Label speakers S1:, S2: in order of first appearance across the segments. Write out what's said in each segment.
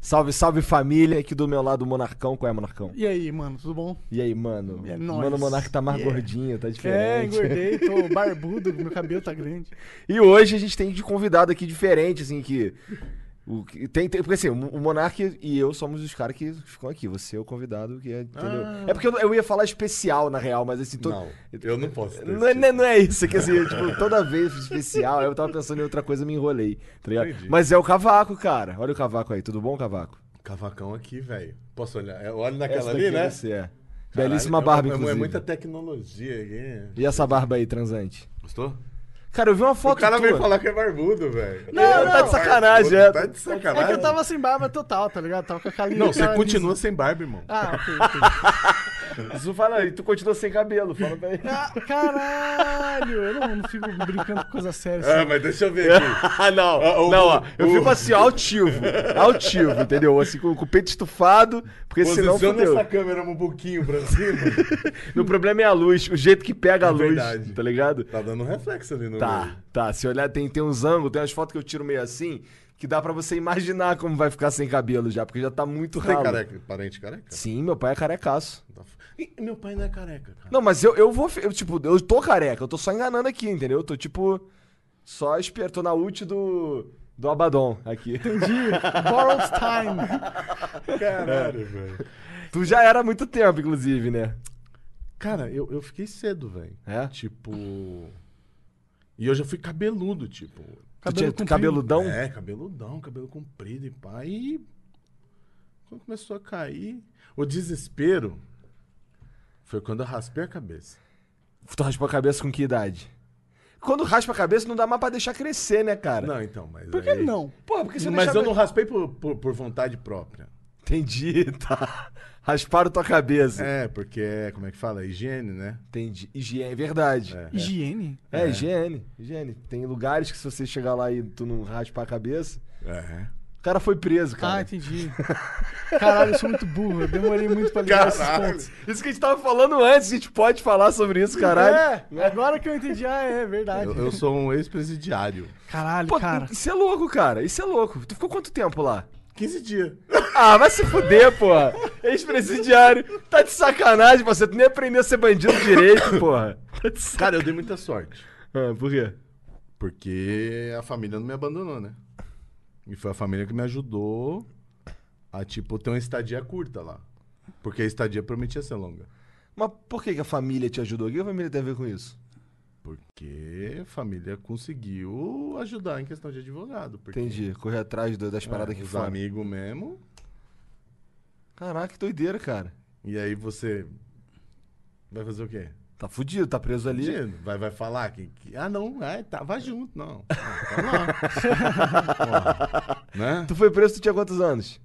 S1: Salve, salve família, aqui do meu lado o Monarcão. Qual é, Monarcão?
S2: E aí, mano, tudo bom?
S1: E aí, mano?
S2: É nóis.
S1: mano, o Monarca tá mais
S2: Yeah.
S1: gordinho, tá
S2: É,
S1: diferente.
S2: engordei, tô barbudo, meu cabelo tá grande.
S1: E hoje a gente tem de convidado aqui diferente, assim, que. O, que- tem, tem- porque assim, o Monark e eu somos os caras que ficam aqui. Você é o convidado que é. Entendeu? É porque eu, eu ia falar especial, na real, mas assim. to-
S3: Ah. Não, eu não posso. ter
S1: Não é,
S3: esse
S1: não é- não é isso, é que assim, eu, tipo, toda vez especial, eu tava pensando em outra coisa e me enrolei, tá ligado?
S3: Entendi.
S1: Mas é o cavaco, cara. Olha o cavaco aí, tudo bom, cavaco?
S3: Cavacão aqui, velho. Posso olhar? Eu olho naquela
S1: Essa
S3: ali,
S1: daqui
S3: né?
S1: é Você é.
S3: Caralho,
S1: Belíssima
S3: é-
S1: barba,
S3: é, é,
S1: inclusive.
S3: muita tecnologia aqui.
S1: E essa barba aí, transante?
S3: Gostou?
S1: Cara, eu vi uma
S3: O
S1: foto
S3: cara
S1: tua.
S3: veio falar que é barbudo, velho.
S1: Não, não, tá de sacanagem, é.
S3: Tá de
S2: É
S3: sacanagem.
S2: que eu tava sem barba total, tá ligado? Tava com a calinha.
S3: Não, você
S2: tá
S3: continua sem barba, irmão.
S2: Ah, ok, ok.
S1: Isso fala aí, tu continua sem cabelo, fala pra ele.
S2: Ah, caralho, eu não, não fico brincando com coisa séria.
S1: É,
S3: Ah,
S2: assim.
S3: mas deixa eu ver aqui.
S1: Ah, não,
S3: Ah, o-
S1: não, ó, eu
S3: o-
S1: fico assim, ó, altivo, altivo, entendeu? Assim, com, com o peito estufado, porque senão
S3: Posiciona
S1: fudeu.
S3: essa câmera um pouquinho pra cima.
S1: Meu problema é a luz, o jeito que pega a
S3: É
S1: luz,
S3: verdade.
S1: tá ligado?
S3: tá dando um reflexo ali no
S1: Tá, tá, se olhar, tem, tem uns ângulos, tem umas fotos que eu tiro meio assim, que dá pra você imaginar como vai ficar sem cabelo já, porque já tá muito
S3: Tu tem
S1: ralo.
S3: careca, parente careca?
S1: Sim, meu pai é carecaço.
S3: Tá f- Ih, meu pai não é careca, cara.
S1: Não, mas eu, eu vou. fi- Eu, tipo, eu tô careca, eu tô só enganando aqui, entendeu? Eu tô tipo. Só esperto, tô na ult do. Do Abaddon aqui.
S2: Borrowed time.
S3: Caralho, velho.
S1: tu já era há muito tempo, inclusive, né?
S3: Cara, eu, eu fiquei cedo, velho.
S1: É?
S3: Tipo. E eu já fui cabeludo, tipo.
S1: Tu
S2: Cabelo
S1: tinha
S2: comprido.
S1: cabeludão?
S3: É, cabeludão, cabelo comprido e pá. E. Quando começou a cair. O desespero foi quando eu raspei a cabeça.
S1: Tu raspou a cabeça com que idade? Quando raspa a cabeça, não dá mais pra deixar crescer, né, cara?
S3: Não, então, mas.
S2: Por que
S3: aí-
S2: não?
S1: Pô, porque você
S3: Mas
S1: deixa-
S3: eu não raspei por, por, por vontade própria.
S1: Entendi, tá. Rasparam tua cabeça.
S3: É, porque é, como é que fala? Higiene, né?
S1: Entendi. Higiene, é verdade. É.
S2: Higiene?
S1: higiene. Higiene. Tem lugares que se você chegar lá e tu não raspar a cabeça.
S3: É.
S1: O cara foi preso,
S2: Ah,
S1: cara.
S2: entendi. Caralho, eu sou muito burro, eu demorei muito pra ligar esses pontos.
S1: Isso que a gente tava falando antes, a gente pode falar sobre isso, caralho.
S2: É, agora que eu entendi, ah, é verdade.
S3: Eu, eu sou um ex-presidiário.
S2: Caralho,
S1: Pô,
S2: cara.
S1: isso é louco, cara. Isso é louco. Tu ficou quanto tempo lá?
S3: 15 dias.
S1: Ah, vai se fuder, porra. Ex-presidiário. Tá de sacanagem, você. Tu nem aprendeu a ser bandido direito, porra. Tá de sacanagem.
S3: Cara, eu dei muita sorte.
S1: Ah, por quê?
S3: Porque a família não me abandonou, né? E foi a família que me ajudou a, tipo, ter uma estadia curta lá. Porque a estadia prometia ser longa.
S1: Mas por que, que a família te ajudou? O que a família tem a ver com isso?
S3: Porque a família conseguiu ajudar em questão de advogado. Porque
S1: Entendi. Ah, Correr atrás do- das
S3: é,
S1: paradas que
S3: os
S1: fora.
S3: amigos mesmo.
S1: Caraca, que doideira, cara.
S3: E aí você vai fazer o quê?
S1: Tá fudido, tá preso ali.
S3: Fudido. Vai, vai falar que, que- Ah, não, ah, tá, vai junto, não. Ah, Vamos lá. Porra, né?
S1: Tu foi preso, tu tinha quantos anos?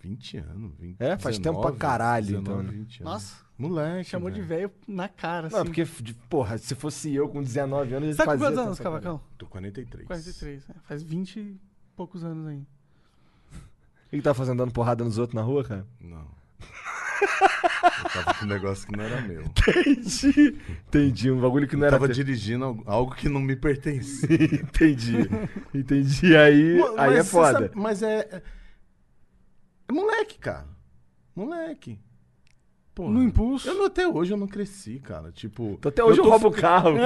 S3: 20 anos, 20
S1: É, faz tempo pra caralho, então, né?
S3: 20 anos.
S2: Nossa.
S3: Moleque.
S2: Chamou de
S3: velho.
S2: velho na cara, assim.
S1: Não, porque, de- porra, se fosse eu com 19 anos, eu
S2: Tá com
S1: fazia
S2: quantos
S1: essa
S2: anos,
S1: sacanagem.
S2: Cavacão?
S3: Tô 43.
S2: 43. é, Faz 20 e poucos anos aí.
S1: O que que tá fazendo dando porrada nos outros na rua, cara?
S3: Não. Eu tava com um negócio que não era meu.
S1: Entendi. Entendi, um bagulho que não
S3: Eu
S1: era.
S3: tava
S1: teu.
S3: dirigindo algo- algo que não me pertence.
S1: Entendi. Entendi. Aí,
S3: Mo-
S1: aí é
S3: mas você
S1: foda.
S3: sabe- mas é, é. é Moleque, cara. Moleque. Porra.
S2: No impulso.
S3: Eu não- até hoje eu não cresci, cara. Tipo.
S1: Então, até hoje eu,
S3: tô
S1: roubo o carro.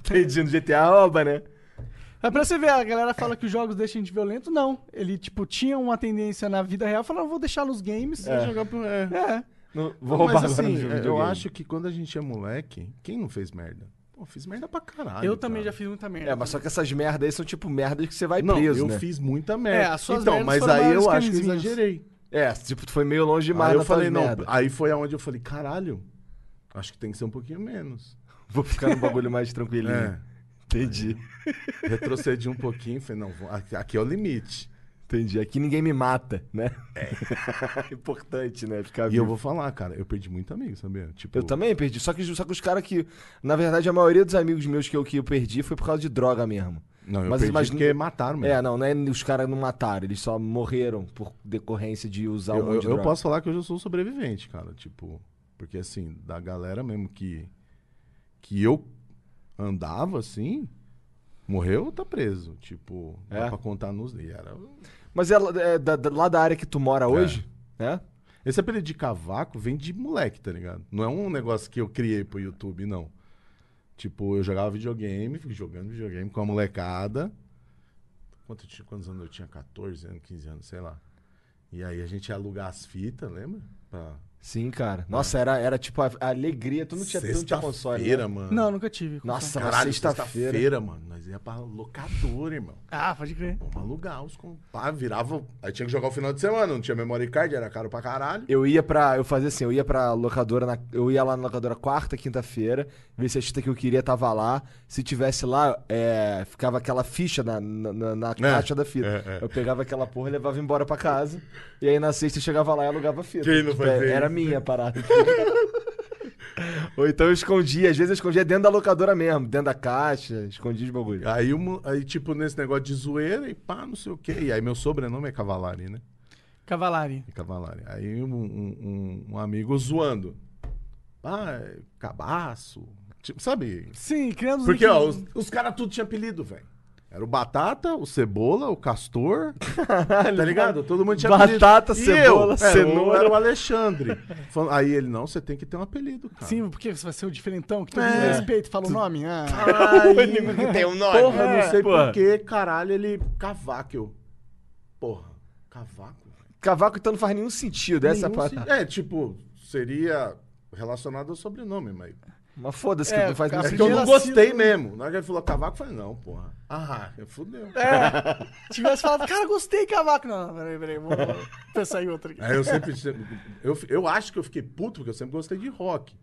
S1: Entendi, no GTA rouba, né?
S2: Mas É pra você ver, a galera fala que os jogos deixam a gente violento. Não. Ele, tipo, tinha uma tendência na vida real, falava, vou deixar nos games.
S3: f- jogar pro- é.
S2: É.
S1: Não, vou
S3: Não,
S1: roubar
S3: mas
S1: agora no
S3: assim,
S1: jogo
S3: eu
S1: videogame.
S3: acho que quando a gente é moleque, quem não fez merda? Pô, fiz merda pra caralho.
S2: Eu também
S3: cara.
S2: já fiz muita merda.
S1: É, mas só que essas merdas aí são tipo merdas que você vai
S3: Não,
S1: preso,
S3: eu
S1: né?
S3: fiz muita merda.
S2: É, as suas
S3: então,
S2: merdas
S3: mas
S2: foram
S3: aí
S2: maiores
S3: eu
S2: que
S3: acho
S2: as
S3: que
S2: minhas.
S3: exagerei.
S1: É, tipo, tu foi meio longe demais
S3: Aí eu
S1: das
S3: falei,
S1: tuas
S3: não. ah,
S1: merdas.
S3: Aí foi aonde eu falei, caralho, acho que tem que ser um pouquinho menos.
S1: Vou ficar num bagulho mais tranquilinho.
S3: É.
S1: Entendi.
S3: Retrocedi um pouquinho, falei, não, vou- aqui, aqui é o limite.
S1: Entendi. Aqui ninguém me mata, né? É. Importante, né? Ficar
S3: E eu
S1: vivo.
S3: vou falar, cara, eu perdi muito amigo, sabia? Tipo,
S1: Eu também perdi. Só que, só que os caras que. Na verdade, a maioria dos amigos meus que eu, que eu perdi foi por causa de droga mesmo.
S3: Não, eu
S1: mas-
S3: perdi
S1: mas-
S3: porque mataram mesmo.
S1: É, não, não é os caras não mataram, eles só morreram por decorrência de usar um
S3: eu,
S1: monte
S3: eu,
S1: de
S3: eu
S1: droga.
S3: posso falar que hoje eu sou um sobrevivente, cara. Tipo, porque assim, da galera mesmo que, que eu andava assim, morreu ou tá preso. Tipo, dá
S1: É?
S3: pra contar nos. E era...
S1: Mas é, lá- é da- da- lá da área que tu
S3: É.
S1: mora hoje, né?
S3: Esse apelido de cavaco vem de moleque, tá ligado? Não é um negócio que eu criei pro YouTube, não. Tipo, eu jogava videogame, fiquei jogando videogame com a molecada. Quanto eu tinha- quantos anos eu tinha? 14 anos, 15 anos, sei lá. E aí a gente ia alugar as fitas, lembra? Pra...
S1: Sim, cara. Nossa, era, era tipo a, a alegria. Tu não tinha, tu não tinha console. né?
S3: É. Sexta-feira, mano.
S2: Não, nunca tive.
S1: Nossa, mas
S3: Caralho,
S1: sexta-feira.
S3: sexta-feira, mano. Nós ia pra locadora, irmão.
S2: Ah, pode crer.
S3: Vamos alugar os com- pá, virava. Aí tinha que jogar o final de semana, não tinha memory card, era caro pra caralho.
S1: Eu ia pra. Eu fazia assim, eu ia pra locadora. na- eu ia lá na locadora quarta, quinta-feira, ver se a fita que eu queria tava lá. Se tivesse lá, é, ficava aquela ficha na, na, na- na caixa da fita.
S3: é, é.
S1: Eu pegava aquela porra e levava embora pra casa. E aí na sexta eu chegava lá e alugava a fita.
S3: Quem não fazia
S1: é, Era
S3: isso?
S1: minha a parada. Ou então eu escondia, às vezes eu escondia dentro da locadora mesmo, dentro da caixa, escondia os bagulho.
S3: Aí, o mo- aí, tipo, nesse negócio de zoeira e pá, não sei o quê. E aí meu sobrenome é Cavalari, né?
S2: Cavalari.
S3: É Cavalari. Aí um, um- um- um amigo zoando. Ah, é cabaço. Tipo, sabe?
S2: Sim, criamos
S3: Porque, ó, os, os caras tudo tinha apelido, velho. Era o Batata, o Cebola, o Castor. tá ligado? Todo mundo tinha
S1: Batata,
S3: apelido. E
S1: cebola,
S3: eu? é, Era o-
S1: cenoura.
S3: Era o Alexandre. Falando- Aí ele, não, você tem que ter um apelido, cara.
S2: Sim, porque você vai ser o diferentão que todo
S3: É.
S2: mundo respeita e fala o nome. Ah,
S3: Aí,
S1: Tem um nome.
S3: É, porra, eu não sei por que, caralho, ele... Cavaco, eu... Porra, cavaco?
S1: Cavaco então não faz nenhum sentido, essa
S3: Nenhum
S1: parte.
S3: se- É, tipo, seria relacionado ao sobrenome, mas...
S1: Mas foda-se que
S2: É,
S1: não faz nenhum
S3: É
S2: Cavaco-
S3: que eu
S1: sentido.
S3: não
S2: Primeira
S3: gostei
S2: sílaba.
S3: mesmo. Na hora que ele falou cavaco, eu falei, não, porra. Ah, fudeu.
S2: tivesse falado, cara, gostei, cavaco. Não, peraí, peraí, vou vou pensar em outra aqui.
S3: Aí eu sempre. Eu, eu acho que eu fiquei puto, porque eu sempre gostei de rock.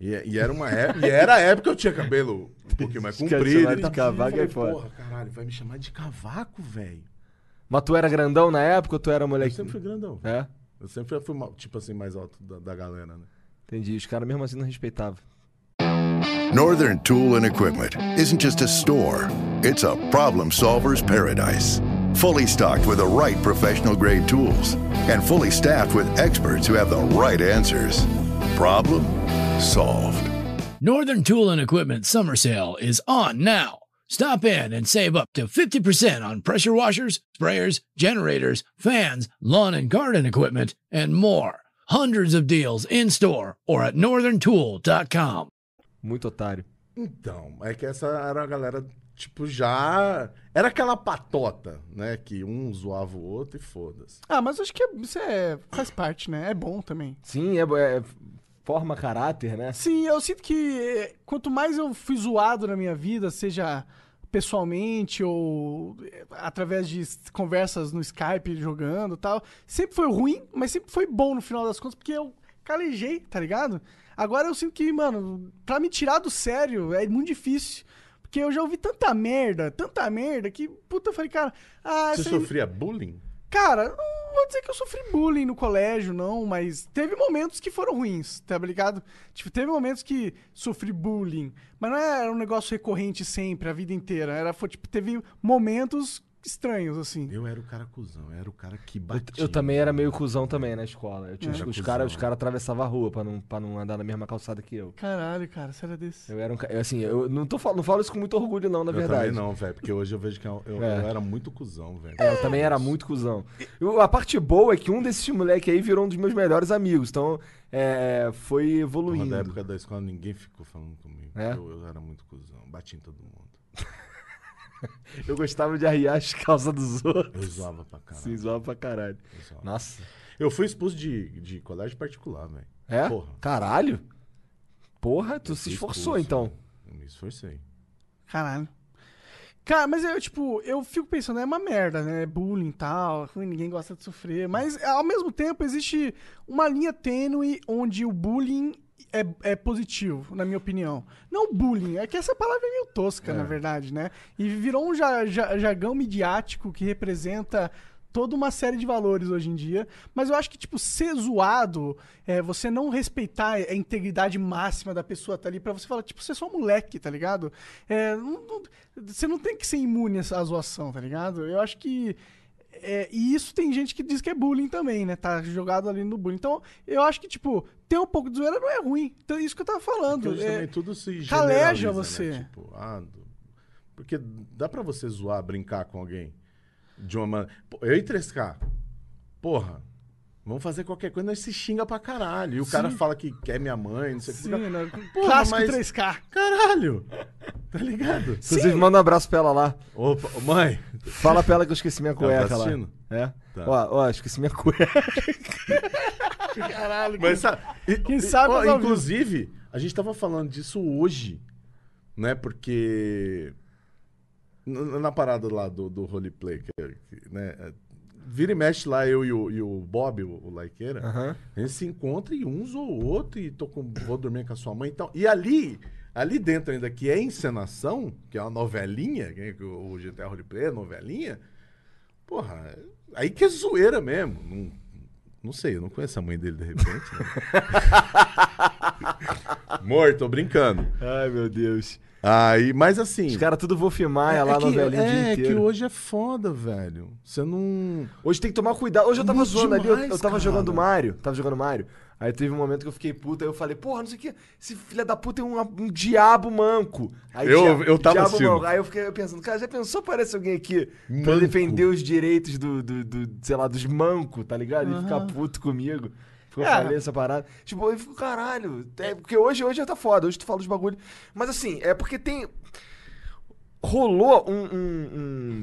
S3: E, e era uma época. E era a época que eu tinha cabelo um pouquinho mais
S1: Esquece, chamar
S3: comprido.
S1: de
S3: e tal.
S1: cavaco é
S3: Eu falei,
S1: foda.
S3: Porra, caralho, vai me chamar de cavaco, velho.
S1: Mas tu era grandão na época ou tu era
S3: Eu
S1: moleque?
S3: sempre fui grandão. velho.
S1: É?
S3: Eu sempre fui, ma- tipo assim, mais alto da, da galera, né?
S1: Entendi. Os caras mesmo assim não respeitavam.
S4: Northern Tool and Equipment isn't just a store, it's a problem solver's paradise. Fully stocked with the right professional grade tools and fully staffed with experts who have the right answers. Problem solved.
S5: Northern Tool and Equipment summer sale is on now. Stop in and save up to 50% on pressure washers, sprayers, generators, fans, lawn and garden equipment, and more. Hundreds of deals in store or at northerntool.com.
S1: Muito otário.
S3: Então, é que essa era a galera, tipo, já. Era aquela patota, né? Que um zoava o outro e foda-se.
S2: Ah, mas acho que é- isso é, faz parte, né? É bom também.
S1: Sim, é, é- forma caráter, né?
S2: Sim, eu sinto que eh, quanto mais eu fui zoado na minha vida, seja pessoalmente ou eh, através de s- conversas no Skype jogando e tal, sempre foi ruim, mas sempre foi bom no final das contas, porque eu calejei, tá ligado? Agora eu sinto que, mano, pra me tirar do sério é muito difícil. Porque eu já ouvi tanta merda, tanta merda, que, puta, eu falei, cara, ah,
S3: Você
S2: isso aí-
S3: sofria bullying?
S2: Cara, não vou dizer que eu sofri bullying no colégio, não, mas teve momentos que foram ruins, tá ligado? Tipo, teve momentos que sofri bullying, mas não era um negócio recorrente sempre, a vida inteira. Era, foi, tipo, teve momentos estranhos, assim.
S3: Eu era o cara cuzão, eu era o cara que
S1: Eu,
S3: batia.
S1: eu também era meio cuzão também na escola. Eu tinha,
S3: Era
S1: os
S3: cuzão.
S1: caras os cara atravessavam a rua pra não, pra não andar na mesma calçada que eu.
S2: Caralho, cara, sério desse.
S1: Eu era um ca- eu, assim, eu não, tô, fal- não falo isso com muito orgulho, não, na
S3: Eu
S1: verdade.
S3: também não, velho, porque hoje eu vejo que eu, eu-
S1: É.
S3: eu era muito cuzão, velho.
S1: É, eu também era muito cuzão. Eu- a parte boa é que um desses moleque aí virou um dos meus melhores amigos. Então, é, foi
S3: Porra, da
S1: evoluindo.
S3: época da escola ninguém ficou falando comigo.
S1: É?
S3: Eu, eu era muito cuzão, bati em todo mundo.
S1: Eu gostava de arriar as calças dos outros.
S3: Eu zoava pra caralho.
S1: Sim, zoava pra caralho.
S3: eu zoava.
S1: Nossa.
S3: Eu fui expulso de, de colégio particular, velho.
S1: É?
S3: Porra.
S1: Caralho? Porra, tu
S3: Eu
S1: se
S3: fui
S1: esforçou
S3: expulso,
S1: então.
S3: velho. Eu me esforcei.
S2: Caralho. Cara, mas eu, tipo, eu fico pensando, é uma merda, né? Bullying e tal, ruim, ninguém gosta de sofrer. Mas, ao mesmo tempo, existe uma linha tênue onde o bullying é, é positivo, na minha opinião. Não bullying, é que essa palavra é meio tosca, na verdade, né? E virou um ja- ja- jargão midiático que representa toda uma série de valores hoje em dia. Mas eu acho que, tipo, ser zoado, é, você não respeitar a integridade máxima da pessoa tá ali pra você falar, tipo, você é só um moleque, tá ligado? É, não- não- você não tem que ser imune à zoação, tá ligado? Eu acho que. É, e isso tem gente que diz que é bullying também, né? Tá jogado ali no bullying. Então, eu acho que, tipo, ter um pouco de zoeira não é ruim. Então, é isso que eu tava falando.
S3: Porque hoje
S2: É,
S3: também tudo se
S2: caleja
S3: generaliza, né?
S2: você.
S3: Tipo, ah, do- porque dá pra você zoar, brincar com alguém de uma maneira... Eu e 3K, porra, vamos fazer qualquer coisa, nós se xinga pra caralho. E o cara fala que quer minha mãe, não sei o que.
S2: sim,
S3: fica-
S2: né?
S3: assim, Porra,
S2: Clássico
S3: mas-
S2: 3K.
S3: Caralho! Tá ligado?
S1: Inclusive, manda um abraço pra ela lá.
S3: Opa, ô, mãe,
S1: Fala pra ela que eu esqueci minha
S3: tá
S1: cueca lá.
S3: assistindo?
S1: É?
S3: Tá.
S1: Ó, ó, esqueci minha cueca.
S3: Mas sabe, e-
S2: Quem
S3: e-
S2: sabe
S3: ó,
S2: eu não vi.
S3: inclusive, a gente tava falando disso hoje, né? Porque n- na parada lá do, do roleplay, que, que, né? é, Vira e mexe lá, eu e o, e o Bob, o, o Laiqueira, a gente se encontra e uns ou outro, e tô com, vou dormir com a sua mãe e tal. E ali, ali dentro ainda, que é encenação, que é uma novelinha, que que o o GTA Roleplay é novelinha, porra, aí que é zoeira mesmo. Não, não sei, eu não conheço a mãe dele de repente. né? Amor, tô brincando.
S1: Ai, meu Deus.
S3: Aí, mas assim.
S1: Os caras tudo vou filmar ela lá
S3: que,
S1: no velhinho o
S3: é
S1: dia
S3: que
S1: inteiro.
S3: hoje é foda, velho. Você não.
S1: Hoje tem que tomar cuidado. Hoje eu tava
S3: Muito
S1: zoando ali, eu- eu,
S3: demais,
S1: tava
S3: cara.
S1: jogando Mario. Tava jogando Mario. Aí teve um momento que eu fiquei puta, aí eu falei, porra, não sei o que, esse filho da puta é um, um diabo manco. Aí,
S3: Eu- eu tava assistindo.
S1: Aí eu fiquei pensando, cara, já pensou aparece alguém aqui pra
S3: Manco.
S1: defender os direitos do, do, do, sei lá, dos mancos, tá ligado? E ficar puto comigo. Ficou
S2: É.
S1: eu falei essa parada. Tipo, eu fico, caralho. É, porque hoje, hoje já tá foda, hoje tu fala os bagulho. Mas assim, é porque tem rolou um, um-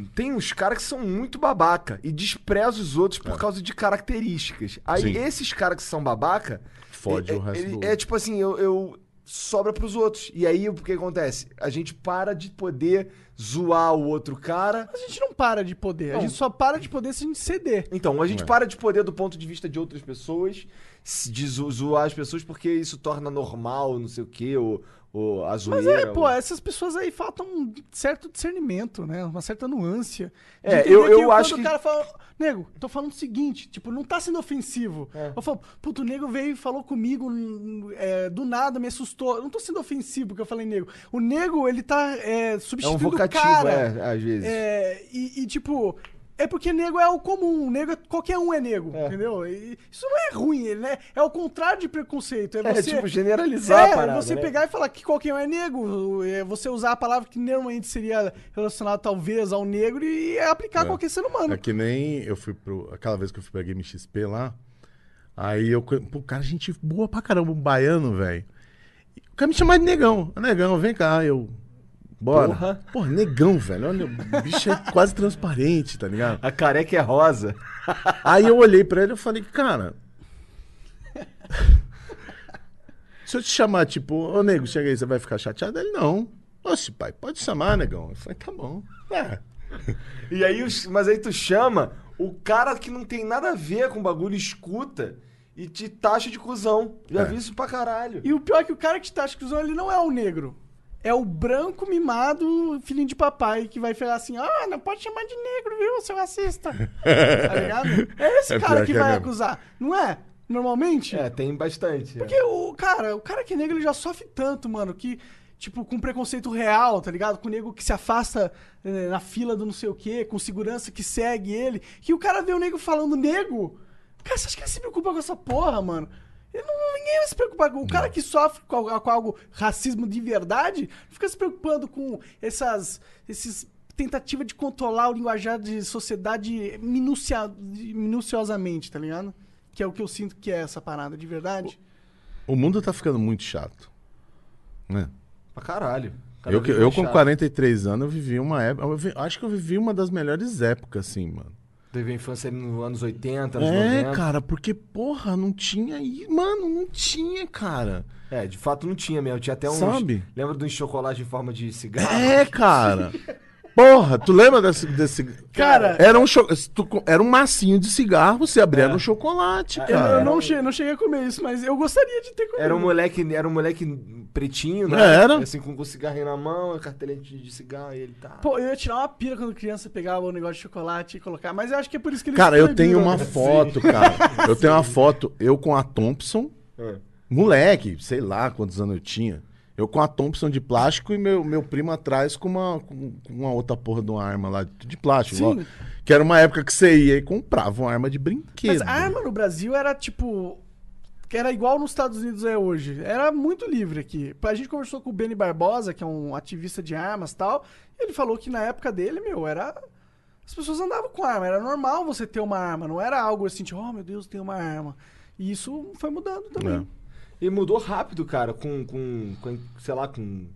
S1: um- Tem uns caras que são muito babaca e despreza os outros por causa de características. Aí
S3: É. Sim.
S1: esses caras que são babaca.
S3: Fode
S1: é,
S3: o resto
S1: ele-
S3: do-
S1: É tipo assim, eu. eu- sobra pros outros. E aí o que acontece? A gente para de poder zoar o outro cara.
S2: A gente não para de poder. A
S1: Não.
S2: gente só para de poder se a gente ceder.
S1: Então, a gente
S3: Ué.
S1: para de poder do ponto de vista de outras pessoas, se- de zo- zoar as pessoas porque isso torna normal, não sei o quê, ou, ou a zoeira.
S2: Mas é, pô,
S1: ou-
S2: essas pessoas aí faltam um certo discernimento, né? Uma certa nuance. De
S1: É,
S2: entender
S1: eu- eu
S2: quando
S1: acho
S2: o
S1: que-
S2: cara fala, nego, tô falando o seguinte, tipo, não tá sendo ofensivo.
S1: É.
S2: Eu falo, puto, o nego veio e falou comigo hum, é, do nada, me assustou. Eu não tô sendo ofensivo porque eu falei nego. O nego, ele tá é,
S1: é um
S2: substituindo o
S1: vocativo,
S2: cara.
S1: é, às vezes.
S2: É, e, e, tipo, é porque nego é o comum, nego é- qualquer um é nego, entendeu? E isso não é ruim, ele é, é o contrário de preconceito. É,
S1: É,
S2: você,
S1: tipo, generalizar a
S2: é,
S1: parada,
S2: você
S1: né?
S2: pegar e falar que qualquer um é nego, é você usar a palavra que normalmente seria relacionada talvez ao negro e é aplicar a qualquer ser humano.
S3: É que nem eu fui pro. Aquela vez que eu fui pra Game XP lá. Aí eu. co- Pô, cara, gente boa pra caramba, um baiano, velho. E O cara me chamava de negão. "Ô, Negão, vem cá, eu. Bora.
S1: Porra.
S3: Pô, negão, velho. Olha, o bicho é quase transparente, tá ligado?
S1: A careca é rosa.
S3: Aí eu olhei pra ele e falei, cara. Se eu te chamar, tipo, ô nego, chega aí, você vai ficar chateado? Ele não. Oxe, pai, pode chamar, negão. Eu falei, tá bom. É.
S1: E aí, os- mas aí tu chama o cara que não tem nada a ver com o bagulho, escuta e te taxa de cuzão. Já
S3: É.
S1: vi isso pra caralho.
S2: E o pior é que o cara que tá exclusão, ele não é o negro. É o branco mimado, filhinho de papai, que vai falar assim: ah, não pode chamar de negro, viu, seu racista. tá ligado? É esse
S3: É
S2: cara
S3: pior
S2: que
S3: que é
S2: vai
S3: mesmo.
S2: acusar, não é? Normalmente?
S1: É, tem bastante. é.
S2: Porque o cara, o cara que é negro, ele já sofre tanto, mano, que, tipo, com preconceito real, tá ligado? Com o nego que se afasta eh, na fila do não sei o quê, com segurança que segue ele, que o cara vê o nego falando nego. Cara, você acha que ele se preocupa com essa porra, mano? Ele não, ninguém vai se preocupar com. O cara que sofre com, al- com algo racismo de verdade, não fica se preocupando com essas. esses tentativa de controlar o linguajar de sociedade minucia, de- minuciosamente, tá ligado? Que é o que eu sinto que é essa parada de verdade.
S3: O mundo tá ficando muito chato. Né?
S1: Pra caralho.
S2: Tá
S1: Cada
S3: Eu, que-
S1: vez
S3: eu
S1: mais
S3: com
S1: chato.
S3: 43 anos, eu vivi uma época. eu vi- acho que eu vivi uma das melhores épocas, assim, mano.
S1: Teve a infância nos anos 80, anos
S3: É,
S1: 90.
S3: cara, porque, porra, não tinha. aí- Mano, não tinha, cara.
S1: É, de fato não tinha mesmo. Tinha até uns.
S3: Sabe?
S1: Lembra dos chocolates em forma de cigarro?
S3: É, cara. Porra, tu lembra desse. desse...
S2: Cara- É.
S3: Era um, cho- se tu co- era um massinho de cigarro, você abria no chocolate,
S2: Ah, Eu,
S3: cara. um
S2: eu não, cheguei, não cheguei a comer isso, mas eu gostaria de ter comido.
S1: Era um moleque, era um moleque pretinho, né?
S3: É, Era.
S1: Assim, com o cigarrinho na mão, a cartelinha de de cigarro e ele tá.
S2: Pô, eu ia tirar uma pira quando criança pegava o negócio de chocolate e colocar, mas eu acho que é por isso que eles
S3: Cara, eu
S2: proibiram,
S3: tenho
S2: né?
S3: uma foto, cara. Eu tenho uma foto, eu com a Thompson,
S1: É.
S3: moleque, sei lá quantos anos eu tinha. Eu com a Thompson de plástico e meu, meu primo atrás com uma, com com uma outra porra de uma arma lá de plástico.
S2: Sim.
S3: Logo. Que era uma época que você ia e comprava uma arma de
S2: Mas
S3: brinquedo.
S2: a arma no Brasil era tipo. Que era igual nos Estados Unidos é hoje. Era muito livre aqui. A gente conversou com o Benny Barbosa, que é um ativista de armas e tal. E ele falou que na época dele, meu, era. As pessoas andavam com arma. Era normal você ter uma arma. Não era algo assim, tipo, oh meu Deus, tem uma arma. E isso foi mudando
S3: É.
S2: também.
S1: E mudou rápido, cara, com, com, com, sei lá, com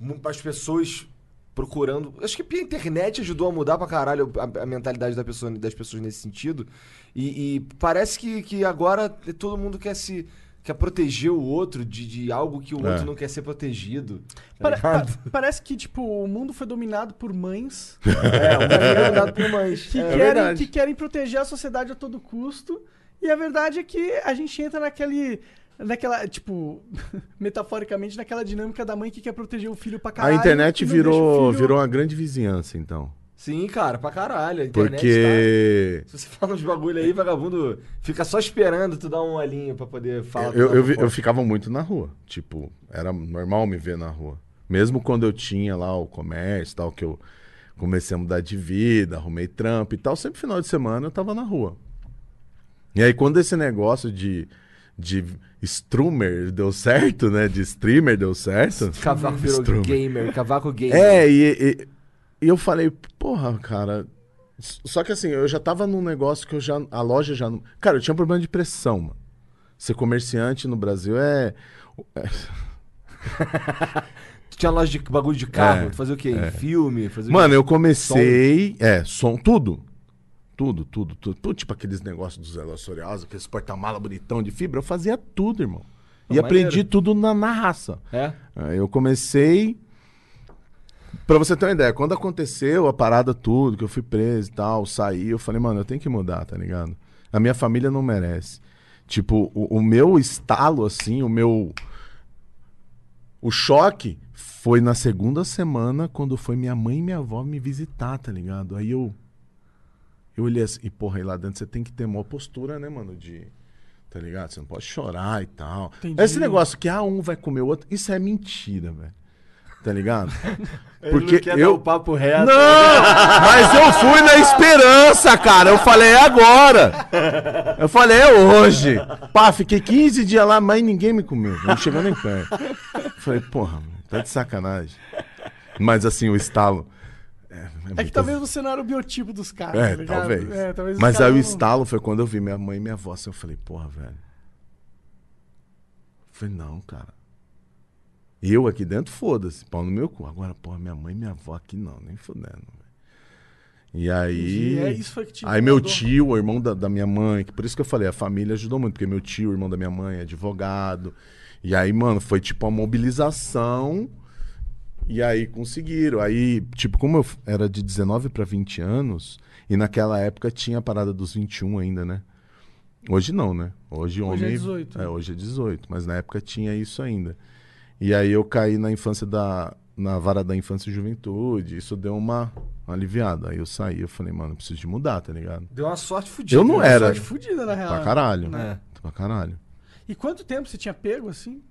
S1: mu- as pessoas procurando. Acho que a internet ajudou a mudar pra caralho a, a mentalidade da pessoa, das pessoas nesse sentido. E, e parece que, que agora todo mundo quer se. Quer proteger o outro de, de algo que o
S3: É.
S1: outro não quer ser protegido. Tá
S2: Pare-
S1: ligado?
S2: pa- parece que, tipo, o mundo foi dominado por mães
S1: É, o mundo é dado por mães.
S2: que,
S1: É.
S2: querem,
S3: verdade.
S2: que querem proteger a sociedade a todo custo. E a verdade é que a gente entra naquele. Naquela, tipo, metaforicamente, naquela dinâmica da mãe que quer proteger o filho pra
S3: A
S2: caralho.
S3: internet
S2: e não deixa o
S3: virou,
S2: filho-
S3: virou uma grande vizinhança, então.
S1: Sim, cara, pra caralho. A internet tá-
S3: Porque.
S1: Se você fala uns bagulho aí, vagabundo fica só esperando tu dar um olhinho pra poder falar.
S3: Eu, eu, vi-
S1: vi
S3: eu ficava muito na rua. Tipo, era normal me ver na rua. Mesmo quando eu tinha lá o comércio e tal, que eu comecei a mudar de vida, arrumei trampo e tal, sempre final de semana eu tava na rua. E aí, quando esse negócio de, de streamer deu certo, né? De streamer deu certo.
S1: Cavaco virou
S3: Strummer.
S1: gamer, cavaco gamer.
S3: É, e, e- e eu falei, porra, cara. s- Só que assim, eu já tava num negócio que eu já. A loja já. não- Cara, eu tinha um problema de pressão, mano. Ser comerciante no Brasil é.
S1: Tu tinha loja de bagulho de carro,
S3: É,
S1: tu fazia o quê? Filme? Fazia o
S3: Mano,
S1: quê?
S3: eu comecei. É, som, tudo. Tudo, tudo, tudo. Tudo, tipo aqueles negócios dos relacionados, aqueles porta-mala bonitão de fibra. Eu fazia tudo, irmão. E
S1: Pô,
S3: aprendi
S1: maneiro.
S3: tudo na, na raça.
S1: É?
S3: Aí Eu comecei. Pra você ter uma ideia, quando aconteceu a parada tudo, que eu fui preso e tal, saí, eu falei, mano, eu tenho que mudar, tá ligado? A minha família não merece. Tipo, o, o meu estalo, assim, o meu. O choque foi na segunda semana, quando foi minha mãe e minha avó me visitar, tá ligado? Aí eu. Eu olhei assim, e porra, aí lá dentro você tem que ter maior postura, né, mano? De. Tá ligado? Você não pode chorar e tal.
S2: Entendi.
S3: Esse negócio que ah, um vai comer o outro, isso é mentira, velho. Tá ligado?
S1: Ele não quer dar o papo reto.
S3: Não! Mas eu fui na esperança, cara. Eu falei, é agora. Eu falei, é hoje. Pá, fiquei 15 dias lá, mas ninguém me comeu. Não chegou nem perto. Falei, porra, mano, tá de sacanagem. Mas assim, o estalo.
S2: É que talvez você não era o biotipo dos caras. tá
S3: É,
S2: ligado?
S3: talvez.
S2: É, talvez os
S3: Mas aí
S2: caras
S3: o
S2: não-
S3: estalo foi quando eu vi minha mãe e minha avó. Assim, eu falei, porra, velho. Eu falei, não, cara. Eu aqui dentro, foda-se, pau no meu cu. Agora, porra, minha mãe e minha avó aqui não, nem fudendo. velho. E aí.
S2: Entendi, é isso foi que te
S3: Aí meu
S2: incomodou.
S3: tio, o irmão da, da minha mãe, que por isso que eu falei, a família ajudou muito, porque meu tio, o irmão da minha mãe, é advogado. E aí, mano, foi tipo uma mobilização. E aí conseguiram. Aí, tipo, como eu f- era de 19 para 20 anos, e naquela época tinha a parada dos 21 ainda, né? Hoje não, né? Hoje homem.
S2: é 18, né?
S3: É, hoje é 18, mas na época tinha isso ainda. E aí eu caí na infância da. na vara da infância e juventude. Isso deu uma, uma aliviada. Aí eu saí, eu falei, mano, eu preciso de mudar, tá ligado?
S1: Deu uma sorte fodida.
S3: Eu não
S1: né?
S3: era.
S2: Sorte fudida, na real.
S3: Pra caralho.
S2: né?
S1: É.
S3: Pra caralho.
S2: E quanto tempo você tinha pego assim?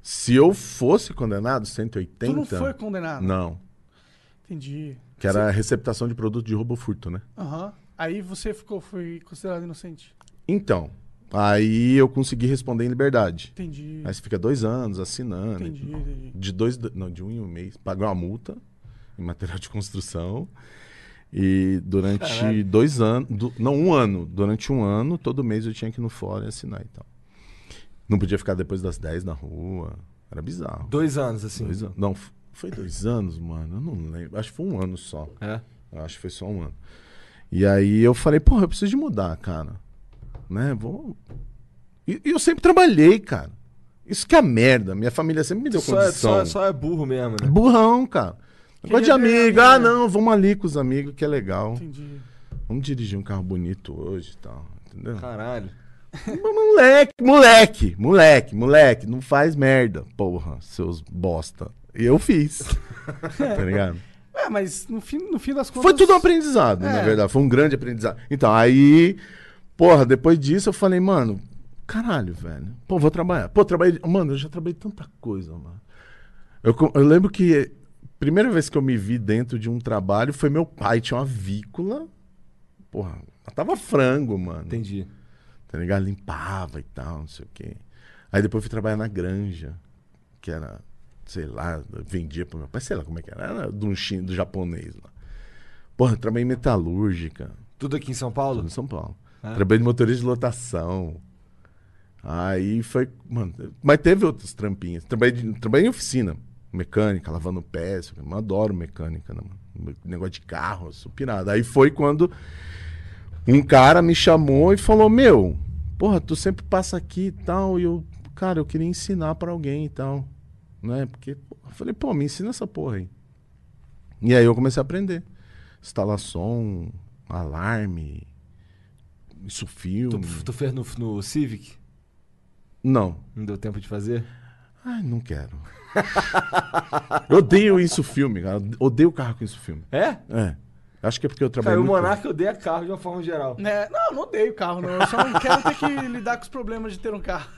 S3: Se eu fosse condenado,
S2: Tu
S3: 180.
S2: não foi condenado?
S3: Então, Não.
S2: Entendi.
S3: Que era a receptação de produto de roubo furto, né?
S2: Aham. Aí você ficou, foi considerado inocente.
S3: Então, aí eu consegui responder em liberdade.
S2: Entendi.
S3: Aí você fica dois anos assinando.
S2: Entendi, entendi.
S3: De dois, não, de um em um mês. Pagar uma multa em material de construção. E durante dois anos, du- não, um ano. Durante um ano, todo mês eu tinha que ir no fórum e assinar e tal. Não podia ficar depois das 10 na rua. Era bizarro.
S1: Dois anos, assim.
S3: Dois anos. Não, f- foi dois anos, mano. Eu não lembro. Acho que foi um ano só.
S1: É.
S3: Eu acho que foi só um ano. E aí eu falei, porra, eu preciso de mudar, cara. Né? Vou. E, e eu sempre trabalhei, cara. Isso que é merda. Minha família sempre me deu
S1: Só, é-
S3: condição.
S1: só, só é né? burro mesmo, né?
S3: Burrão, cara. Gosto de amigo. Ah, não, vamos ali com os amigos, que é legal.
S2: Entendi.
S3: Vamos dirigir um carro bonito hoje e tal, entendeu?
S1: Caralho.
S3: Moleque, moleque, moleque, moleque, não faz merda, porra, seus bosta. E eu fiz, tá ligado?
S2: É, mas no fim, no fim das contas.
S3: Foi tudo um aprendizado, na
S2: É.
S3: verdade. Foi um grande aprendizado. Então, aí, porra, depois disso eu falei, mano, caralho, velho. Pô, vou trabalhar. Pô, trabalhei. Mano, eu já trabalhei tanta coisa, mano. Eu, co- eu lembro que a primeira vez que eu me vi dentro de um trabalho foi meu pai, tinha uma vícola. Porra, tava frango, mano
S1: Entendi.
S3: tá ligado? Limpava e tal, não sei o quê. Aí depois fui trabalhar na granja, que era, sei lá, vendia pro meu pai, sei lá como é que era, era de um chin- do japonês lá. Porra, trabalhei em metalúrgica,
S1: Tudo aqui em São
S3: tudo
S1: Paulo? É?
S3: em São Paulo. Trabalhei de motorista de lotação. Aí foi, mano, mas teve outros trampinhos. Trabalhei, de- trabalhei em oficina, mecânica, lavando peça, eu adoro mecânica, né, mano? Negócio de carro, eu sou pirado. Aí foi quando um cara me chamou e falou: Meu, porra, tu sempre passa aqui e tal. E eu, cara, eu queria ensinar pra alguém e tal. Né? Porque pô, eu falei, pô, me ensina essa porra aí. E aí eu comecei a aprender. Instalar som, alarme, isso filme.
S1: Tu, tu fez no, no Civic?
S3: Não.
S1: Não deu tempo de fazer?
S3: Ai, não quero. eu odeio isso filme, cara. Odeio carro com isso filme.
S1: É?
S3: É. Acho que é porque eu trabalho.
S1: Cara, o
S3: muito-
S1: Monarca odeia carro de uma forma geral.
S2: Né? Não, não odeio carro, não. Eu só não quero ter que lidar com os problemas de ter um carro.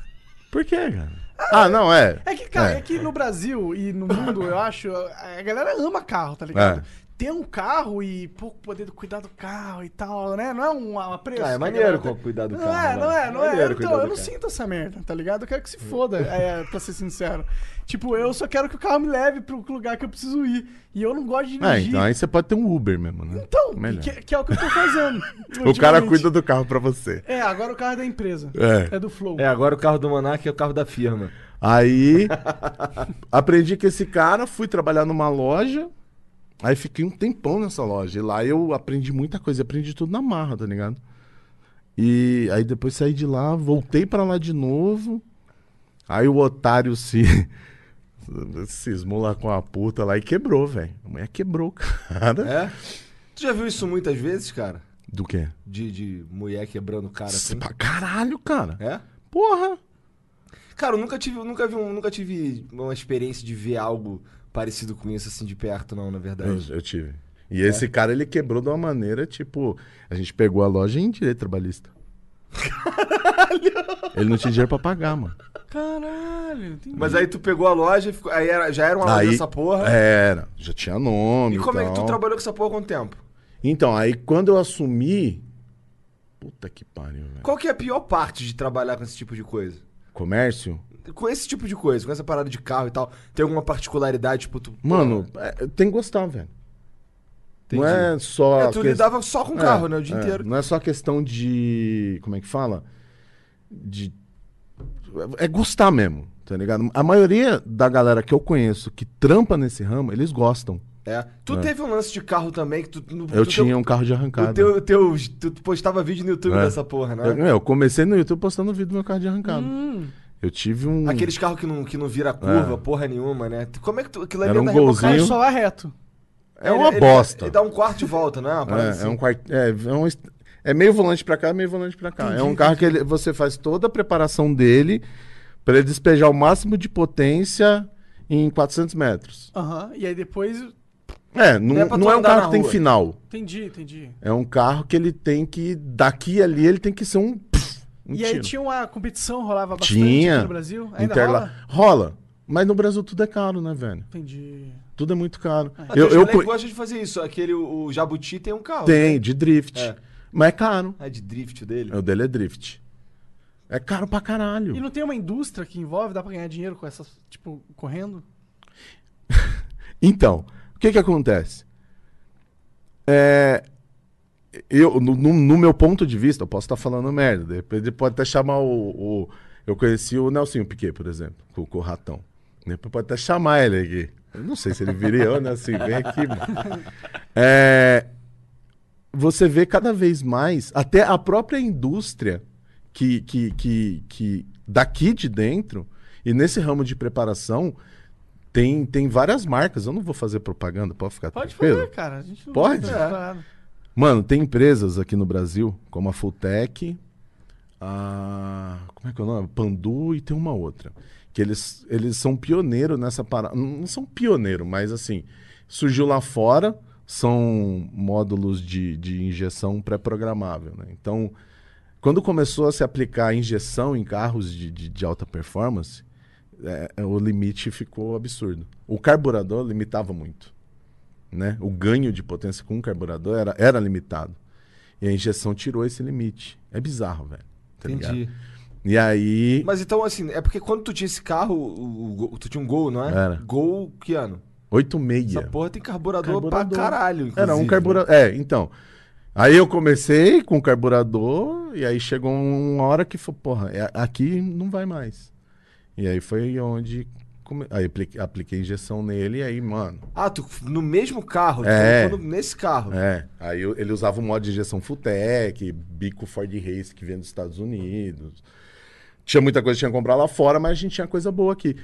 S3: Por quê, cara? Ah, não, é.
S2: É que, cara,
S3: É.
S2: é, que no Brasil e no mundo, eu acho, a galera ama carro, tá ligado?
S3: É.
S2: Ter um carro e pouco poder do- cuidar do carro e tal, né? Não é um apreço.
S1: Ah, é
S2: que a
S1: maneiro
S2: galera
S1: co-
S2: tem.
S1: cuidar do
S2: Não
S1: carro.
S2: é,
S1: mano.
S2: não é, não é.
S1: Maneiro
S2: Então,
S1: cuidar
S2: eu
S1: do
S2: não
S1: carro.
S2: sinto essa merda, tá ligado? Eu quero que se foda, é, pra ser sincero. Tipo, eu só quero que o carro me leve pro lugar que eu preciso ir. E eu não gosto
S1: É,
S2: de
S3: Ah,
S2: dirigir.
S3: então aí você pode ter um Uber mesmo, né?
S2: Então,
S3: Melhor.
S2: que, que é o que eu tô fazendo.
S3: O cara
S2: ultimamente.
S3: cuida do carro pra você.
S2: É, agora o carro é da empresa.
S3: É.
S2: do Flow.
S1: É, agora o carro do Monarca é o carro da firma.
S3: Aí aprendi com esse cara, fui trabalhar numa loja. Aí fiquei um tempão nessa loja. E lá eu aprendi muita coisa, aprendi tudo na marra, tá ligado? E aí depois saí de lá, voltei pra lá de novo. Aí o otário se cismou lá com a puta lá e quebrou, velho. A mulher quebrou, cara.
S1: É? Tu já viu isso muitas vezes, cara?
S3: Do quê?
S1: De, de mulher quebrando o cara assim?
S3: Pra caralho, cara.
S1: É?
S3: Porra.
S1: Cara, eu nunca tive, eu nunca vi um- nunca tive uma experiência de ver algo parecido com isso assim de perto, não, na
S3: Eu,
S1: verdade. É.
S3: eu tive. E esse cara, ele quebrou de uma maneira, tipo, a gente pegou a loja em direito trabalhista. Ele não tinha dinheiro pra pagar, mano.
S2: Caralho, entendi.
S1: Mas aí tu pegou a loja, e ficou- aí era- já era uma loja
S3: Aí- é, então.
S1: dessa porra.
S3: Era, já tinha nome.
S1: E como é que tu
S3: tal.
S1: trabalhou com essa porra há quanto tempo?
S3: Então, aí quando eu assumi. Puta que pariu, velho.
S1: Qual que é a pior parte de trabalhar com esse tipo de coisa?
S3: Comércio?
S1: Com esse tipo de coisa, com essa parada de carro e tal, tem alguma particularidade, tipo, tu.
S3: Mano, é, tem que gostar, velho. Não
S1: Entendi.
S3: é só.
S1: É,
S3: a
S1: tu
S3: questão-
S1: lidava só com carro, né? O dia
S3: é.
S1: inteiro.
S3: Não é só questão de. Como é que fala? De. É gostar mesmo, tá ligado? A maioria da galera que eu conheço que trampa nesse ramo, eles gostam.
S1: É. Tu
S3: É.
S1: teve um lance de carro também que tu. No,
S3: Eu
S1: tu-
S3: tinha um carro de
S1: O
S3: arrancada.
S1: teu, o teu, tu postava vídeo no YouTube
S3: É.
S1: dessa porra, né? Hum.
S3: Eu, eu comecei no YouTube postando vídeo do meu carro de arrancada. Eu tive um.
S1: Aqueles carros que não, que não vira curva, porra nenhuma, né? Como é que tu. Aquilo ali
S3: Era
S1: é
S3: um
S1: da Rebocard,
S3: golzinho.
S2: Mas só vai reto.
S3: É uma bosta.
S1: Ele dá um quarto de volta, né? Uma parada
S3: É,
S1: assim.
S3: é um quart... é, é um est- é meio volante pra cá, meio volante pra cá. é um carro que ele- você faz toda a preparação dele pra ele despejar o máximo de potência em 400 metros.
S2: Ahra, E aí depois.
S3: É, não,
S1: Não é pra tu
S3: não é um
S1: andar
S3: carro
S1: na
S3: que tem
S1: rua.
S3: final.
S2: Entendi, entendi.
S3: É um carro que ele tem que daqui ali ele tem que ser um, pff, um
S2: e aí
S3: tiro.
S2: tinha uma competição, rolava bastante
S3: tinha
S2: aqui no Brasil. Ainda
S3: interla-
S2: rola?
S3: rola? mas no Brasil tudo é caro, né, velho?
S2: Entendi.
S3: Tudo é muito caro.
S1: Ah,
S3: eu
S1: Deus,
S3: eu
S1: moleque
S3: cu-
S1: gosta de fazer isso. Aquele, o, o Jabuti tem um carro.
S3: tem de drift,
S1: É.
S3: mas é caro.
S1: Ah, de drift dele.
S3: O dele é drift. É caro pra caralho.
S2: E não tem uma indústria que envolve, dá pra ganhar dinheiro com essas, tipo, correndo?
S3: Então, o que que acontece? É, eu, no, no- no meu ponto de vista, eu posso estar falando merda. de repente Ele pode até chamar o, o- Eu conheci o Nelsinho Piquet, por exemplo, com, com o ratão. De repente Pode até chamar ele aqui. Eu não sei se ele viria ou Nelsinho, vem aqui, mano. É, você vê cada vez mais, até a própria indústria que, que, que, que daqui de dentro, e nesse ramo de preparação, Tem, tem várias marcas. Eu não vou fazer propaganda, pode ficar
S2: Pode
S3: tranquilo.
S2: fazer, cara. A gente não
S3: Pode?
S2: tá preparado.
S3: Mano, tem empresas aqui no Brasil, como a Fulltech, a. Como é que é o nome? Pandu e tem uma outra. Que eles, eles são pioneiros nessa parada. Não são pioneiros, mas assim, surgiu lá fora, são módulos de, de injeção pré-programável. Né? Então, quando começou a se aplicar injeção em carros de, de, de alta performance, é, é, o limite ficou absurdo. O carburador limitava muito né? O ganho de potência com o carburador era, era limitado. E a injeção tirou esse limite. É bizarro, velho. Tá
S6: Entendi.
S3: ligado? E aí.
S1: Mas então, assim, é porque quando tu tinha esse carro, o- o Gol- tu tinha um Gol, não é?
S3: Era.
S1: Gol, que ano?
S3: 8,6.
S1: Essa porra tem carburador,
S3: Carburador.
S1: pra caralho,
S3: Era um
S1: inclusive,
S3: carburador. É, então. Aí eu comecei com o carburador, e aí chegou uma hora que falou, porra, é- aqui não vai mais. E aí foi onde. come- Aí apliquei, apliquei injeção nele, e aí, mano.
S1: Ah, tu no mesmo carro, tu
S3: É.
S1: colocou no- nesse carro.
S3: É, aí eu- ele usava o modo de injeção Futec, bico Ford Race que vem dos Estados Unidos. Tinha muita coisa que tinha que comprar lá fora, mas a gente tinha coisa boa aqui.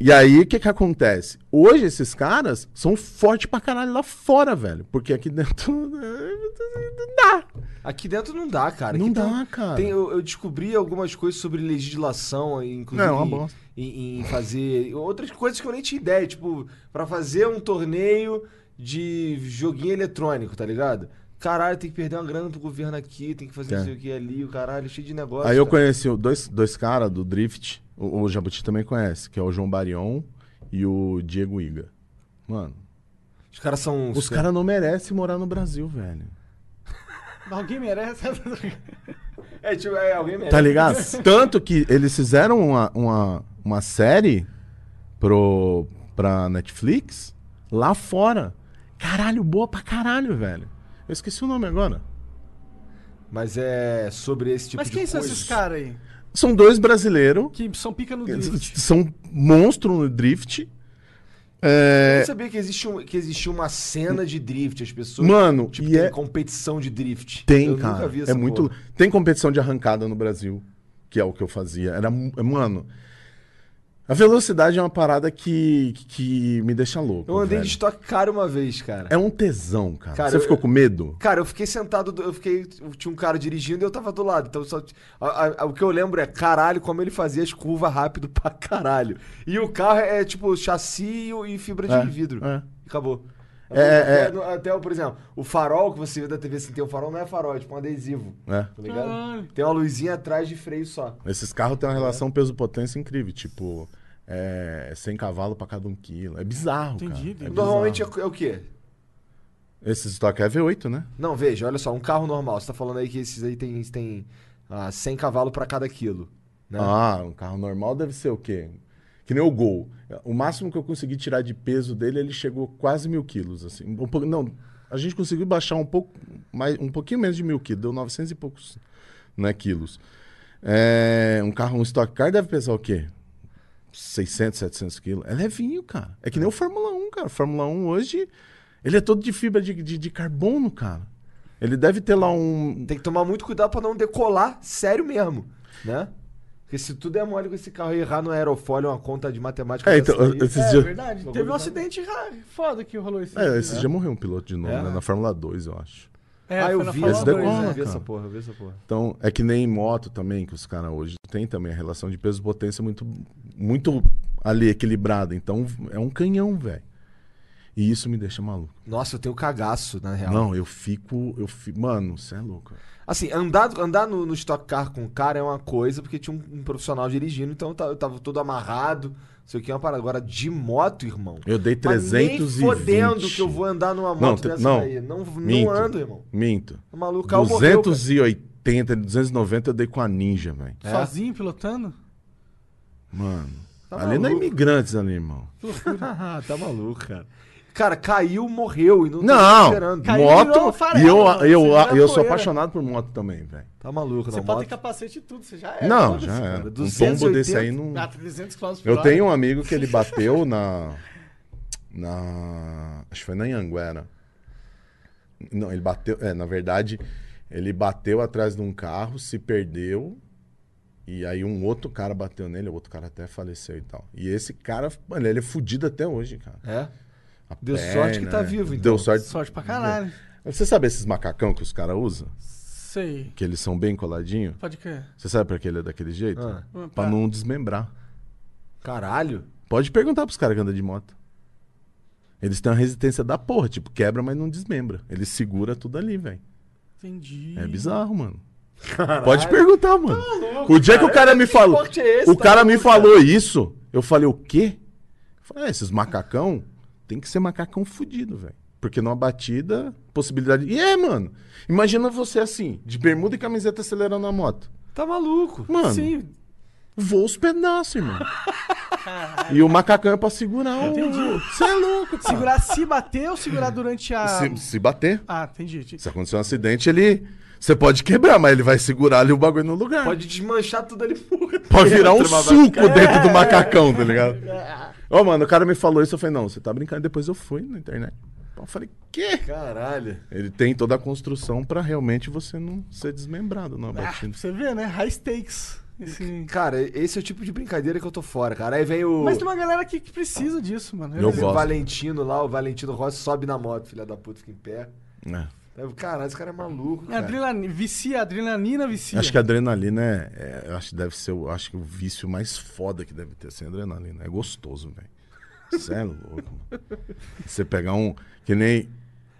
S3: E aí, o que que acontece? Hoje, esses caras são fortes pra caralho lá fora, velho. Porque aqui dentro... é, Não dá.
S1: Aqui dentro não dá, cara.
S3: Não
S1: Aqui
S3: dá,
S1: tem- um-
S3: cara.
S1: tem- eu, eu descobri algumas coisas sobre legislação, inclusive.
S3: Não, é uma
S1: em-
S3: bosta.
S1: Em, em fazer. Outras coisas que eu nem tinha ideia. Tipo, pra fazer um torneio de joguinho eletrônico, tá ligado? Caralho, tem que perder uma grana pro governo aqui, tem que fazer
S3: É.
S1: não sei o que ali, o caralho, cheio de negócio.
S3: Aí eu
S1: cara.
S3: conheci o- dois, dois caras do Drift, o, o Jabuti também conhece, que é o João Barion e o Diego Iga. Mano,
S1: Os caras são.
S3: os caras não merecem morar no Brasil, velho.
S2: Alguém merece.
S1: É, tipo, é alguém mesmo.
S3: Tá ligado? Tanto que eles fizeram uma, uma, uma série pro, pra Netflix lá fora. Caralho, boa pra caralho, velho. Eu esqueci o nome agora.
S1: Mas é sobre esse tipo
S2: Mas
S1: de
S2: quem
S1: coisa.
S2: são esses caras aí?
S3: São dois brasileiros
S2: Que são pica no
S3: que
S2: drift.
S3: são monstro no drift. É.
S1: Eu não sabia que existia, um- que existia uma cena de drift, as pessoas.
S3: Mano,
S1: tipo,
S3: e
S1: tem
S3: é-
S1: competição de drift.
S3: Tem,
S1: eu
S3: cara.
S1: Nunca vi
S3: é
S1: essa
S3: muito.
S1: porra.
S3: Tem competição de arrancada no Brasil, que é o que eu fazia. Era, mu- mano, a velocidade é uma parada que, que me deixa louco.
S1: Eu andei de
S3: velho.
S1: estoque caro uma vez, cara.
S3: É um tesão, cara.
S1: Cara,
S3: Você
S1: eu-
S3: ficou com medo?
S1: Cara, eu fiquei sentado, do- eu fiquei. Tinha um cara dirigindo e eu tava do lado. Então só. a- a- o que eu lembro é, caralho, como ele fazia as curvas rápido pra caralho. E o carro é tipo chassi e e fibra de
S3: É,
S1: vidro.
S3: é.
S1: Acabou.
S3: É,
S1: até,
S3: é.
S1: até- até o, por exemplo, o farol que você vê da TV assim, tem um farol, não é farol, é tipo um adesivo.
S3: É.
S1: Tá ligado? Tem uma luzinha atrás de freio só.
S3: Esses carros têm uma relação peso-potência incrível. Tipo, é 100 cavalos pra cada um quilo. É bizarro,
S2: Entendi,
S3: cara. É
S2: entendi.
S1: Normalmente é,
S3: bizarro.
S1: é o quê?
S3: Esse estoque é V8, né?
S1: Não, veja, olha só, um carro normal. Você tá falando aí que esses aí tem, tem ah, 100 cavalos pra cada quilo. Né?
S3: Ah, um carro normal deve ser o quê? Que nem o Gol. O máximo que eu consegui tirar de peso dele, ele chegou quase mil quilos, assim. Um pouco- não, a gente conseguiu baixar um pouco, mais, um pouquinho menos de mil quilos, deu 900 e poucos, né, quilos. É, um carro, um Stock Car deve pesar o quê? 600, 700 quilos. É levinho, cara. É que nem o Fórmula 1, cara. Fórmula 1 hoje, ele é todo de fibra de, de, de carbono, cara. Ele deve ter lá um...
S1: Tem que tomar muito cuidado pra não decolar, sério mesmo, né? Porque se tudo é mole com esse carro e errar no aerofólio é uma conta de matemática...
S3: É,
S1: dessa
S3: então,
S1: daí-
S3: esses
S2: É
S3: dias-
S2: verdade. Teve um acidente ra- foda que rolou esse.
S3: É, esse já morreu um piloto de novo,
S1: É?
S3: né? Na Fórmula 2, eu acho.
S2: É,
S1: ah,
S2: foi
S1: eu
S2: na
S1: vi,
S2: Fórmula
S1: essa
S3: dois,
S2: dois,
S1: porra,
S3: né?
S1: eu vi essa porra, eu vi essa porra.
S3: Então, é que nem em moto também, que os caras hoje tem também a relação de peso-potência muito, muito ali equilibrada. Então, é um canhão, velho. E isso me deixa maluco.
S1: Nossa, eu tenho cagaço, na real.
S3: Não, eu fico. Eu fi- Mano, você é louco.
S1: Assim, andar, andar no, no Stock Car com o cara é uma coisa, porque tinha um, um profissional dirigindo, então eu ta- eu tava todo amarrado, não sei o que, é uma parada. Agora, de moto, irmão...
S3: Eu dei
S1: Mas nem
S3: 320.
S1: fodendo que eu vou andar numa moto
S3: Não, te-
S1: dessa
S3: não.
S1: daí. Não, não
S3: Minto.
S1: ando, irmão.
S3: Minto.
S1: O maluco o carro morreu,
S3: 280, 290 eu dei com a Ninja, velho.
S1: É?
S2: Sozinho, pilotando?
S3: Mano.
S1: Tá
S3: ali não é
S1: maluco.
S3: imigrantes ali, irmão.
S1: cara. tá maluco, cara. Cara, caiu, morreu e não, tá
S3: Não,
S1: esperando.
S2: Caiu, virou uma
S3: moto.
S2: farela,
S3: E eu,
S2: mano.
S1: né?
S3: eu,
S2: Você
S3: eu,
S2: virou
S3: sou
S2: poeira.
S3: apaixonado por moto também, velho.
S1: Tá maluco,
S2: Você
S1: não.
S2: pode ter
S1: Moto.
S2: capacete e tudo, você já é.
S3: não,
S2: foda-se.
S3: já era. Um
S1: 280.
S3: tombo desse aí não.
S2: Dá 300 km por
S3: Eu
S2: hora.
S3: tenho um amigo que ele bateu na. Na. Acho que foi na Anhanguera. Não, ele bateu. É, na verdade, ele bateu atrás de um carro, se perdeu E aí um outro cara bateu nele, o outro cara até faleceu e tal. E esse cara, mano, ele é fudido até hoje, cara.
S1: É?
S3: A né?
S1: Deu sorte que tá vivo, então.
S3: Deu sorte.
S2: Sorte pra caralho.
S3: Você sabe esses macacão que os caras usam?
S2: Sei.
S3: Que eles são bem coladinhos?
S2: Pode crer.
S3: Você sabe pra que ele é daquele jeito?
S1: Ah.
S3: Pra não desmembrar.
S1: Caralho.
S3: Pode perguntar pros caras que andam de moto. Eles têm uma resistência da porra, tipo, quebra, mas não desmembra. Ele segura tudo ali, velho.
S2: Entendi.
S3: É bizarro, mano. Pode perguntar, mano. o dia que o cara me falou.
S1: esporte é esse,
S3: o
S1: tá
S3: cara me
S1: maluco,
S3: falou isso. Eu falei, o quê? Eu falei, é, esses macacão tem que ser macacão fudido, velho. Porque numa batida, possibilidade. E é, mano. Imagina você assim, de bermuda e camiseta acelerando a moto.
S1: Tá maluco.
S3: Mano,
S2: Sim.
S3: voa os pedaços, irmão. e o macacão é pra segurar o. Você é louco, cara.
S2: Segurar se bater ou segurar durante a.
S3: Se, se bater.
S2: Ah, entendi. entendi.
S3: Se acontecer um acidente, ele. Você pode quebrar, mas ele vai segurar ali o bagulho no lugar.
S1: Pode desmanchar tudo ali por
S3: Pode virar um
S1: dentro, mas vai
S3: suco dentro do macacão, tá ligado? Ô, mano, o cara me falou isso, eu falei, não, você tá brincando. Depois eu fui na internet. Eu falei, quê?
S1: Caralho.
S3: Ele tem toda a construção pra realmente você não ser desmembrado numa
S2: Ah, pra
S3: batida.
S2: você ver, né? High stakes. Esse-
S1: Cara, esse é o tipo de brincadeira que eu tô fora, cara. Aí vem o
S2: Mas tem uma galera aqui que precisa disso, mano.
S3: Eu
S2: Eles-
S3: gosto.
S1: Valentino lá, o Valentino Rossi sobe na moto, filha da puta, fica em pé.
S3: É.
S1: Aí eu, Caralho, esse cara é maluco.
S2: É Adrenalina, vicia, adrenalina vicia.
S3: Acho que a adrenalina é, é- Eu acho que deve ser o, acho que o vício mais foda que deve ter, assim, a adrenalina. É gostoso, velho. Você é louco, mano. Você pegar um. Que nem.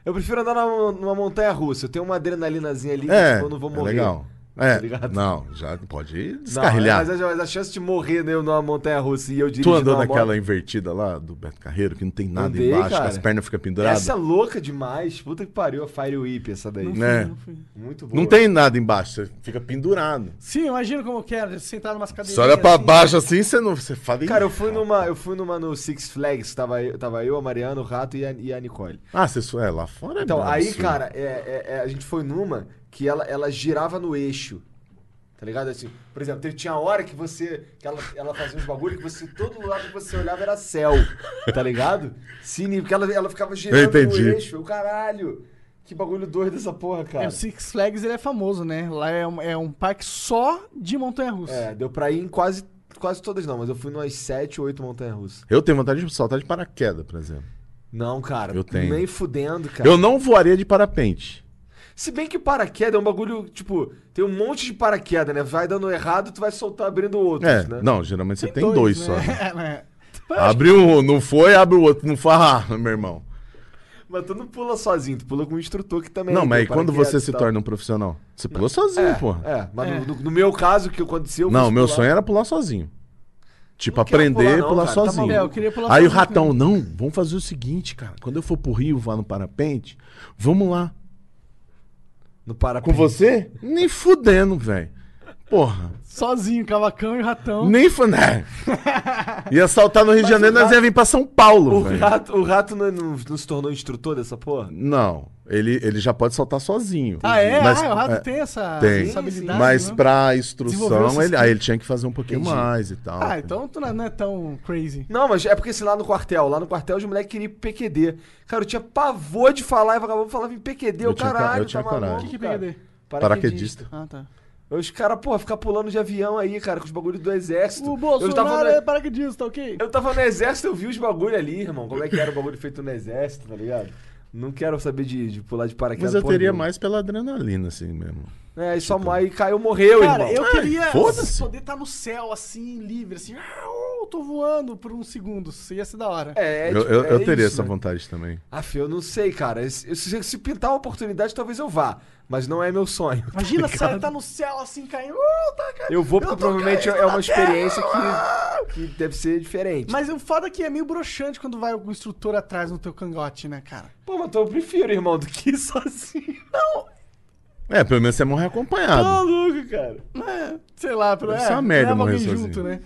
S1: Eu prefiro andar numa, numa montanha russa. Eu tenho uma adrenalinazinha ali
S3: É,
S1: que tipo, eu não vou
S3: é
S1: morrer. Tá
S3: legal. É,
S1: ligado?
S3: não, já pode
S1: Não,
S3: descarrilhar.
S1: mas, a, mas a chance de morrer né, eu numa montanha russa e eu dirigindo
S3: Tu andou
S1: uma
S3: naquela
S1: moto-
S3: invertida lá do Beto Carreiro, que não tem nada
S1: Andei,
S3: embaixo,
S1: cara.
S3: que as pernas ficam penduradas?
S1: Essa é louca demais. Puta que pariu a Fire Whip essa daí.
S3: Não né?
S2: Não fui.
S1: Muito boa.
S3: Não tem nada embaixo, você fica pendurado.
S2: Sim, imagina como eu quero, sentar numas cadeiras.
S3: Você olha pra baixo assim, você não. Você fala.
S1: Cara, eu
S3: "Ih,
S1: fui numa, eu fui numa no Six Flags, tava eu, tava eu a Mariana, o Rato e a, e a Nicole.
S3: Ah, você su- é lá fora é
S1: Então,
S3: brabo,
S1: aí,
S3: su-
S1: cara, é- é- é, a gente foi numa que ela, ela girava no eixo. Tá ligado? Assim, por exemplo, teve- tinha hora que você. que ela, ela fazia uns bagulho que você. Todo lugar que você olhava era céu. Tá ligado? Sim, porque ela, ela ficava girando
S3: entendi.
S1: no eixo. Eu, caralho! Que bagulho doido essa porra,
S2: É,
S1: cara.
S2: o Six Flags ele é famoso, né? Lá é um, é um parque só de montanha-russa.
S1: É, deu pra ir em quase, quase todas não, mas eu fui numas 7, 8 montanhas russas.
S3: Eu tenho vontade de saltar de paraquedas, por exemplo.
S1: Não, cara.
S3: Eu tenho.
S1: Nem fudendo, cara.
S3: Eu não voaria de parapente.
S1: Se bem que o paraquedas é um bagulho, tipo, tem um monte de paraquedas, né? Vai dando errado, tu vai soltar abrindo outros,
S3: É,
S1: né?
S3: não, geralmente você tem dois, só. né?
S2: É, né?
S3: Abre um, não foi, abre o outro, não foi, ah, meu irmão.
S1: Mas tu não pula sozinho, tu pula com um instrutor que também.
S3: Não,
S1: tem
S3: mas aí quando
S1: paraquedas
S3: você se
S1: e tal.
S3: torna um profissional? Você pula sozinho, porra.
S1: É, mas
S2: É.
S1: No, no- no meu caso, o que aconteceu. eu
S3: Não,
S1: fui
S3: meu
S1: pular.
S3: sonho é era pular sozinho. Tipo,
S1: Não quero
S3: aprender
S1: pular
S3: a
S1: não,
S3: pular
S1: cara, tá
S3: sozinho.
S1: maluco.
S2: É, eu queria pular
S3: Aí o
S2: sozinho
S3: ratão, não, vamos fazer o seguinte, cara. Quando eu for pro Rio, vá no parapente, vamos lá.
S1: No para
S3: Com você? Nem fudendo, velho. Porra.
S2: Sozinho, cavacão e ratão.
S3: Nem fudendo. Ia saltar no Rio de Janeiro, nós ia vir pra São Paulo,
S1: O
S3: velho.
S1: rato, o rato não, não- não se tornou instrutor dessa porra?
S3: Não, ele, ele já pode saltar sozinho.
S2: Ah, é?
S3: Mas-
S2: ah, o rato
S3: é,
S2: tem essa,
S3: tem.
S2: essa habilidade.
S3: Mas
S2: né?
S3: pra
S2: Desenvolveu
S3: instrução,
S2: esses
S3: ele, aí ele tinha que fazer um pouquinho mais e tal.
S2: Ah, então tu não é- não é tão crazy.
S1: Não, mas é porque assim, lá no quartel, lá no quartel os moleques queriam ir pro PQD. Cara, eu tinha pavor de falar e vagabundo falava em PQD,
S3: Eu
S1: eu,
S3: tinha ca-
S1: caralho,
S3: eu tinha
S1: tá
S3: coragem.
S1: maluco.
S2: O que que é
S1: cara.
S2: PQD?
S3: Paraquedista.
S2: Ah, tá.
S1: Os caras, porra, ficar pulando de avião aí, cara, com os bagulhos do exército.
S2: O
S1: eu
S2: Bolsonaro
S1: tava, no-
S2: é paraquedista, ok?
S1: tá eu tava no exército, eu vi os bagulho ali, irmão. Como é que era o bagulho feito no exército, tá ligado? Não quero saber de, de pular de paraquedas.
S3: Mas eu
S1: porra
S3: teria
S1: nenhuma.
S3: mais pela adrenalina, assim mesmo.
S1: É, e só aí caiu, morreu,
S2: Cara,
S1: irmão.
S2: eu queria
S3: foda-se.
S2: poder estar no céu, assim, livre, assim. Ah, oh, tô voando por uns segundos. Ia ser da hora.
S1: É, é,
S3: eu
S1: tipo,
S3: eu,
S1: é
S3: eu teria
S1: isso,
S3: essa
S1: né?
S3: vontade também.
S1: Aff, eu não sei, cara. Se, se- se pintar uma oportunidade, talvez eu vá. Mas não é meu sonho.
S2: Imagina, você tá no céu, assim, caindo. Uh, tá caindo.
S1: Eu vou porque
S2: tô
S1: provavelmente
S2: caindo
S1: é
S2: na
S1: uma experiência
S2: terra.
S1: que, que deve ser diferente.
S2: Mas o foda é que é meio broxante quando vai o instrutor atrás no teu cangote, né, cara?
S1: pô, mas eu prefiro, irmão, do que ir sozinho.
S3: É, pelo menos você morre acompanhado.
S1: Maluco, cara.
S2: É, sei lá, pelo
S3: Isso é uma merda
S2: leva
S3: morrer
S2: alguém
S3: sozinho.
S2: junto, né?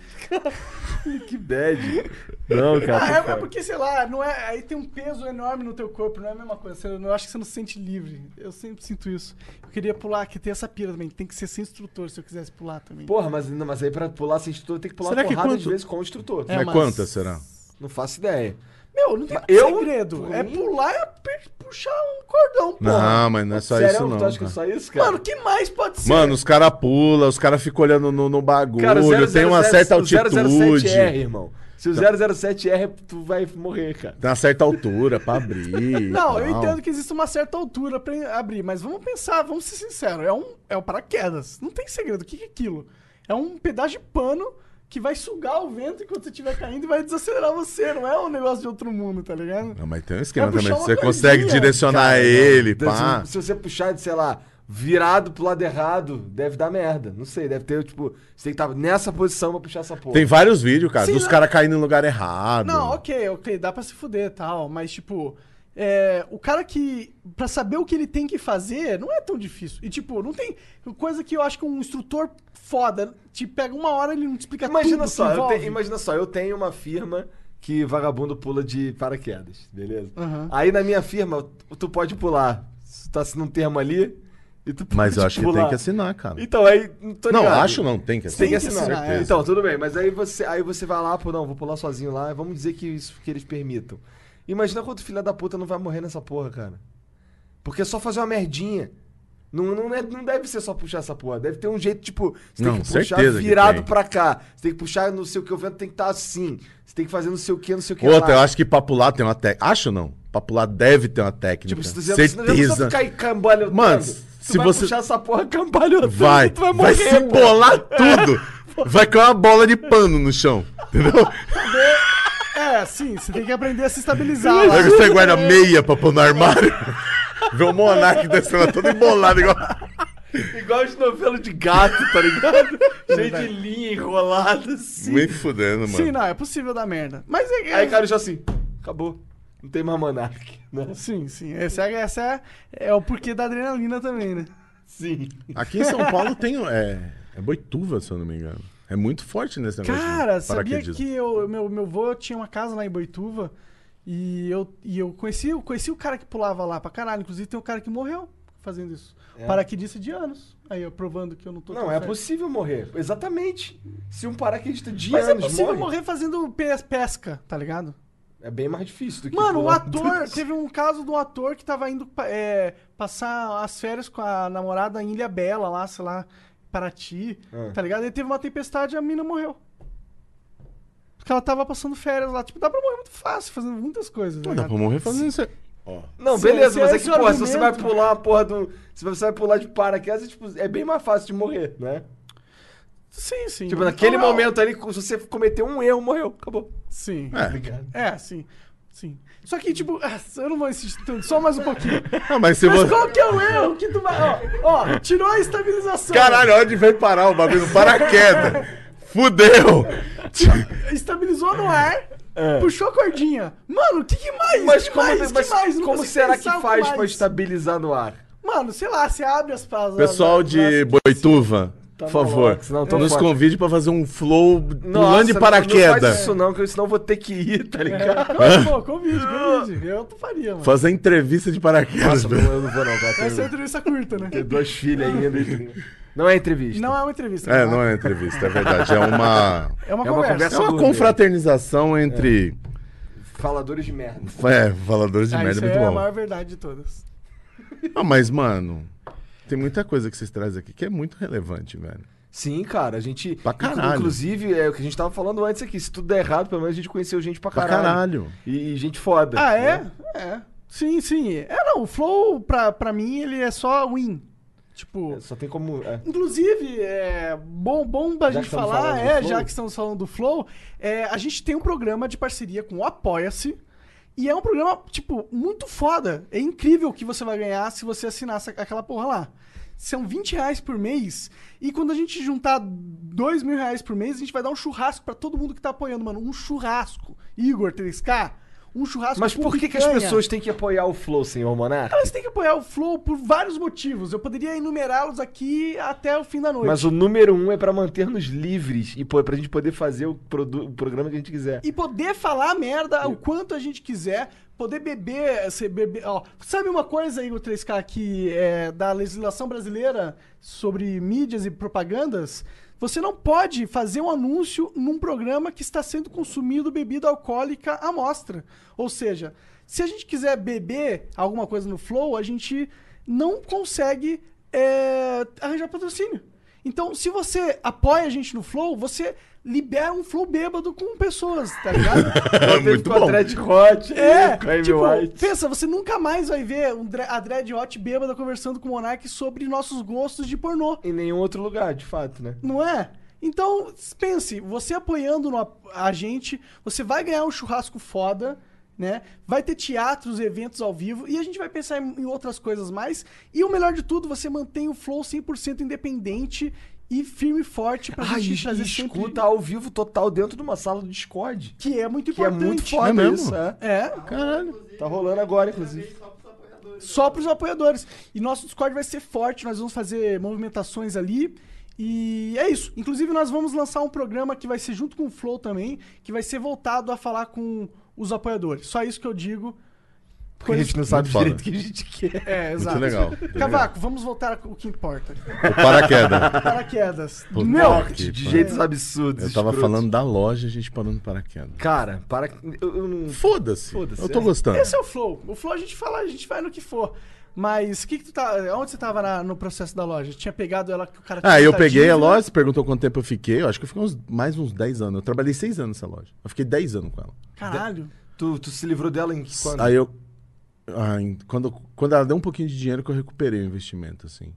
S1: Que bad. Não,
S2: Ah, é,
S1: cara.
S2: é porque, sei lá, não é, aí tem um peso enorme no teu corpo, não é a mesma coisa. Você, eu acho que você não se sente livre. Eu sempre sinto isso. Eu queria pular, que tem essa pira também. Tem que ser sem instrutor se eu quisesse pular também.
S1: Porra, mas, não, mas aí pra pular sem instrutor tem que É. pular
S3: Será
S1: uma
S3: que
S1: porrada de
S3: quanto-
S1: vezes com o instrutor.
S3: Mas
S2: mas-
S3: quantas será?
S1: Não faço ideia.
S2: Meu, não tem
S1: eu-
S2: segredo.
S1: por
S2: É
S1: mim-
S2: pular e é per- puxar um cordão, porra.
S3: Não, mas não é só
S1: Sério,
S3: isso, não.
S1: tu acha que é
S3: cara.
S1: só isso, cara?
S2: Mano, que mais pode ser?
S3: Mano, os caras pulam, os caras ficam olhando no, no bagulho,
S1: Cara, o
S3: tem uma
S1: 007
S3: certa
S1: o 007
S3: altitude. Tá.
S1: R, irmão. Se o 007R, tu vai morrer, cara.
S3: Tem uma certa altura pra abrir. e
S2: Não, eu
S3: tal.
S2: entendo que existe uma certa altura pra abrir, mas vamos pensar, vamos ser sinceros. É um, é um paraquedas. Não tem segredo. O que que é aquilo? É um pedaço de pano que vai sugar o vento enquanto você estiver caindo e vai desacelerar você. Não é um negócio de outro mundo, tá ligado?
S3: Não, mas tem um esquema
S2: Vai puxar
S3: também.
S2: uma
S3: Você
S2: coisinha,
S3: consegue direcionar
S1: Cara, não.
S3: É ele,
S1: Então,
S3: pá.
S1: Se, se você puxar, de, sei lá, virado pro lado errado, deve dar merda. Não sei, deve ter, tipo, você tem que estar nessa posição pra puxar essa porra.
S3: Tem vários vídeos, cara,
S2: Sim,
S3: dos
S2: não-
S3: caras caindo no lugar errado.
S2: Não, ok, ok, dá pra se fuder e tal, mas tipo, é, o cara que. Pra saber o que ele tem que fazer, não é tão difícil. E tipo, não tem. Coisa que eu acho que um instrutor foda te pega uma hora ele não te explica
S1: Imagina
S2: tudo.
S1: só,
S2: que
S1: eu
S2: envolve.
S1: te- imagina só, eu tenho uma firma que vagabundo pula de paraquedas, beleza?
S2: Aham.
S1: Aí na minha firma, tu- tu pode pular. Tu tá assinando um termo ali e tu pode
S3: Mas eu acho que
S1: pular.
S3: tem que assinar, cara.
S1: Então, aí, não tô
S3: Não,
S1: ligado.
S3: acho não, tem que
S1: Tem que
S3: assinar.
S1: assinar.
S2: assinar,
S3: certeza.
S2: é.
S1: Então, tudo bem, mas aí você, aí você vai lá, pô, não, vou pular sozinho lá, vamos dizer que isso que eles permitam. Imagina quanto filho da puta não vai morrer nessa porra, cara. Porque é só fazer uma merdinha. Não, não, é- não deve ser só puxar essa porra. Deve ter um jeito, tipo, você
S3: Não,
S1: tem que puxar
S3: certeza que
S1: virado
S3: tem.
S1: pra cá. Você tem que puxar não sei o que, o vento tem que estar assim. Você tem que fazer não sei o que, não sei o que.
S3: Outra, eu
S1: lá.
S3: acho que pra pular tem uma técnica. Acho não. Pra pular deve ter uma técnica.
S1: Tipo, se tu já se tu já precisa
S3: certeza.
S1: ficar aí cambalhotando.
S3: Mano,
S1: tu
S3: se
S1: vai
S3: você-
S1: puxar essa porra cambalhotando,
S3: Vai,
S1: tu vai morrer. É.
S3: vai se
S1: mano.
S3: bolar tudo. Vai cair uma bola de pano no chão, entendeu?
S2: É, sim, você tem que aprender a se estabilizar. lá.
S3: Aí você guarda meia pra pôr no armário. Vê o Monark descendo todo embolado igual.
S1: Igual os novelos de gato, tá ligado? Cheio de linha enrolada, assim.
S3: Me fudendo, mano.
S2: Sim, não, é possível dar merda. Mas é. é-
S1: Aí o cara já assim, acabou. Não tem mais monarque, né?
S2: Sim, sim. Esse é, esse é, é o porquê da adrenalina também, né?
S1: Sim.
S3: Aqui em São Paulo tem. É, é Boituva, se eu não me engano. É muito forte nesse negócio. de
S2: Cara, sabia
S3: paraquedismo.
S2: que eu, meu, meu avô tinha uma casa lá em Boituva e eu, e eu conheci, eu conheci o cara que pulava lá pra caralho. Inclusive tem um cara que morreu fazendo isso. Paraquedista de anos. Aí eu provando que eu não tô.
S1: É. Não,
S2: tão
S1: é
S2: certo.
S1: possível morrer. Exatamente. Se um paraquedista de
S2: Mas é
S1: anos
S2: possível
S1: morre,
S2: morrer fazendo pe- pesca, tá ligado?
S1: é bem mais difícil do que...
S2: Mano, o
S1: pular.
S2: ator. Teve um caso de um ator que tava indo pa- é, passar as férias com a namorada em Ilha Bela, lá, sei lá, Paraty,
S3: Ah.
S2: tá ligado? Aí teve uma tempestade e a mina morreu. Porque ela tava passando férias lá. Tipo, dá pra morrer muito fácil, fazendo muitas coisas.
S3: Não,
S2: né,
S3: dá
S2: cara?
S3: pra morrer fazendo isso. aí. Ó.
S1: Não,
S2: Se-
S1: beleza,
S2: se
S1: mas é
S2: esse
S1: que,
S2: é o
S1: porra, se você vai
S2: argumento-
S1: pular a porra do... Se você vai pular de paraquedas, tipo, é bem mais fácil de morrer, né?
S2: Sim, sim.
S1: Tipo, naquele
S2: Então,
S1: momento ali, se você cometeu um erro, morreu. Acabou.
S2: Sim.
S3: É.
S2: É, sim. Sim. Só que, tipo, ah, eu não vou insistir tanto, só mais um pouquinho.
S3: Ah, mas se
S2: Mas
S3: você.
S2: qual que é o erro que tu vai. Ó, ó, tirou a estabilização.
S3: Caralho, onde veio parar o bagulho? Paraquedas! Fudeu!
S2: estabilizou no ar, puxou a cordinha. Mano, o que, que mais?
S1: É. Mas
S2: que
S1: como,
S2: mais?
S1: mas
S2: que mais? Não
S1: como
S2: consigo
S1: será que
S2: pensar o
S1: faz pra
S2: mais.
S1: estabilizar no ar?
S2: Mano, sei lá, você abre as né? prazas.
S3: Pessoal de Boituva, por
S1: Tá
S3: favor,
S1: maluco, senão eu tô
S3: nos
S1: fora.
S3: convide pra fazer um flow
S1: Nossa,
S3: pulando de
S1: não- Não faz
S3: paraquedas.
S1: isso não, que senão eu vou ter que ir, tá ligado?
S2: Pô, convide, convide. Eu não faria, mano.
S3: Fazer entrevista de paraquedas.
S1: Nossa, não, eu não vou não, cara.
S2: Vai ser uma
S1: Tenho,
S2: entrevista curta, né?
S1: tenho duas filhas ainda. Não é entrevista.
S2: Não é uma entrevista.
S3: É,
S2: tá?
S3: não é entrevista, é verdade. É uma.
S2: É uma
S1: É uma
S2: conversa.
S1: conversa.
S3: É uma confraternização entre.
S1: Faladores de merda.
S3: É, faladores de
S2: Ah,
S3: merda
S2: isso
S3: é muito
S2: é a
S3: bom.
S2: maior verdade de todas.
S3: Ah, mas, mano, tem muita coisa que vocês trazem aqui que é muito relevante, velho.
S1: Sim, cara, a gente...
S3: Pra caralho.
S1: Inclusive, é o que a gente tava falando antes aqui, se tudo der errado, pelo menos a gente conheceu gente pra
S3: Pra
S1: caralho.
S3: caralho.
S1: E, e gente foda.
S2: Ah,
S1: né?
S2: é? É. Sim, sim. É, não, o Flow, pra, pra mim, ele é só win. Tipo,
S1: Só tem como... é.
S2: Inclusive, é bom, bom pra
S1: Já
S2: gente
S1: que estamos
S2: falar,
S1: falando do
S2: é,
S1: Flow?
S2: já que estamos falando do Flow, é, a gente tem um programa de parceria com o Apoia-se. E é um programa, tipo, muito foda. É incrível o que você vai ganhar se você assinar essa- aquela porra lá. São 20 reais por mês. E quando a gente juntar 2 mil reais por mês, a gente vai dar um churrasco pra todo mundo que tá apoiando, mano. Um churrasco. Igor 3K, um churrasco
S1: Mas
S2: com
S1: por que, que as
S2: picanha.
S1: pessoas têm que apoiar o Flow, senhor Monark?
S2: Elas têm que apoiar o Flow por vários motivos. Eu poderia enumerá-los aqui até o fim da noite.
S1: Mas o número um é pra manter-nos livres e pô, é pra gente poder fazer o, produ- o programa que a gente quiser.
S2: e poder falar merda o quanto a gente quiser, poder beber, ser beber, ó. Sabe uma coisa, Igor 3K, que é da legislação brasileira sobre mídias e propagandas? Você não pode fazer um anúncio num programa que está sendo consumido bebida alcoólica à mostra. Ou seja, Se a gente quiser beber alguma coisa no Flow, a gente não consegue é, arranjar patrocínio. Então, se você apoia a gente no Flow, você libera um Flow bêbado com pessoas, tá ligado?
S3: É Muito
S1: com a
S3: bom.
S1: Dread Hot,
S2: É,
S1: com a Amy
S2: tipo,
S1: White.
S2: pensa, você nunca mais vai ver um dre- a Dread Hot bêbada conversando com o Monark sobre nossos gostos de pornô,
S1: Em nenhum outro lugar, de fato, né?
S2: não é? Então, s- pense, você apoiando no ap- a gente, você vai ganhar um churrasco foda, né? Vai ter teatros, eventos ao vivo, e a gente vai pensar em, em outras coisas mais. E o melhor de tudo, você mantém o flow 100% independente e firme e forte pra
S1: Ah, e,
S2: gente
S1: e
S2: trazer sempre...
S1: escuta ao vivo total dentro de uma sala do Discord.
S2: Que é muito
S1: Que é
S2: importante.
S1: muito foda
S3: É mesmo?
S1: isso, é.
S2: É,
S1: Caralho. Tá rolando agora, inclusive.
S2: Só pros apoiadores. E nosso Discord vai ser forte, nós vamos fazer movimentações ali. E é isso. Inclusive, nós vamos lançar um programa que vai ser junto com o Flow também, que vai ser voltado a falar com os apoiadores. Só isso que eu digo.
S1: Porque a gente não sabe
S3: Muito foda.
S1: direito o que a gente quer.
S2: É, exato.
S3: legal, muito
S2: Cavaco, vamos voltar ao que importa.
S3: O paraquedas.
S2: Paraquedas.
S3: Puta
S1: Não,
S3: que
S1: de
S3: pariu.
S1: jeitos absurdos.
S3: Eu tava
S1: escrotos.
S3: falando da loja, a gente parando paraquedas.
S1: Cara, para. Eu, eu não.
S3: Foda-se.
S1: Foda-se,
S3: eu tô
S1: é.
S3: gostando.
S2: Esse é o Flow. O Flow a gente fala, a gente vai no que for. Mas o que, que tu tá. Onde você tava na- no processo da loja? Tinha pegado ela que o cara tinha né?
S3: Ah, eu
S2: tentado
S3: peguei a
S2: dívida?
S3: loja, você perguntou quanto tempo eu fiquei. Eu acho que eu fiquei uns, mais uns 10 anos. Eu trabalhei 6 anos nessa loja. Eu fiquei 10 anos com ela.
S2: Caralho.
S1: Tu, tu se livrou dela em que- quando?
S3: Aí eu. ah, em- quando, quando ela deu um pouquinho de dinheiro que eu recuperei o investimento, assim.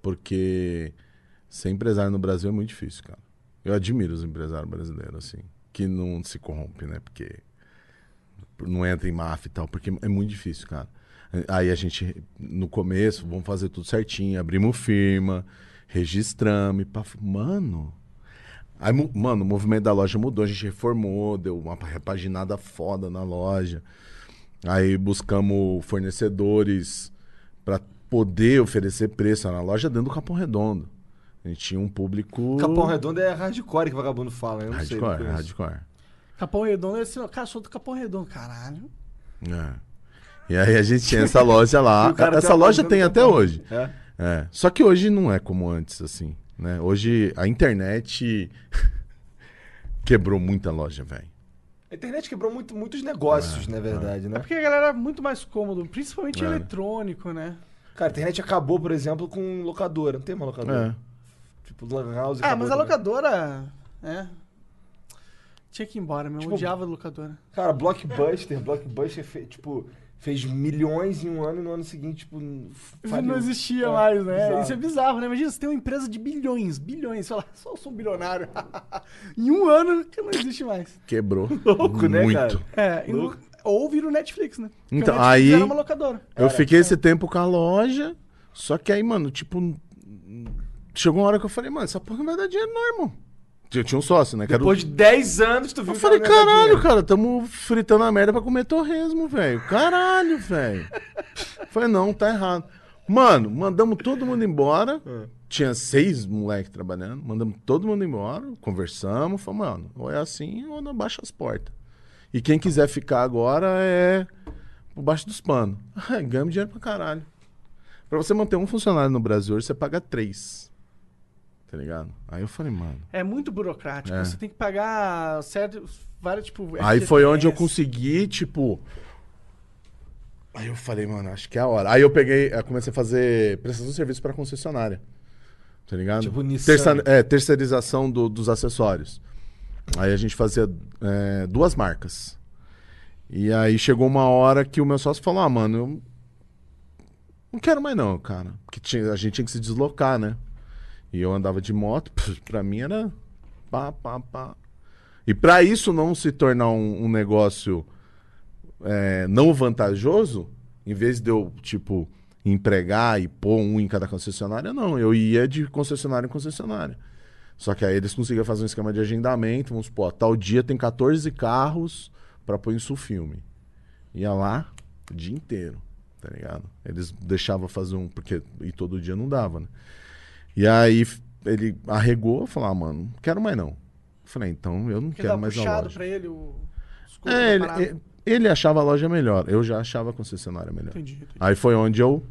S3: Porque ser empresário no Brasil é muito difícil, cara. Eu admiro os empresários brasileiros, assim. Que não se corrompe, né? Porque não entra em máfia e tal, porque é muito difícil, cara. Aí a gente, no começo, vamos fazer tudo certinho, abrimos firma, registramos, e pá, mano. Aí, mu- mano, o movimento da loja mudou, a gente reformou, deu uma repaginada foda na loja. Aí buscamos fornecedores para poder oferecer preço na loja dentro do Capão Redondo. A gente tinha um público.
S1: Capão Redondo é hardcore que vagabundo fala. Eu não sei.
S3: Hardcore,
S1: não conheço.
S3: hardcore.
S2: Capão Redondo, eu disse, "Não, cara, sou do Capão Redondo. Caralho.
S3: É. E aí a gente tinha essa loja
S1: E
S3: lá.
S1: o cara
S3: Essa
S1: tem uma
S3: loja
S1: loja
S3: tem
S1: no
S3: até
S1: Capão.
S3: hoje.
S1: É?
S3: É. Só que hoje não é como antes, assim. Né? Hoje a internet quebrou muita loja, velho.
S1: A internet quebrou muito, muitos negócios, na verdade,
S2: É
S1: né?
S2: porque a galera é muito mais cômodo, principalmente
S3: É.
S2: eletrônico, né?
S1: Cara, a internet acabou, por exemplo, com locadora. Não tem uma locadora.
S3: É.
S1: Tipo, Lan House.
S2: Ah,
S1: acabou
S2: mas
S1: também.
S2: a locadora. É. Tinha que ir embora, meu. Eu odiava a locadora.
S1: Cara, Blockbuster. Blockbuster, fe- tipo, fez milhões em um ano e no ano seguinte, tipo. faliu.
S2: Não existia
S1: É,
S2: mais, né?
S1: bizarro.
S2: Isso é bizarro, né? Imagina, você tem uma empresa de bilhões, bilhões, sei lá, só eu sou um bilionário. em um ano que não existe mais.
S3: Quebrou.
S1: Louco, né,
S3: muito.
S1: cara?
S2: É, e não- ou vira o Netflix, né? Porque
S3: Então,
S2: o Netflix
S3: aí-
S2: era uma locadora.
S3: Eu fiquei esse tempo com a loja, só que aí, mano, tipo. Chegou uma hora que eu falei, mano, essa porra não vai dar dinheiro, não, irmão. Eu tinha um sócio, né? que era o-
S1: Depois de 10 anos, tu viu
S3: Eu
S1: que
S3: falei,
S1: ela não ia dar
S3: caralho,
S1: dinheiro.
S3: cara, tamo fritando a merda pra comer torresmo, velho. Caralho, velho. falei, não, tá errado. Mano, mandamos todo mundo embora. Tinha seis moleques trabalhando. Mandamos todo mundo embora, conversamos. Falei, mano, ou é assim ou não baixa as portas. E quem quiser ficar agora é por baixo dos panos. Ah, Ganhamos dinheiro pra caralho. Pra você manter um funcionário no Brasil, hoje, você paga três. Tá ligado? Aí eu falei, mano.
S2: É muito burocrático.
S3: É.
S2: Você tem que pagar certo, vários, tipo.
S3: Aí foi onde eu
S2: FGTS.
S3: consegui, tipo. Aí eu falei, mano, acho que é a hora. Aí eu peguei, eu comecei a fazer prestação de serviço pra concessionária. Tá ligado?
S1: Tipo Nissan.
S3: é, terceirização do- dos acessórios. Aí a gente fazia é, duas marcas. E aí chegou uma hora que o meu sócio falou: ah, mano, eu não quero mais não, cara. Porque tinha- a gente tinha que se deslocar, né? E eu andava de moto, pra mim era pá, pá, pá. E pra isso não se tornar um, um negócio é, não vantajoso, em vez de eu, tipo, empregar e pôr um em cada concessionária, não. Eu ia de concessionária em concessionária. Só que aí eles conseguiam fazer um esquema de agendamento, vamos supor, tal dia tem 14 carros pra pôr em sulfilme. Ia lá o dia inteiro, tá ligado? Eles deixavam fazer um, porque e todo dia não dava, né? E aí f- ele arregou, falou, ah, mano, não quero mais não. Eu falei, então eu não
S2: Porque
S3: quero
S2: dá
S3: mais a
S2: puxado
S3: loja.
S2: pra ele o. os custos da
S3: É, ele,
S2: parada.
S3: ele- ele achava a loja melhor, eu já achava a concessionária melhor.
S2: Entendi, entendi.
S3: Aí foi onde eu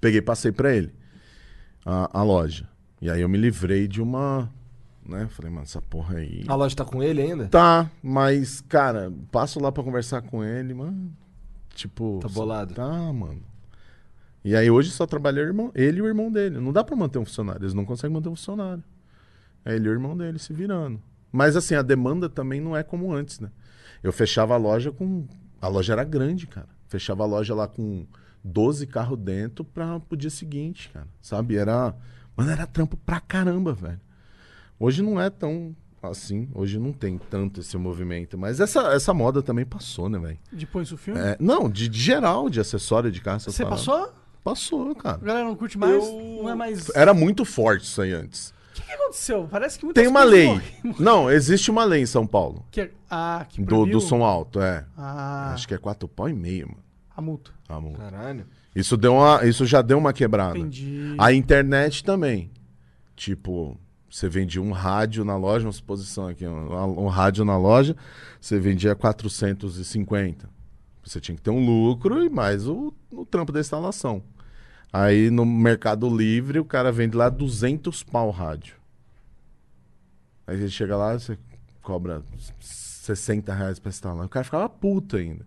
S3: peguei, e passei pra ele a, a loja. E aí eu me livrei de uma, né? Falei, mano, essa porra aí.
S1: A loja tá com ele ainda?
S3: Tá, mas cara, passo lá pra conversar com ele, mano. Tipo.
S1: Tá bolado?
S3: Tá, mano. E aí hoje só trabalha o irmão, ele e o irmão dele. Não dá pra manter um funcionário, eles não conseguem manter um funcionário. É ele e o irmão dele se virando. Mas assim, a demanda também não é como antes, né? Eu fechava a loja com. A loja era grande, cara. Fechava a loja lá com 12 carros dentro pra, pro dia seguinte, cara. Sabe? Era. Mano, era trampo pra caramba, velho. Hoje não é tão assim. Hoje não tem tanto esse movimento. Mas essa, essa moda também passou, né, velho?
S2: Depois do filme?
S3: É, não, de, de geral, de acessório de carro. essas
S2: Você
S3: paradas.
S2: passou?
S3: Passou,
S2: A
S3: cara.
S2: galera não curte mais? Não é mais.
S3: Era muito forte isso aí antes.
S2: O que, que aconteceu? Parece que muitas
S3: Tem uma
S2: coisas
S3: lei.
S2: morrem.
S3: Não, existe uma lei em São Paulo.
S2: Que... Ah, que
S3: Do,
S2: proibiu?
S3: do som alto, é.
S2: Ah,
S3: Acho que é quatro pau e meio, mano.
S2: a multa.
S3: a multa.
S1: Caralho.
S3: Isso, deu uma, isso já deu uma quebrada.
S2: Entendi.
S3: A internet também. Tipo, você vendia um rádio na loja, uma suposição aqui, um, um rádio na loja, você vendia 450. Você tinha que ter um lucro e mais o, o trampo da instalação. Aí no Mercado Livre o cara vende lá 200 pau o rádio. Aí você chega lá, você cobra 60 reais pra instalar. O cara ficava puto ainda.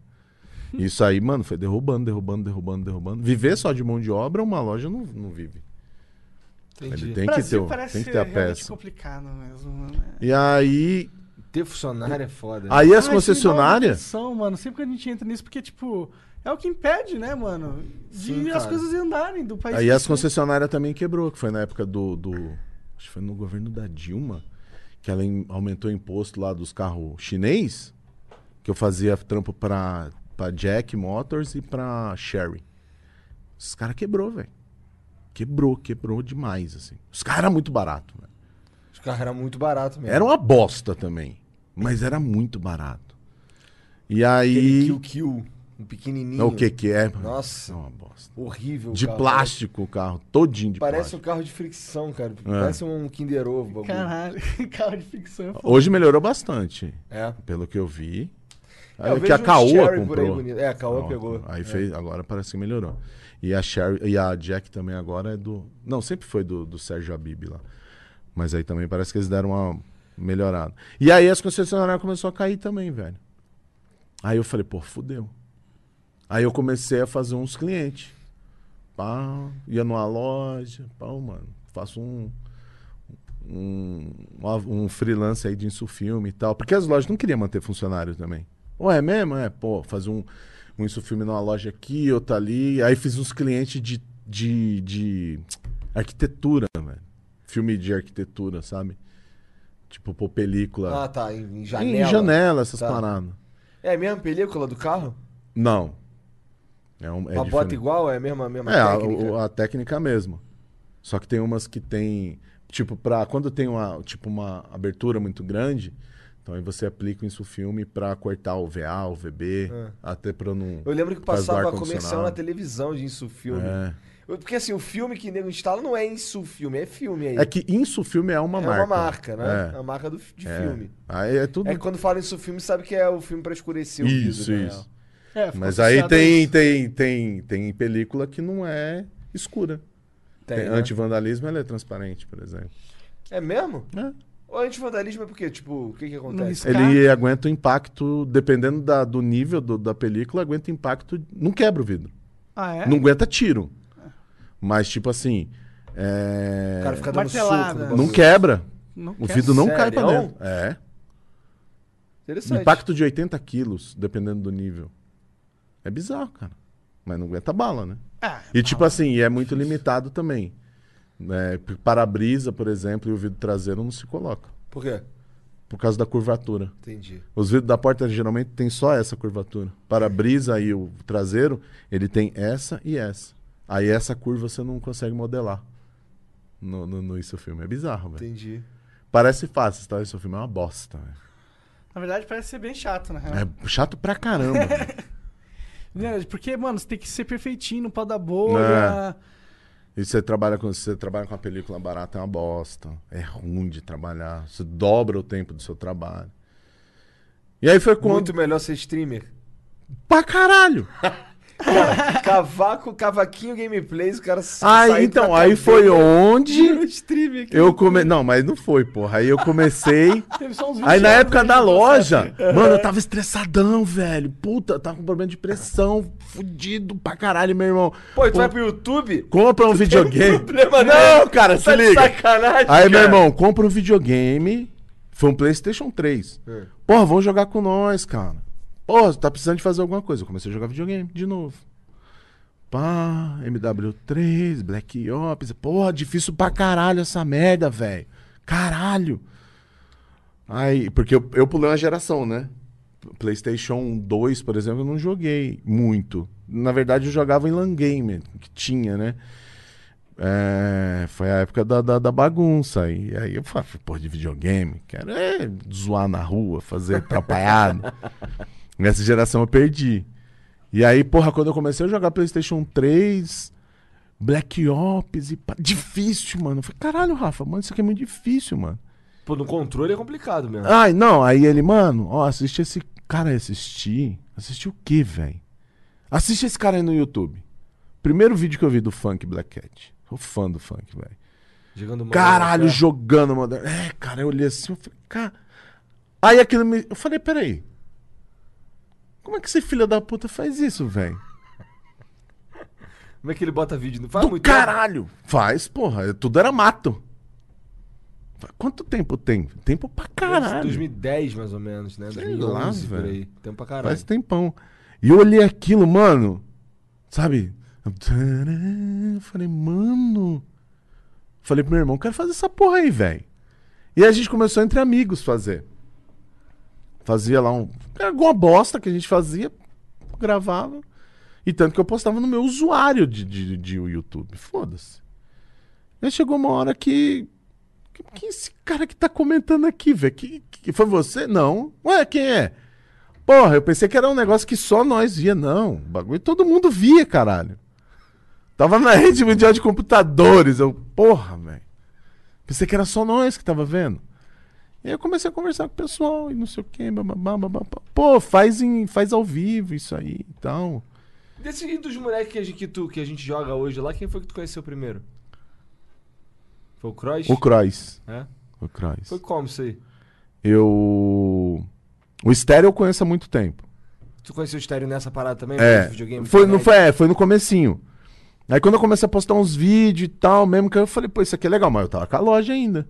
S3: Isso aí, mano, foi derrubando, derrubando, derrubando, derrubando. Viver só de mão de obra, uma loja não, não vive. Ele tem que, ter,
S2: Brasil
S3: o-
S2: parece
S3: tem que ter a
S2: realmente
S3: peça.
S2: complicado mesmo, mano.
S3: E aí.
S1: Ter funcionário é foda. né?
S3: Aí as
S2: Ah, isso me dá uma
S3: concessionárias.
S2: depressão, mano. Sempre que a gente entra nisso, porque, tipo, é o que impede, né, mano? De
S1: Sim,
S2: as
S1: cara.
S2: coisas andarem do país.
S3: Aí as
S2: crescer.
S3: concessionárias também quebrou, que foi na época do. do- acho que foi no governo da Dilma, que ela em- aumentou o imposto lá dos carros chinês, que eu fazia trampo pra, pra Jack Motors e pra Sherry. Os caras quebrou, velho. Quebrou, quebrou demais, assim. Os caras eram muito barato, né? velho.
S1: Os carros eram muito baratos mesmo.
S3: É. Era um uma bosta também, mas era muito barato. E aí.
S1: Kill Kill, um pequenininho.
S3: É o que que é?
S1: Nossa.
S3: É uma bosta.
S1: Horrível. o
S3: De
S1: carro.
S3: plástico o carro, todinho de
S1: Parece um
S3: plástico. É.
S1: carro de fricção, cara. Parece um Kinder Ovo. o bagulho.
S2: Caralho, carro de ficção. é foda.
S3: Hoje melhorou bastante,
S1: É.
S3: pelo que eu vi.
S1: É,
S3: Aí
S1: eu
S3: o que
S1: vejo
S3: a
S1: um
S3: Caoa
S1: Cherry por aí
S3: comprou.
S1: bonito. É, a Caoa
S3: Ó,
S1: pegou.
S3: Aí
S1: É.
S3: fez, agora parece que melhorou. E a Sherry, e a Jack também agora é do, não, sempre foi do, do Sérgio Abib lá. Mas aí também parece que eles deram uma melhorada. E aí as concessionárias começou a cair também, velho. Aí eu falei, pô, fudeu. Aí eu comecei a fazer uns clientes. Pá, ia numa loja, pá, mano, faço um um, um freelance aí de insufilme e tal. Porque as lojas não queriam manter funcionário também. Ou é mesmo? É, pô, fazer um, um insufilme numa loja aqui, outra ali. Aí fiz uns clientes de, de, de arquitetura, velho. Filme de arquitetura, sabe? Tipo, pô, película.
S1: Ah, tá. Em, em
S3: em
S1: janela.
S3: janela, essas
S1: Tá.
S3: paradas.
S1: É a mesma película do carro?
S3: Não. É um, é
S1: a bota
S3: diferente.
S1: igual? É a mesma, a mesma
S3: É, a-
S1: técnica?
S3: o- a, técnica mesmo. Só que tem umas que tem. Tipo, pra, quando tem uma, tipo, uma abertura muito grande, então aí você aplica o insufilme pra cortar o VA, o VB, até pra não.
S1: É. Eu lembro que
S3: por causa do
S1: passava comercial
S3: ar-condicionado.
S1: na televisão de insufilme.
S3: É.
S1: Eu- Porque assim, o filme que nego instala não é insufilme, é filme aí.
S3: É que insufilme é uma
S1: É
S3: marca.
S1: uma marca, né? É
S3: É.
S1: a marca do, fi- de
S3: É.
S1: filme.
S3: Aí é tudo.
S1: É que quando fala insufilme, sabe que é o filme pra escurecer o
S3: isso,
S1: vidro, né?
S3: isso.
S2: É, ficou
S3: Mas aí
S2: viciado
S3: tem,
S2: nisso.
S3: tem, tem, tem película que não é escura.
S1: Tem,
S3: Tem-
S1: né?
S3: Antivandalismo ela é transparente, por exemplo.
S1: É mesmo?
S3: É.
S1: O antivandalismo é porque, tipo, o que que acontece?
S3: Ele aguenta o impacto, dependendo da- do nível do- da película, aguenta o impacto. Não quebra o vidro.
S2: Ah, é?
S3: Não aguenta tiro. Mas, tipo assim. é,
S1: O cara fica dando
S2: Martelada.
S1: soco. no
S3: Não
S1: bagulho.
S3: quebra.
S2: Não
S3: O
S2: quer?
S3: vidro não cai pra
S1: Sério? é
S3: dentro. É.
S1: Interessante.
S3: Impacto de 80 quilos, dependendo do nível. É bizarro, cara. Mas não aguenta bala, né?
S2: Ah,
S3: E tipo assim, é muito limitado também. né? para-brisa, por exemplo, e o vidro traseiro não se coloca.
S1: Por quê?
S3: Por causa da curvatura.
S1: Entendi.
S3: Os vidros da porta geralmente tem só essa curvatura. Para-brisa e o traseiro, ele tem essa e essa. Aí essa curva você não consegue modelar. No, no, no isso filme. É bizarro, velho.
S1: Entendi.
S3: Parece fácil, tá? Isso filme é uma bosta, velho.
S2: na verdade parece ser bem chato, na real.
S3: É chato pra caramba. velho.
S2: Né, Porque, mano, você tem que ser perfeitinho, não pode dar bolha.
S3: É. E você trabalha com você trabalha com uma película barata, é uma bosta. É ruim de trabalhar. Você dobra o tempo do seu trabalho. E aí foi quando.
S1: Muito melhor ser streamer.
S3: Pra caralho!
S1: Cara, cavaco, cavaquinho gameplays, o cara sa-
S3: Aí
S1: saiu
S3: então,
S1: com a
S3: aí
S1: cabeça
S3: foi
S1: no
S3: onde
S1: stream aqui.
S3: eu comecei. Não, mas não foi, porra. Aí eu comecei.
S2: Teve só uns 20
S3: Aí na
S2: anos
S3: época
S2: aí,
S3: da
S2: não deu
S3: loja, mano, eu tava estressadão, velho. Puta, eu tava com um problema de pressão, fudido pra caralho, meu irmão.
S1: Pô, e tu vai pro YouTube?
S3: Compra um videogame.
S1: problema, né?
S3: Não, cara, se
S1: Tá de
S3: liga.
S1: sacanagem,
S3: Aí, meu
S1: cara.
S3: irmão, compra um videogame. Foi um PlayStation 3. Porra, vão jogar com nós, cara. Porra, tá precisando de fazer alguma coisa. Eu comecei a jogar videogame de novo. Pá, MW3, Black Ops. Porra, difícil pra caralho essa merda, velho. Caralho. Aí, porque eu, eu pulei uma geração, né? PlayStation 2, por exemplo, eu não joguei muito. Na verdade, eu jogava em LAN Gamer, que tinha, né? É, foi a época da, da, da bagunça. E aí eu falei, pô, de videogame, quero é zoar na rua, fazer atrapalhado. Nessa geração eu perdi. E aí, porra, quando eu comecei a jogar PlayStation 3, Black Ops e pá, difícil, mano. Eu falei, caralho, Rafa, mano, isso aqui é muito difícil, mano.
S1: Pô, no controle é complicado mesmo.
S3: Ai, não, aí ele, mano, ó, assiste esse cara aí, assisti. Assisti o quê, velho? Assiste esse cara aí no YouTube. Primeiro vídeo que eu vi do funk Black Cat. Sou fã do funk, velho.
S1: Jogando Modern
S3: Caralho,
S1: Warfare.
S3: jogando Modern. É, cara, eu olhei assim, eu falei, cara. Aí aquilo me. Eu falei, peraí. Como é que esse filho da puta faz isso, velho?
S1: Como é que ele bota vídeo? Não faz
S3: Do
S1: muito
S3: caralho! Faz, porra. Tudo era mato. Falei, Quanto tempo tem? Tempo pra
S1: tempo.
S3: caralho.
S1: 2010, mais ou menos, né?
S3: Sei
S1: 2011,
S3: lá,
S1: por
S3: velho.
S1: aí. Tempo pra caralho.
S3: Faz tempão. E eu olhei aquilo, mano. Sabe? Eu falei, mano. Falei pro meu irmão, quero fazer essa porra aí, velho. E a gente começou entre amigos fazer. Fazia lá um. Alguma bosta que a gente fazia, gravava. E tanto que eu postava no meu usuário de, de, de YouTube. Foda-se. Aí chegou uma hora que. que- Quem é esse cara que tá comentando aqui, velho? Que, que foi você? Não. Ué, quem é? Porra, eu pensei que era um negócio que só nós via. Não, o bagulho todo mundo via, caralho. Tava na rede mundial de computadores. Eu, porra, velho. Pensei que era só nós que tava vendo. E aí eu comecei a conversar com o pessoal e não sei o quê. bababá, bababá. Pô, faz, em, faz ao vivo isso aí então. e tal.
S1: Desses e dos moleques que a gente, que tu- que a gente joga hoje lá, quem foi que tu conheceu primeiro? Foi o Cross?
S3: O Crois.
S1: É?
S3: O Crois.
S1: Foi como isso aí?
S3: Eu. O estéreo eu conheço há muito tempo.
S1: Tu conheceu o estéreo nessa parada também?
S3: É,
S1: Mas videogame,
S3: foi, não
S1: internet?
S3: foi, é, foi no comecinho. Aí quando eu comecei a postar uns vídeos e tal, mesmo que eu falei, pô, isso aqui é legal, mas eu tava com a loja ainda.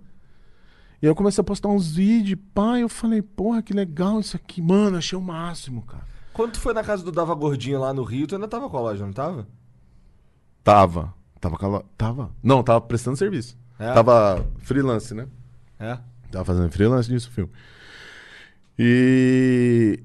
S3: E aí eu comecei a postar uns vídeos, pá, e eu falei, porra, que legal isso aqui. Mano, achei o máximo, cara.
S1: Quando tu foi na casa do Dava Gordinho lá no Rio, tu ainda tava com a loja, não tava?
S3: Tava. Tava com a loja. Tava. Não, tava prestando serviço.
S1: É?
S3: Tava freelance, né?
S1: É.
S3: Tava fazendo freelance nisso, o filme. E.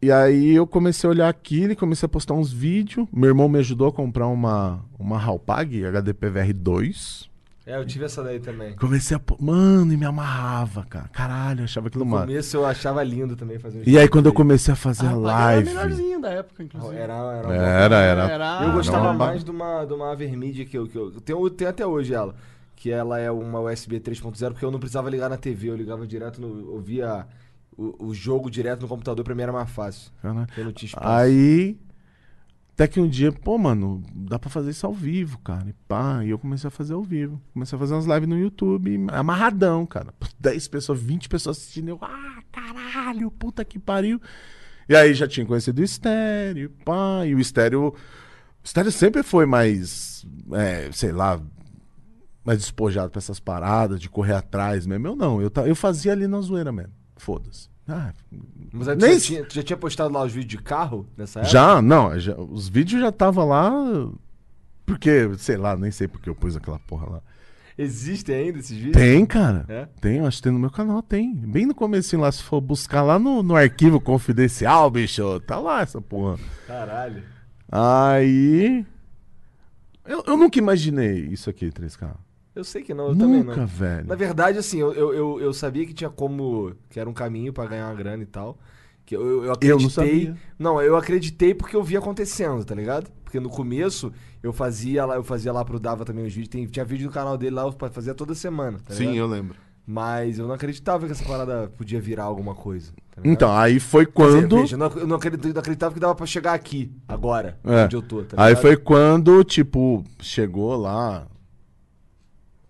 S3: E aí eu comecei a olhar aquilo e comecei a postar uns vídeos. Meu irmão me ajudou a comprar uma, uma Halpag HDPVR2.
S1: É, eu tive essa daí também.
S3: Comecei a. po- Mano, e me amarrava, cara. Caralho, eu achava aquilo
S1: No
S3: mano.
S1: começo eu achava lindo também fazer um uns
S3: E aí quando eu
S1: vídeos
S3: comecei a fazer a
S2: Ah,
S3: live.
S2: Era a melhorzinha da época, inclusive.
S1: Era, era, uma
S3: Era, era.
S2: Era-
S1: Eu
S3: era
S1: gostava
S3: uma ba-
S1: mais de uma, de uma Avermídia que eu, que eu tenho, tenho até hoje ela. Que ela é uma USB 3.0, porque eu não precisava ligar na TV, eu ligava direto no. ouvia o, o jogo direto no computador, pra mim era mais fácil.
S3: Caralho.
S1: Eu não tinha espaço.
S3: É, né? Aí. Até que um dia, pô, mano, dá pra fazer isso ao vivo, cara. E pá, e eu comecei a fazer ao vivo. Comecei a fazer umas lives no YouTube, amarradão, cara. 10 pessoas, 20 pessoas assistindo. Eu, ah, caralho, puta que pariu. E aí já tinha conhecido o estéreo, pá. E o estéreo. O estéreo sempre foi mais. é, sei lá. Mais despojado pra essas paradas, de correr atrás mesmo. Eu não, eu, ta- eu fazia ali na zoeira mesmo. Foda-se. Ah,
S1: Mas aí tu,
S3: nem
S1: já tinha, tu já tinha postado lá os vídeos de carro nessa época?
S3: já, não, já- os vídeos já tava lá. Porque, sei lá, nem sei porque eu pus aquela porra lá.
S1: Existem ainda esses vídeos?
S3: Tem, cara.
S1: É?
S3: Tem, eu acho que tem no meu canal, tem. Bem no comecinho lá, se for buscar lá no, no arquivo confidencial, bicho, tá lá essa porra.
S1: Caralho.
S3: Aí. Eu, eu nunca imaginei isso aqui, 3K.
S1: Eu sei que não, eu também
S3: nunca,
S1: não.
S3: velho.
S1: Na verdade, assim, eu, eu, eu, eu sabia que tinha como. que era um caminho pra ganhar uma grana e tal. Que eu, eu, eu acreditei.
S3: Eu não sabia.
S1: Não, eu acreditei porque eu vi acontecendo, tá ligado? Porque no começo eu fazia lá, eu fazia lá pro Dava também os vídeos. Tem, tinha vídeo no canal dele lá, eu fa- fazia toda semana, tá ligado?
S3: eu lembro.
S1: Mas eu não acreditava que essa parada podia virar alguma coisa. tá ligado?
S3: Então, aí foi
S1: Quer dizer,
S3: quando.
S1: veja, eu não, ac- eu não acredito- eu não acreditava que dava pra chegar aqui, agora,
S3: É.
S1: onde eu tô, tá
S3: Aí
S1: ligado?
S3: foi quando, tipo, chegou lá.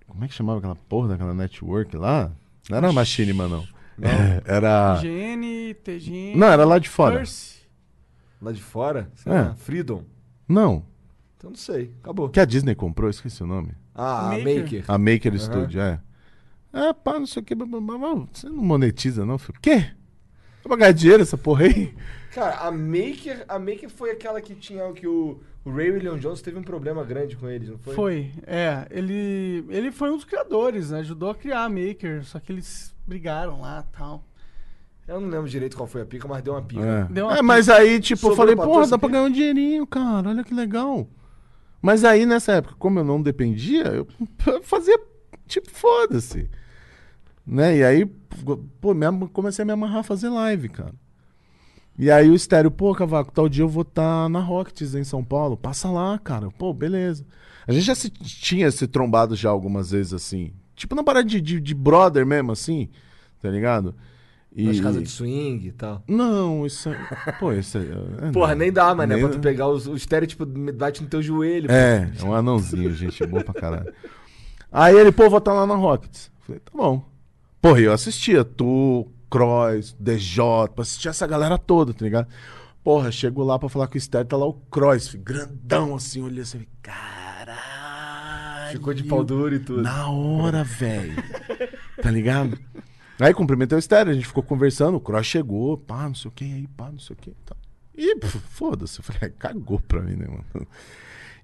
S3: Como é que chamava aquela porra daquela network lá? Não era a Machinima, não. É, era.
S2: Gene, TG.
S3: Não, é era lá de fora.
S2: Curse.
S1: Lá de fora? Sei
S3: É.
S1: lá, Freedom?
S3: Não.
S1: Então não sei, acabou.
S3: Que a Disney comprou, esqueci o nome.
S1: Ah,
S2: Maker.
S1: Maker.
S3: A Maker Studio, é. É, pá, não sei o que. blá, blá, blá, blá. Você não monetiza, não, filho. Quê? Vai pagar dinheiro essa porra aí?
S1: Cara, a Maker, a Maker foi aquela que tinha o que o, o Ray William Jones teve um problema grande com eles, não foi?
S2: Foi, é. Ele, ele foi um dos criadores, né? Ajudou a criar a Maker, só que eles brigaram lá e tal.
S1: Eu não lembro direito qual foi a pica, mas deu uma pica.
S3: É.
S2: Deu uma
S3: É, mas aí, tipo,
S1: Sobrou
S3: eu falei,
S1: pra
S3: porra,
S1: todos
S3: dá pra
S1: aqui.
S3: ganhar um dinheirinho, cara, olha que legal. Mas aí, nessa época, como eu não dependia, eu fazia, tipo, foda-se. Né? E aí, pô, me am- comecei a me amarrar a fazer live, cara. E aí o estéreo, pô, Cavaco, tal dia eu vou estar na Rockets em São Paulo. Passa lá, cara. Pô, beleza. A gente já se, tinha se trombado já algumas vezes, assim. Tipo, na parada de, de, de brother mesmo, assim. Tá ligado? E... Hum.
S1: Nas casas de swing e tal.
S3: Não, isso é. Pô, isso é. é
S1: Porra,
S3: não.
S1: nem dá, mano. É
S3: Nem-
S1: pra tu pegar os, o estéreo, tipo, bate no teu joelho.
S3: É, é um anãozinho, gente, bom pra caralho. Aí ele, pô, vou estar lá na Rockets. Falei, tá bom. Porra, eu assistia tu, Cross, DJ, assistia essa galera toda, tá ligado? Porra, chego lá pra falar com o Estéreo, tá lá o Cross, fi, grandão assim, olhando assim, caralho.
S1: Ficou de pau duro e tudo.
S3: Na hora, velho. Tá ligado? Aí cumprimentei o estéreo, a gente ficou conversando, o Cross chegou, pá, não sei o que, aí pá, não sei o que. E, tal. e pô, foda-se, eu falei, "Ah, cagou pra mim, né, mano?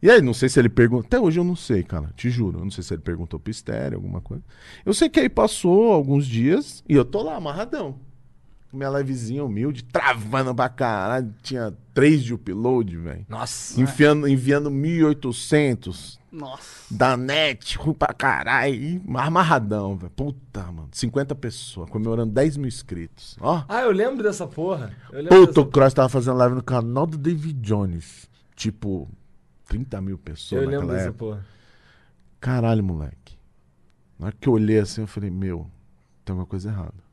S3: E aí, não sei se ele perguntou, até hoje eu não sei, cara, te juro, eu não sei se ele perguntou pro estéreo, alguma coisa. Eu sei que aí passou alguns dias e eu tô lá, amarradão. Minha livezinha humilde, travando pra caralho, tinha três de upload, velho.
S1: Nossa.
S3: Enfiando, enviando 1800,
S2: Nossa.
S3: da net, ruim pra caralho. e Amarradão, velho. Puta, mano. 50 pessoas, comemorando 10 mil inscritos. Ó.
S1: Ah, eu lembro dessa porra. Eu lembro
S3: Puta,
S1: dessa-
S3: o Cross tava fazendo live no canal do David Jones. Tipo, 30 mil pessoas
S1: Eu lembro
S3: naquela
S1: dessa
S3: época.
S1: porra.
S3: Caralho, moleque. Na hora que eu olhei assim, eu falei, meu, tem alguma coisa errada.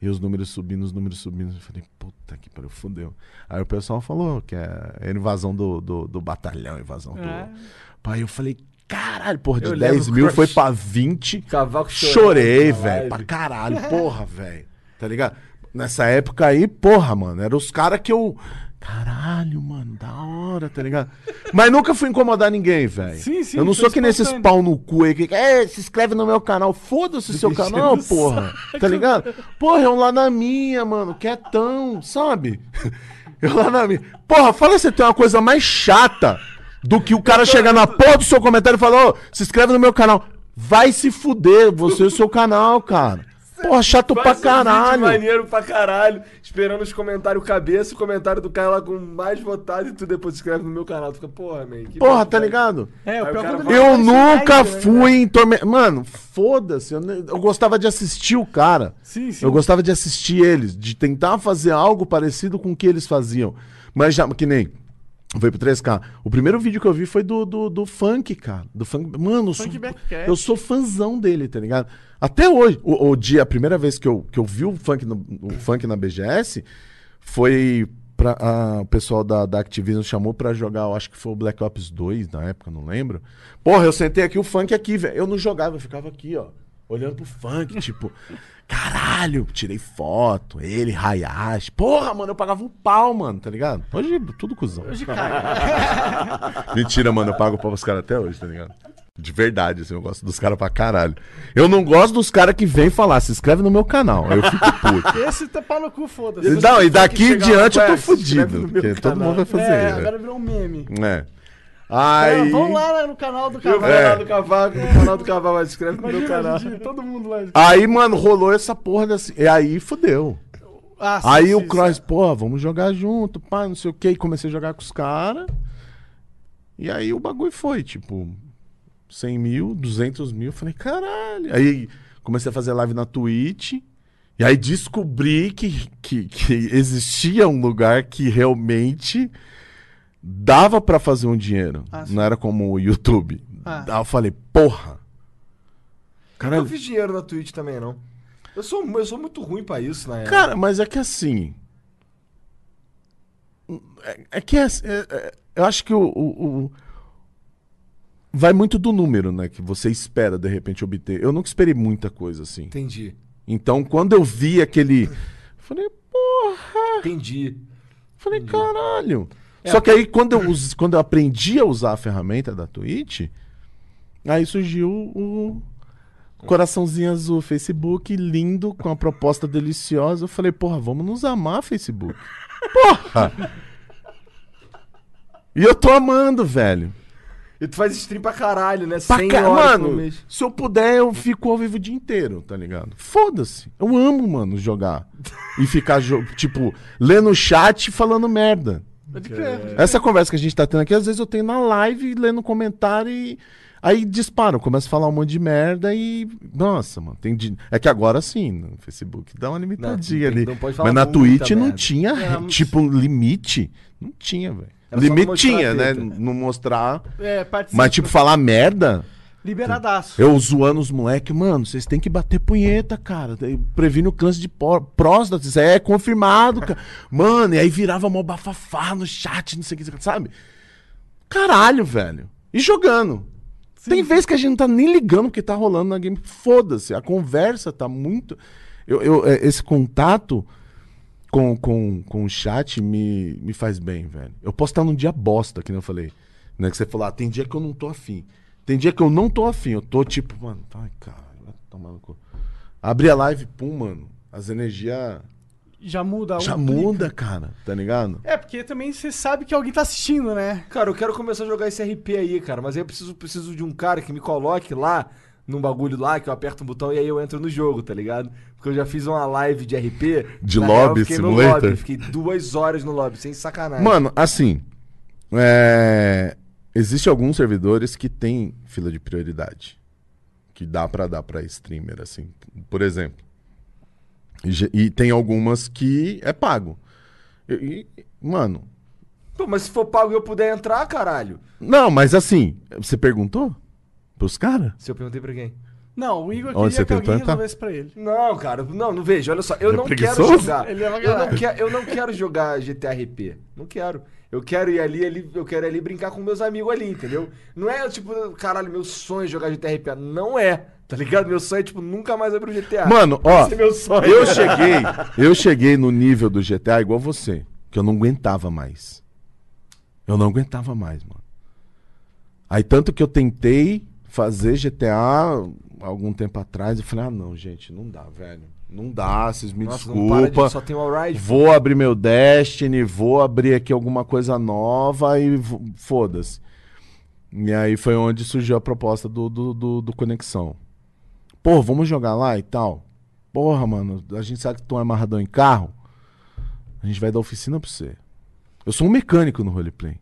S3: E os números subindo, os números subindo. Eu falei, puta que pariu, fudeu. Aí o pessoal falou que é era invasão do, do, do batalhão, invasão
S2: É.
S3: do. Aí eu falei, caralho, porra, de
S1: Eu
S3: 10
S1: lembro,
S3: mil
S1: crush.
S3: foi pra 20.
S1: Cavaco chorou
S3: Chorei,
S1: na live.
S3: velho, pra caralho, porra, velho. Tá ligado? Nessa época aí, porra, mano, eram os caras que eu. Caralho, mano, da hora, tá ligado? Mas nunca fui incomodar ninguém, velho.
S2: Sim, sim,
S3: Eu não
S2: foi
S3: sou que nesses
S2: espontâneo.
S3: pau no cu aí que. É, se inscreve no meu canal. Foda-se o seu canal, porra. Tá ligado? Porra, eu lá na minha, mano, quietão, sabe? Eu lá na minha. Porra, fala se tem uma coisa mais chata do que o cara chegar na porra do seu comentário e falar, ô, se inscreve no meu canal. Vai se fuder, você e o seu canal, cara. Porra, chato pra
S1: Faz um vídeo
S3: caralho.
S1: maneiro pra caralho. Esperando os comentários cabeça, o comentário do cara lá com mais votado e tu depois se inscreve no meu canal. Tu fica, porra, man. que
S3: Porra,
S1: vontade.
S3: tá ligado?
S2: É, o
S1: Aí o
S2: pior
S1: cara
S2: quando ele
S3: Eu
S2: faz
S3: nunca
S2: live, né?
S3: fui em tormento. Mano, foda-se. Eu, ne- eu gostava de assistir o cara.
S2: Sim, sim.
S3: Eu gostava de assistir eles, de tentar fazer algo parecido com o que eles faziam. Mas já, que nem. Foi pro 3K. O primeiro vídeo que eu vi foi do, do, do funk, cara. Do funk. Mano, eu sou,
S2: Funk Backcast.
S3: eu sou fãzão dele, tá ligado? Até hoje, o, o dia, a primeira vez que eu, que eu vi o funk, no, o funk na BGS foi. Pra, ah, o pessoal da, da Activision chamou pra jogar, eu acho que foi o Black Ops 2 na época, não lembro. Porra, eu sentei aqui o funk aqui, velho. Eu não jogava, eu ficava aqui, ó, olhando pro funk, tipo, caralho, tirei foto, ele, Hayashi. Porra, mano, eu pagava um pau, mano, tá ligado? Hoje tudo cuzão.
S2: Hoje cai.
S3: Mentira, mano, eu pago pau pros caras até hoje, tá ligado? De verdade, assim, eu gosto dos caras pra caralho. Eu não gosto dos caras que vem falar, se inscreve no meu canal. Aí eu fico puto.
S2: Esse tá pau no cu, foda-se.
S3: E Não, e daqui em
S1: chegar lá,
S3: diante eu tô
S1: "Ué, se inscreve no
S3: fudido.
S1: meu
S3: Porque todo
S1: canal."
S3: mundo vai
S2: É,
S3: fazer.
S2: agora virou um meme.
S3: É. Aí.
S2: É, vão lá no canal do
S1: E o
S2: Cavaco.
S1: canal do Cavaco, o canal do Cavaco, mas se inscreve no meu
S2: Imagina,
S1: canal.
S2: hoje em dia, todo mundo lá.
S3: Aí, mano, rolou essa porra desse. E aí fudeu.
S2: Ah, sim,
S3: Aí
S2: sim,
S3: o
S2: sim.
S3: Cross, pô, vamos jogar junto, pá, não sei o quê. E comecei a jogar com os caras. E aí o bagulho foi, tipo, 100 mil, 200 mil. Eu Falei, caralho. Aí comecei a fazer live na Twitch. E aí descobri que, que, que existia um lugar que realmente dava pra fazer um dinheiro.
S2: Ah, sim.
S3: não era como o YouTube.
S2: Ah.
S3: Aí eu falei, porra.
S1: Eu não fiz dinheiro na Twitch também, não. Eu sou, eu sou muito ruim pra isso, né? na época.
S3: Cara, mas é que assim. É, é que é- é- é- eu acho que o, o- o- Vai muito do número, né? Que você espera de repente obter. Eu nunca esperei muita coisa assim.
S1: Entendi.
S3: Então, quando eu vi aquele. eu Falei, porra!
S1: Entendi. É,
S3: eu Falei, caralho! Só que aí, quando eu, us- quando eu aprendi a usar a ferramenta da Twitch, aí surgiu o coraçãozinho azul, Facebook, lindo, com a proposta deliciosa. Eu falei, porra, vamos nos amar, Facebook. Porra! E eu tô amando, velho.
S1: E tu faz stream pra caralho, né?
S3: Pra
S1: 100
S3: ca-
S1: horas por
S3: Mano,
S1: mês.
S3: se eu puder, eu fico ao vivo o dia inteiro, tá ligado? Foda-se. Eu amo, mano, jogar. E ficar, jo- tipo, lendo o chat e falando merda.
S2: Pode crer.
S3: Essa conversa que a gente tá tendo aqui, às vezes eu tenho na live, lendo comentário e. Aí disparo, começo a falar um monte de merda e. Nossa, mano, tem. di- É que agora sim, no Facebook dá uma limitadinha
S1: Não, tem-
S3: ali.
S1: não pode falar
S3: Mas na
S1: muita
S3: Twitch não
S1: merda.
S3: tinha,
S6: É, mas-
S3: tipo, limite. Não tinha, velho.
S1: Era só não
S3: Limite
S1: mostrar
S3: tinha,
S1: a
S3: né?
S1: teta.
S3: Não mostrar.
S2: É, parte
S3: Mas, tipo, falar merda.
S2: Liberadaço.
S3: Eu zoando os moleques, mano, vocês têm que bater punheta, cara. Daí Previne o câncer de pró- próstata, isso aí é confirmado, cara. Mano, e aí virava mó bafafá no chat, não sei o que, sabe? Caralho, velho. E jogando. Tem vezes que a gente não tá nem ligando o que tá rolando na game. Foda-se, a conversa tá muito. Eu, eu- é, esse contato com, com, com o chat me, me faz bem, velho. Eu posso estar num dia bosta, que nem eu falei. Né? Que você falou, ah, tem dia que eu não tô afim. Tem dia que eu não tô afim. Eu tô tipo, mano, ai, cara, vai tomar no cu. Abri a live, pum, mano. As energias
S2: Já muda.
S3: já
S2: um clique.
S3: muda, cara, tá ligado?
S2: É, porque também você sabe que alguém tá assistindo, né?
S1: Cara, eu quero começar a jogar esse RP aí, cara. Mas aí eu preciso, preciso de um cara que me coloque lá num bagulho lá, que eu aperto um botão e aí eu entro no jogo, tá ligado? Porque eu já fiz uma live de RP.
S3: De
S1: na real, eu
S3: lobby,
S1: fiquei no
S3: simulator?
S1: lobby, Fiquei duas horas no lobby, sem sacanagem.
S3: Mano, assim. É... Existem alguns servidores que tem fila de prioridade. Que dá pra dar pra streamer, assim. Por exemplo. E, ge- e tem algumas que é pago. E- e- mano.
S1: Pô, mas se for pago e eu puder entrar, caralho.
S3: Não, mas assim. Você perguntou? Pros caras?
S1: Se eu perguntei pra quem?
S2: Não, o Igor
S3: Onde você
S2: queria que alguém
S3: tentou entrar?
S2: resolvesse pra ele.
S1: Não, cara, não, não vejo. Olha só, eu
S3: Ele é
S1: não quero
S3: preguiçoso?
S1: jogar.
S2: Ele é uma
S1: eu, não
S2: galera.
S1: que, eu não quero jogar GTRP. Não quero. Eu quero ir ali, ali, eu quero ir ali brincar com meus amigos ali, entendeu? Não é tipo, caralho, meu sonho é jogar GTRP. Não é, tá ligado? Meu sonho é, tipo, nunca mais abrir o GTA.
S3: Mano, ó.
S1: Esse é meu sonho.
S3: Eu cheguei. Eu cheguei no nível do GTA igual você. Que eu não aguentava mais. Eu não aguentava mais, mano. Aí tanto que eu tentei fazer GTA algum tempo atrás, eu falei, ah não, gente, não dá, velho. Não dá, vocês me
S1: Nossa, não para
S3: desculpa.
S1: de, só tem o Alright.
S3: Vou abrir meu Destiny, vou abrir aqui alguma coisa nova e vo- foda-se. E aí foi onde surgiu a proposta do, do, do, do Conexão. Pô, vamos jogar lá e tal? Porra, mano, a gente sabe que tu é amarradão em carro. A gente vai dar oficina pra você. Eu sou um mecânico no roleplay.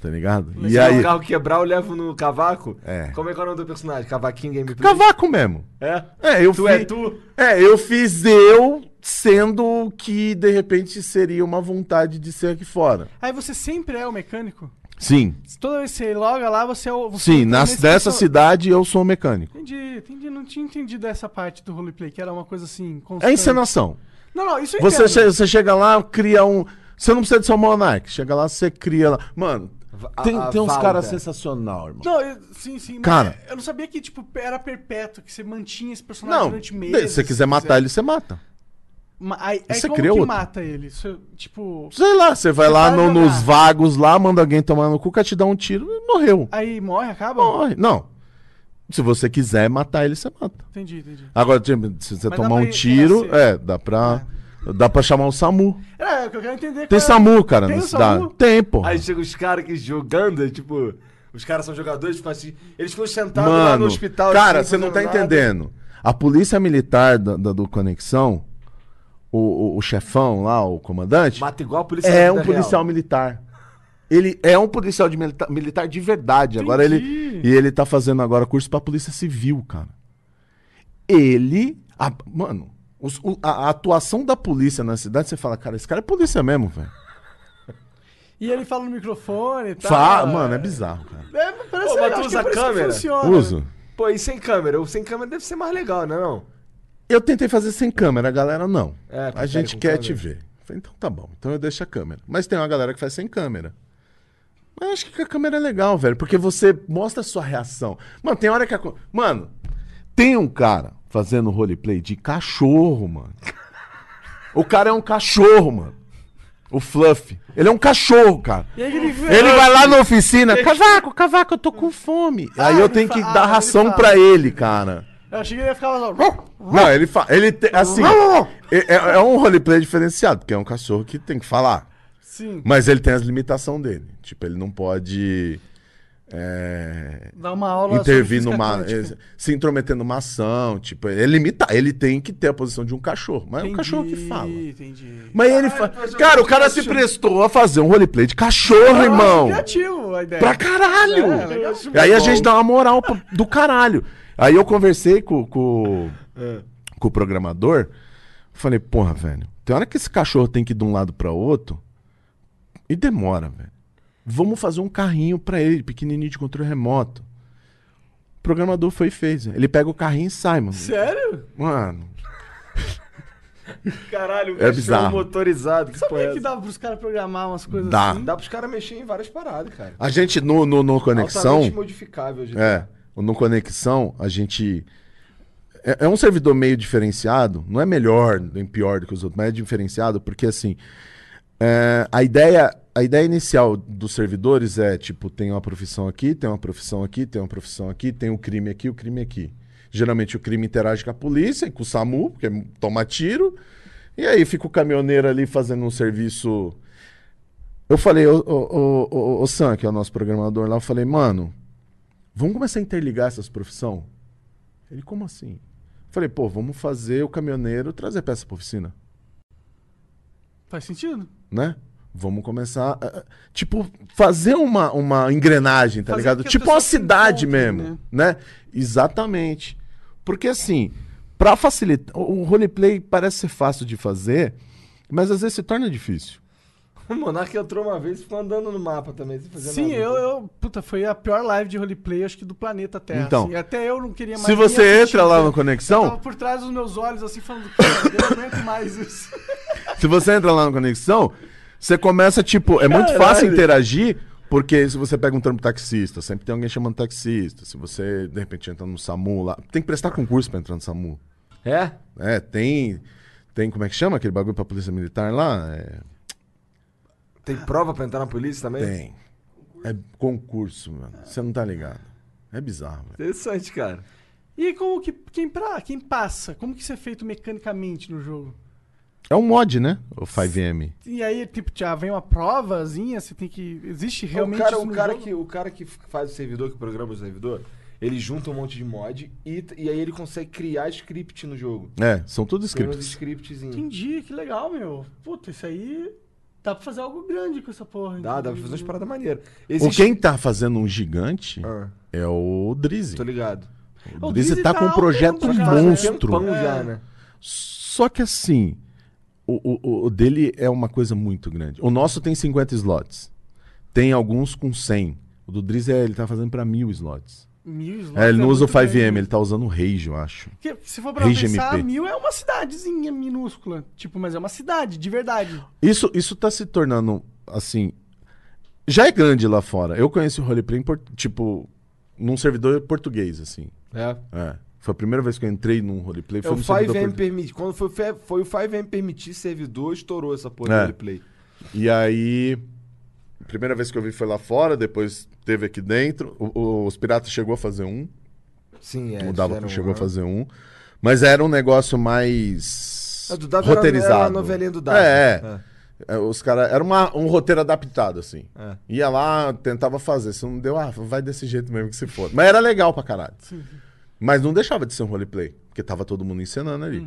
S3: Tá ligado?
S1: Se
S3: e
S1: o
S3: aí.
S1: é um carro quebrar, eu levo no cavaco.
S3: É.
S1: Como é que é o nome do personagem? Cavaquinho Gameplay?
S3: Cavaco mesmo.
S1: É?
S3: É, eu
S1: Tu é tu?
S3: É, eu fiz eu sendo o que de repente seria uma vontade de ser aqui fora.
S2: Aí você sempre é o mecânico?
S3: Sim.
S2: Toda vez que você loga lá, você é o. você
S3: Sim,
S1: Então,
S2: entra
S3: nas-
S2: nesse
S3: dessa
S2: pessoal-
S3: cidade eu sou um mecânico.
S2: Entendi, entendi. Não tinha entendido essa parte do roleplay, que era uma coisa assim.
S3: É
S2: Constante.
S3: encenação.
S2: Não, não, isso eu
S3: Você,
S2: entendo.
S3: che- você chega lá, cria um. Você não precisa de ser um monarca. Chega lá, você cria lá. Mano,
S1: A-
S3: tem,
S1: a
S3: tem uns
S1: Valda.
S3: caras sensacional, irmão.
S2: Não, eu- sim, sim. mas
S3: Cara.
S2: Eu não sabia que, tipo, era perpétuo, que você mantinha esse personagem
S3: Não,
S2: durante meses.
S3: se você quiser matar ele, você mata.
S2: Ma- Aí, aí
S3: Você
S2: como
S3: cria
S2: que
S3: outro.
S2: mata ele? Isso, tipo.
S3: Sei lá, você vai lá
S2: para
S3: no-
S2: jogar.
S3: nos vagos lá, manda alguém tomar no cu, quer te dar um tiro e morreu.
S2: Aí morre, acaba?
S3: Morre. Não. Se você quiser matar ele, você mata.
S2: Entendi, entendi.
S3: Agora, tipo, se você
S2: Mas dá
S3: tomar
S2: pra
S3: um tiro,
S2: renascer.
S3: é, dá pra. Dá pra chamar o SAMU.
S2: É, é o que eu quero entender.
S3: Tem
S2: qual é-
S3: SAMU, cara,
S2: Tem
S3: na
S2: o
S3: cidade.
S2: SAMU?
S3: Tem, pô.
S1: Aí chega os caras que jogando, é tipo. Os caras são jogadores, ficam assim. Eles ficam sentados lá no
S3: Mano,
S1: hospital.
S3: cara,
S1: assim,
S3: você não tá
S1: fazendo nada.
S3: entendendo. A polícia militar da- da- do Conexão, o, o- o chefão lá, o comandante,
S1: Mata igual a polícia.
S3: é
S1: da
S3: um
S1: vida
S3: policial
S1: real.
S3: militar. Ele é um policial de milita- militar de verdade. Agora ele e ele tá fazendo agora curso pra polícia civil, cara. Ele, a- mano, os- o- a, a atuação da polícia na cidade, você fala, cara, esse cara é polícia mesmo, velho.
S2: E ele fala no microfone e tal.
S3: Fa- mano, Tá, é bizarro, cara.
S2: É, parece
S1: Ô, mas
S2: eu
S1: tu
S2: acho que
S1: usa
S2: é por isso que
S1: câmera?
S2: funciona.
S3: Uso.
S1: Pô, e sem câmera? O sem câmera deve ser mais legal, né? Não?
S3: Eu tentei fazer sem câmera, a galera não.
S1: É,
S3: a
S1: prefere
S3: gente
S1: com
S3: quer
S1: câmera.
S3: te ver. Falei, então tá bom, então eu deixo a câmera. Mas tem uma galera que faz sem câmera. Mas acho que a câmera é legal, velho, porque você mostra a sua reação. Mano, tem hora que a. co- Mano, tem um cara fazendo roleplay de cachorro, mano. O cara é um cachorro, mano. O Fluff. Ele é um cachorro, cara.
S2: E aí que ele vê?
S3: Ele vai lá na oficina, cavaco, cavaco, eu tô com fome. Aí eu
S2: ele
S3: tenho que
S2: fa- ah,
S3: dar
S2: ele
S3: ração
S2: fala.
S3: pra ele, cara.
S2: Eu achei que ele ia ficar lá só.
S3: Não, ele fala. Ele te- assim. é, é- é um roleplay diferenciado, porque é um cachorro que tem que falar.
S2: Sim,
S3: Mas ele tem as limitações dele. Tipo, ele não pode. é,
S2: dá uma aula. sobre
S3: intervir
S2: física
S3: numa. é
S2: quântica.
S3: Se intrometer numa ação. Tipo, é limitar. Ele tem que ter a posição de um cachorro. Mas é um cachorro que
S2: Entendi, Ah, então
S3: fala.
S2: Entendi.
S3: Mas ele fala. Cara, o cara se prestou a fazer um roleplay de cachorro, irmão.
S2: é Criativo a ideia.
S3: Pra caralho!
S2: É, legal.
S3: E aí a gente dá uma moral pra- do caralho. Aí eu conversei com, com, com o programador. Falei, porra, velho, tem hora que esse cachorro tem que ir de um lado pra outro. E demora, velho. Vamos fazer um carrinho pra ele, pequenininho de controle remoto. O programador foi e fez. Ele pega o carrinho e sai, mano.
S2: é Sério?
S3: Mano,
S2: um
S1: Caralho, o
S3: É bizarro.
S1: motorizado. Que
S2: Sabia é que
S1: dá?
S2: dava pros caras programar umas coisas
S3: dá.
S2: assim?
S1: Dá pros caras mexerem em várias paradas, cara.
S3: A gente no, no, no Conexão.
S1: Altamente modificável, gente.
S3: É. No Conexão, a gente. É, é um servidor meio diferenciado. Não é melhor nem pior do que os outros, mas é diferenciado porque, assim. é, a, ideia, a ideia inicial dos servidores é: tipo, tem uma profissão aqui, tem uma profissão aqui, tem uma profissão aqui, tem o crime aqui, o crime aqui. Geralmente o crime interage com a polícia e com o SAMU, porque toma tiro. E aí fica o caminhoneiro ali fazendo um serviço. Eu falei, o, o, o, o, o Sam, que é o nosso programador lá, eu falei, mano, Vamos começar a interligar essas profissões? Ele, como assim? Falei, pô, vamos fazer o caminhoneiro trazer peça pra oficina,
S2: Faz sentido?
S3: né? Vamos começar. a- a- tipo, fazer uma, uma engrenagem, tá
S2: Fazer
S3: ligado?
S2: com que as
S3: Tipo uma
S2: pessoas se
S3: cidade
S2: encontrem,
S3: mesmo, né? Exatamente. Porque assim, pra facilitar. O o roleplay parece ser fácil de fazer, mas às vezes se torna difícil.
S1: O Monark entrou uma vez e ficou andando no mapa também. Sem fazer
S2: Sim,
S1: nada.
S2: eu, eu. Puta, foi a pior live de roleplay, acho que do planeta Terra.
S3: Então.
S2: assim. Até eu não queria mais.
S3: Se
S2: nem
S3: você
S2: assistir,
S3: entra lá
S2: né?
S3: no
S2: Eu
S3: Conexão,
S2: Tava por trás dos meus olhos, assim, falando, cara, eu não aguento mais isso.
S3: Se você entra lá na conexão, você começa, tipo, é muito fácil interagir, porque se você pega um trampo taxista, sempre tem alguém chamando taxista. Se você, de repente, entra no SAMU lá. Tem que prestar concurso pra entrar no SAMU.
S1: É?
S3: É, tem. Tem, como é que chama aquele bagulho pra polícia militar lá? É,
S1: Tem prova pra entrar na polícia também?
S3: tem. É concurso, mano. Você não tá ligado. É bizarro, velho.
S1: Interessante, cara.
S2: E como que. Quem, pra, quem passa? Como que isso é feito mecanicamente no jogo?
S3: É um mod, né? O 5M.
S2: E aí, tipo, já vem uma provazinha, você tem que. Existe realmente.
S1: o cara,
S2: isso
S1: o
S2: no
S1: cara
S2: jogo?
S1: que o cara que faz o servidor, que programa o servidor, ele junta um monte de mod e, e aí ele consegue criar script no jogo.
S3: É, são tudo
S1: Tem uns
S3: scripts.
S1: scriptzinhos.
S2: Entendi, que legal, meu. Puta, isso aí. Dá pra fazer algo grande com essa porra.
S1: Dá, dá pra fazer umas paradas maneiras.
S3: O
S1: Existe-
S3: quem tá fazendo um gigante
S1: Ah,
S3: é o Drizzy.
S1: tô ligado.
S3: O
S2: O
S3: Drizzy
S2: Drizzy
S3: tá
S2: tá
S3: com um
S2: há um
S3: projeto
S2: tempo já, né?
S3: monstro.
S1: Tempão já, né?
S3: Só que assim, o, o- o dele é uma coisa muito grande. O nosso tem 50 slots. Tem alguns com 100. O do Driz, é, ele tá fazendo pra mil slots.
S2: Mil slots
S3: É, ele não
S2: é
S3: usa o
S2: muito grande.
S3: 5M, ele tá usando o Rage, eu acho.
S2: Porque se for pra
S3: Rage
S2: pensar,
S3: MP.
S2: mil é uma cidadezinha minúscula. Tipo, mas é uma cidade, de verdade.
S3: Isso, isso tá se tornando, assim... Já é grande lá fora. Eu conheci o roleplay, em port- tipo, num servidor português, assim.
S1: É.
S3: É. Foi a primeira vez que eu entrei num roleplay.
S1: É
S3: Foi
S1: o
S3: num servidor
S1: 5M
S3: português.
S1: permite. Quando foi, o fe- foi o 5M permitir servidor, estourou essa porra
S3: É.
S1: de play.
S3: E aí, a primeira vez que eu vi foi lá fora, depois teve aqui dentro. O- o- os Piratas chegou a fazer um,
S1: Sim, é.
S3: o Dava
S1: fizeram
S3: chegou a
S1: uma-
S3: fazer um, mas era um negócio mais
S1: É, do Dava era-
S3: roteirizado.
S1: Era a novelinha do Dava.
S3: É, é. É, Os caras. Era uma- um roteiro adaptado, assim.
S1: É.
S3: Ia lá, tentava fazer. Se não deu, ah, vai desse jeito mesmo que se for. Mas era legal pra caralho. Mas não deixava de ser um roleplay, porque tava todo mundo encenando ali.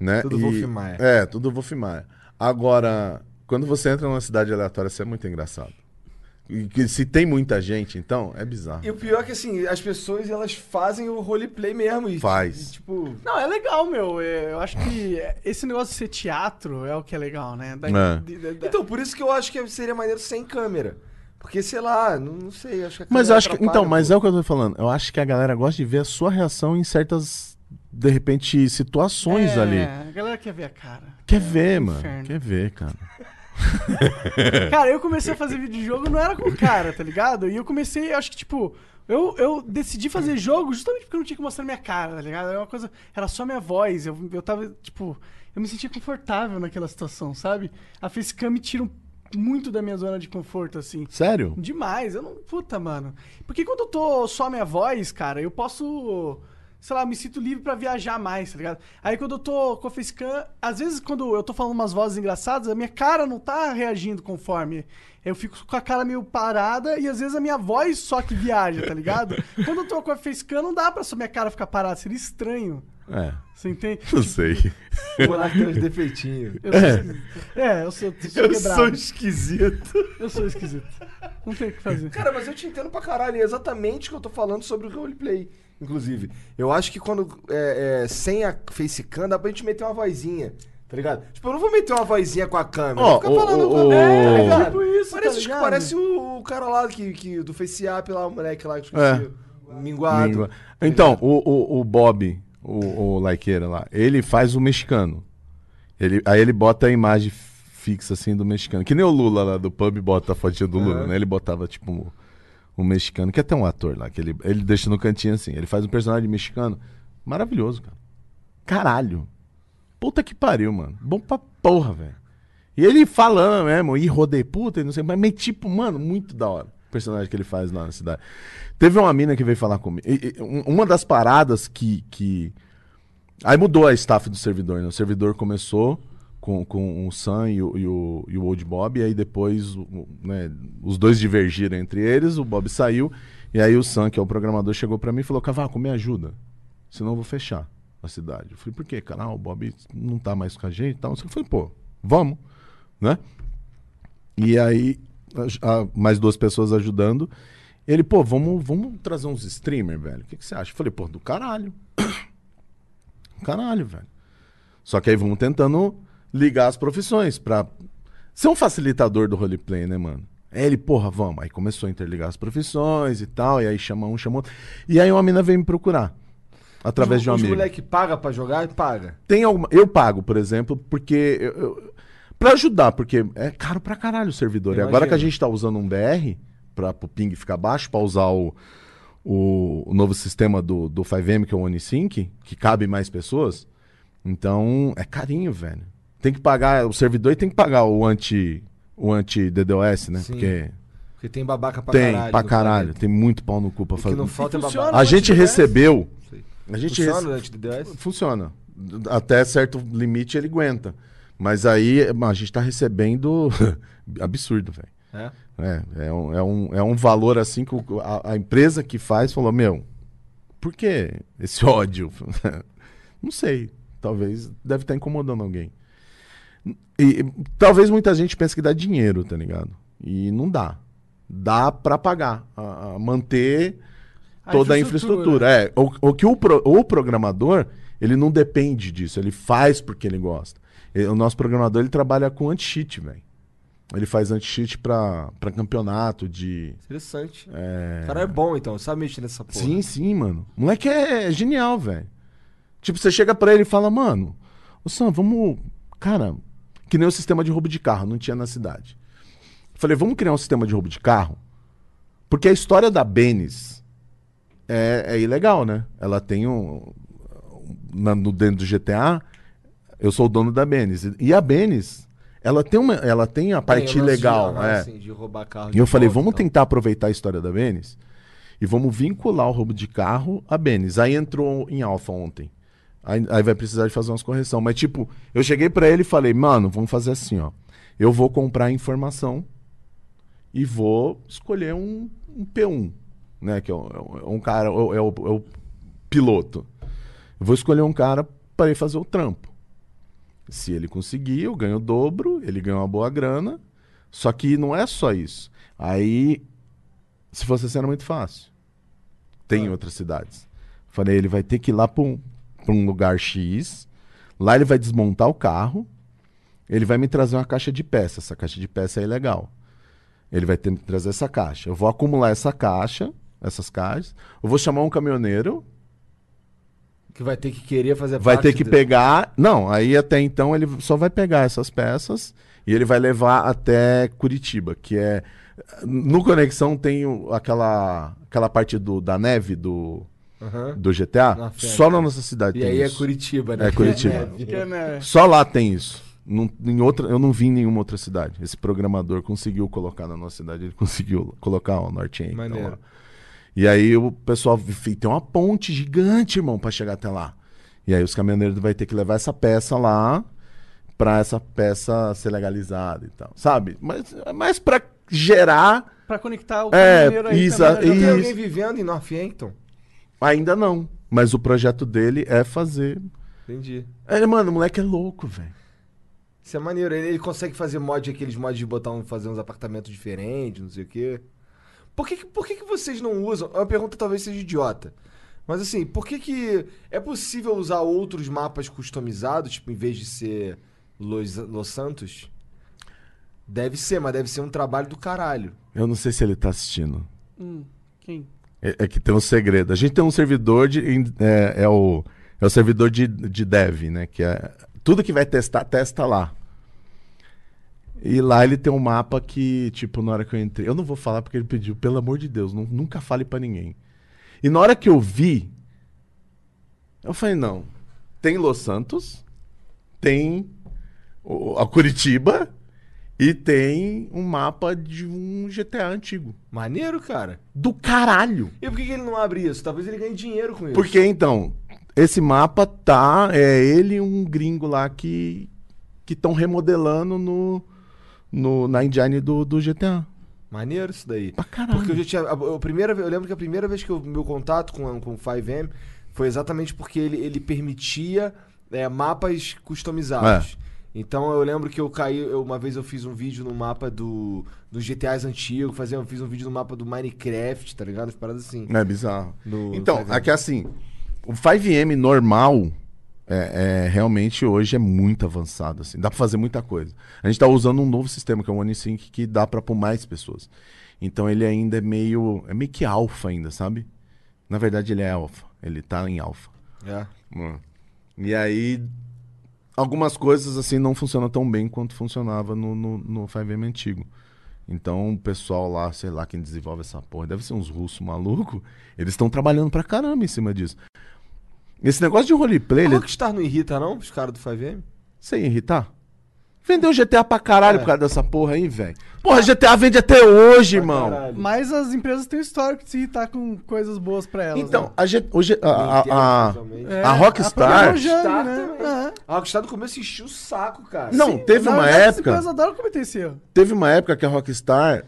S3: Né?
S1: Uhum. Tudo Wolf Maia.
S3: É, tudo Wolf Maia. Agora, quando você entra numa cidade aleatória, isso é muito engraçado. E que se tem muita gente, então, é bizarro.
S1: E o pior é que, assim, as pessoas, elas fazem o roleplay mesmo. E,
S3: Faz.
S1: e, tipo,
S2: Não, é legal, meu. É, Eu acho que esse negócio de ser teatro é o que é legal, né? Da-
S3: É.
S2: de- de- da-
S1: Então, por isso que eu acho que seria maneiro sem câmera. Porque, sei lá, não, não sei. Acho que a
S3: Mas
S1: câmera
S3: eu acho que. Então,
S1: atrapalha,
S3: mas
S1: pô.
S3: é o que eu tô falando. Eu acho que a galera gosta de ver a sua reação em certas, de repente, situações
S2: É,
S3: ali.
S2: A galera quer ver a cara.
S3: Quer ver, mano.
S2: inferno.
S3: Quer ver, cara.
S2: Cara, eu comecei a fazer vídeo de jogo, não era com cara, tá ligado? E eu comecei, acho que, tipo, eu, eu decidi fazer jogo justamente porque eu não tinha que mostrar minha cara, tá ligado? Era uma coisa. Era só minha voz. Eu, eu tava, tipo, eu me sentia confortável naquela situação, sabe? A facecam me tira um- muito da minha zona de conforto, assim.
S3: Sério?
S2: Demais, eu não. Puta, mano. Porque quando eu tô só a minha voz, cara, eu posso. Sei lá, me sinto livre pra viajar mais, tá ligado? Aí quando eu tô com a facecam, às vezes quando eu tô falando umas vozes engraçadas, a minha cara não tá reagindo conforme. Eu fico com a cara meio parada e às vezes a minha voz só que viaja, tá ligado? quando eu tô com a facecam, não dá pra só minha cara ficar parada, seria estranho.
S3: É.
S2: Você entende?
S3: Não sei. é um-
S1: O Monark tem uns defeitinhos.
S2: Eu sou esquisito. É, eu sou, eu sou quebrado.
S1: esquisito.
S2: Eu sou esquisito. Não tem o que fazer.
S1: Cara, mas eu te entendo pra caralho. É exatamente o que eu tô falando sobre o roleplay, inclusive. Eu acho que quando. é, é, sem a facecam, dá pra gente meter uma vozinha. Tá ligado? Tipo, eu não vou meter uma vozinha com a câmera.
S3: Ó,
S1: Fica
S3: ô,
S1: falando
S3: ô,
S1: com
S3: ô.
S1: é, tá ligado?
S2: Tipo isso, tá
S1: parece, os-
S2: ligado?
S1: parece o, o cara lá que, que, do Face App lá, o moleque lá que eu esqueci.
S3: É.
S1: Minguado.
S3: Língua. Então, o, o, o Bob, o, o Laiqueira lá, ele faz o mexicano. Ele, aí ele bota a imagem fixa assim do mexicano. Que nem o Lula lá do pub bota a fotinha do Lula, né? Ele botava tipo um, um mexicano, que é até um ator lá, que ele, ele deixa no cantinho assim. Ele faz um personagem mexicano. Maravilhoso, cara. Caralho. Puta que pariu, mano. Bom pra porra, velho. E ele falando mesmo, e rodei puta, e não sei, mas meio tipo, mano, muito da hora. O personagem que ele faz lá na cidade. Teve uma mina que veio falar comigo. e- e um- uma das paradas que, que. Aí mudou a staff do servidor, né? O servidor começou com, com o Sam e o, e o- e o Old Bob, e aí depois o- o- né, os dois divergiram entre eles, o Bob saiu, e aí o Sam, que é o programador, chegou pra mim e falou: Cavaco, me ajuda, senão eu vou fechar a cidade. Eu falei: por quê, cara? Ah, o Bob não tá mais com a gente e tal. Eu falei: pô, vamos, né? E aí, a- a- mais duas pessoas ajudando. Ele, pô, vamos, vamos trazer uns streamer, velho. O que, que você acha? Eu falei, pô, do caralho. Do caralho, velho. Só que aí vamos tentando ligar as profissões pra ser um facilitador do roleplay, né, mano? Aí ele, porra, vamos. Aí começou a interligar as profissões e tal. E aí chama um, chama outro. E aí uma mina veio me procurar. Através
S1: os,
S3: de um
S1: os
S3: amigo
S1: moleque paga pra jogar e paga.
S3: tem alguma. Eu pago, por exemplo, porque. Eu, eu- pra ajudar, porque é caro pra caralho o servidor. E agora
S1: Imagino.
S3: que a gente tá usando um BR, pra o ping ficar baixo, pra usar o, o, o novo sistema do, do 5M, que é o OneSync, que cabe mais pessoas. Então, é carinho, velho. Tem que pagar o servidor e tem que pagar o anti. O anti-DDoS, né?
S1: Sim.
S3: Porque
S1: Porque tem babaca pra
S3: tem,
S1: caralho. tá
S3: pra
S1: do
S3: caralho.
S1: planeta.
S3: Tem muito pau no cu pra
S1: O que
S3: fazer.
S1: não falta é
S2: Funciona,
S1: babaca.
S3: A gente
S2: Anti-DDoS?
S3: recebeu. A gente
S1: Funciona
S3: recebeu.
S1: o anti-DDoS?
S3: Funciona. Até certo limite ele aguenta. Mas aí eh, a gente tá recebendo absurdo, velho.
S1: É.
S3: É, é, um, é, um, é um valor assim que o- a, a empresa que faz falou, meu, por que esse ódio? Não sei. Talvez deve estar incomodando alguém. E, e, talvez muita gente pense que dá dinheiro, tá ligado? E não dá. Dá pra pagar, a- a manter toda a infraestrutura. É, o, o que o, pro- o programador, ele não depende disso, ele faz porque ele gosta. E o nosso programador, ele trabalha com anti-cheat, velho. Ele faz anti-cheat pra, pra campeonato de...
S1: Interessante. O cara é bom, então. Sabe mexer nessa porra.
S3: Sim, sim, mano. O moleque é genial, velho. Tipo, você chega pra ele e fala, mano, ô Sam, vamos. Cara, que nem o sistema de roubo de carro, não tinha na cidade. Falei, vamos criar um sistema de roubo de carro? Porque a história da Benes é, é ilegal, né? Ela tem um. na- no, dentro do GTA, eu sou o dono da Benes. E- E a Benes, ela tem, uma, ela tem a parte
S1: Tem o lance de-
S3: ilegal.
S1: ah,
S3: é.
S1: assim, de roubar carro
S3: E eu
S1: de
S3: falei,
S1: volta,
S3: vamos
S1: então.
S3: tentar aproveitar a história da Benes e vamos vincular o roubo de carro a Benes. Aí entrou em alfa ontem. Aí, aí vai precisar de fazer umas correções. Mas, tipo, eu cheguei pra ele e falei, mano, vamos fazer assim, ó. Eu vou comprar a informação e vou escolher um, um P1, né? Que é um, é um cara, é o, é o- é o piloto. Eu vou escolher um cara para ir fazer o trampo. Se ele conseguir, eu ganho o dobro, ele ganha uma boa grana. Só que não é só isso. Aí, se fosse assim, era muito fácil. Tem em outras cidades. Falei, ele vai ter que ir lá para um, pra um lugar X. Lá ele vai desmontar o carro. Ele vai me trazer uma caixa de peça. Essa caixa de peça é ilegal. Ele vai ter que trazer essa caixa. Eu vou acumular essa caixa, essas caixas. Eu vou chamar um caminhoneiro,
S1: Que vai ter que querer fazer
S3: vai
S1: parte
S3: ter que
S1: do-
S3: pegar. Não, aí até então ele só vai pegar essas peças e ele vai levar até Curitiba, que é. No Conexão tem o- aquela, aquela parte do, da neve do,
S1: Aham.
S3: do GTA.
S1: Na frente.
S3: só na nossa cidade
S1: E
S3: tem
S1: aí é
S3: isso.
S1: Curitiba, né?
S3: É Curitiba.
S2: Porque,
S1: É,
S2: né,
S3: Só lá tem isso. Não- em outra, eu não vi em nenhuma outra cidade. Esse programador conseguiu colocar na nossa cidade, ele conseguiu colocar o Norte tá
S1: Maneiro.
S3: E aí o pessoal vi- tem uma ponte gigante, irmão, pra chegar até lá. E aí os caminhoneiros vão ter que levar essa peça lá pra essa peça ser legalizada e tal. Sabe? Mas, mas pra gerar,
S2: pra conectar o
S3: É,
S2: caminhoneiro aí
S3: isso,
S2: também, né,
S1: Tem
S2: já tem-
S3: isso.
S1: alguém vivendo em Northampton?
S3: ainda não. Mas o projeto dele é fazer.
S1: Entendi.
S3: É, mano, o moleque é louco, velho.
S1: Isso é maneiro. Ele, ele consegue fazer mod, aqueles mods de botar um, fazer uns apartamentos diferentes, não sei o quê. Por que, que- por que, que vocês não usam? É uma pergunta que talvez seja idiota. Mas assim, por que, que é possível usar outros mapas customizados, tipo, em vez de ser Los, Los Santos? Deve ser, mas deve ser um trabalho do caralho.
S3: Eu não sei se ele tá assistindo.
S2: Hum, quem?
S3: É, é que tem um segredo. A gente tem um servidor de. em- É, é o, é o servidor de, de dev, né? Que é, tudo que vai testar, testa lá. E lá ele tem um mapa que, tipo, na hora que eu entrei. Eu não vou falar porque ele pediu, pelo amor de Deus, nu- nunca fale pra ninguém. E na hora que eu vi, eu falei, não. Tem Los Santos, tem o- a Curitiba e tem um mapa de um GTA antigo.
S1: Maneiro, cara.
S3: Do caralho!
S1: E por que, que ele não abre isso? Talvez ele ganhe dinheiro com isso.
S3: Porque então, esse mapa tá. É ele e um gringo lá que. que estão remodelando no, no. na engine do, do GTA.
S1: Maneiro isso daí.
S3: Pra caralho.
S1: Porque eu já tinha. A, a primeira, ve- eu lembro que a primeira vez que o meu contato com, com o 5M foi exatamente porque ele, ele permitia é, mapas customizados.
S3: É.
S1: Então eu lembro que eu caí. eu- uma vez eu fiz um vídeo no mapa do, dos GTAs antigos, fazia, eu fiz um vídeo no mapa do Minecraft, tá ligado? As paradas assim.
S3: É bizarro.
S1: No-
S3: então,
S1: no 5M.
S3: aqui assim, o 5M normal é, é, realmente hoje é muito avançado. Assim, dá pra fazer muita coisa. A gente tá usando um novo sistema, que é o OneSync, que dá pra pôr mais pessoas. Então ele ainda é meio. é meio que alfa ainda, sabe? Na verdade, ele é alfa. Ele tá em alfa.
S1: É.
S3: Hum. E aí, algumas coisas assim não funcionam tão bem quanto funcionava no, no, no 5M antigo. Então, o pessoal lá, sei lá, quem desenvolve essa porra, deve ser uns russos malucos, eles estão trabalhando pra caramba em cima disso. Esse negócio de roleplay,
S1: Ele...
S3: ele... é
S1: Rockstar não irrita, não? Os caras do 5M?
S3: sem irritar? Vendeu GTA pra caralho
S1: É.
S3: por causa dessa porra aí, velho. Porra, GTA vende até hoje, irmão.
S1: Caralho.
S2: Mas as empresas têm o histórico de se irritar com coisas boas pra elas.
S3: Então,
S2: né?
S3: a, G- o G- a,
S1: Nintendo,
S3: a, a,
S1: principalmente.
S3: a Rockstar...
S2: própria Mojang,
S1: É, Rockstar
S2: né?
S1: também. Ah,
S2: Aham.
S1: A Rockstar no começo enchia o saco, cara.
S3: É. Não, teve
S2: Na
S3: uma
S2: verdade, né? As
S3: época...
S2: empresas adoram cometer esse erro.
S3: Teve uma época que a Rockstar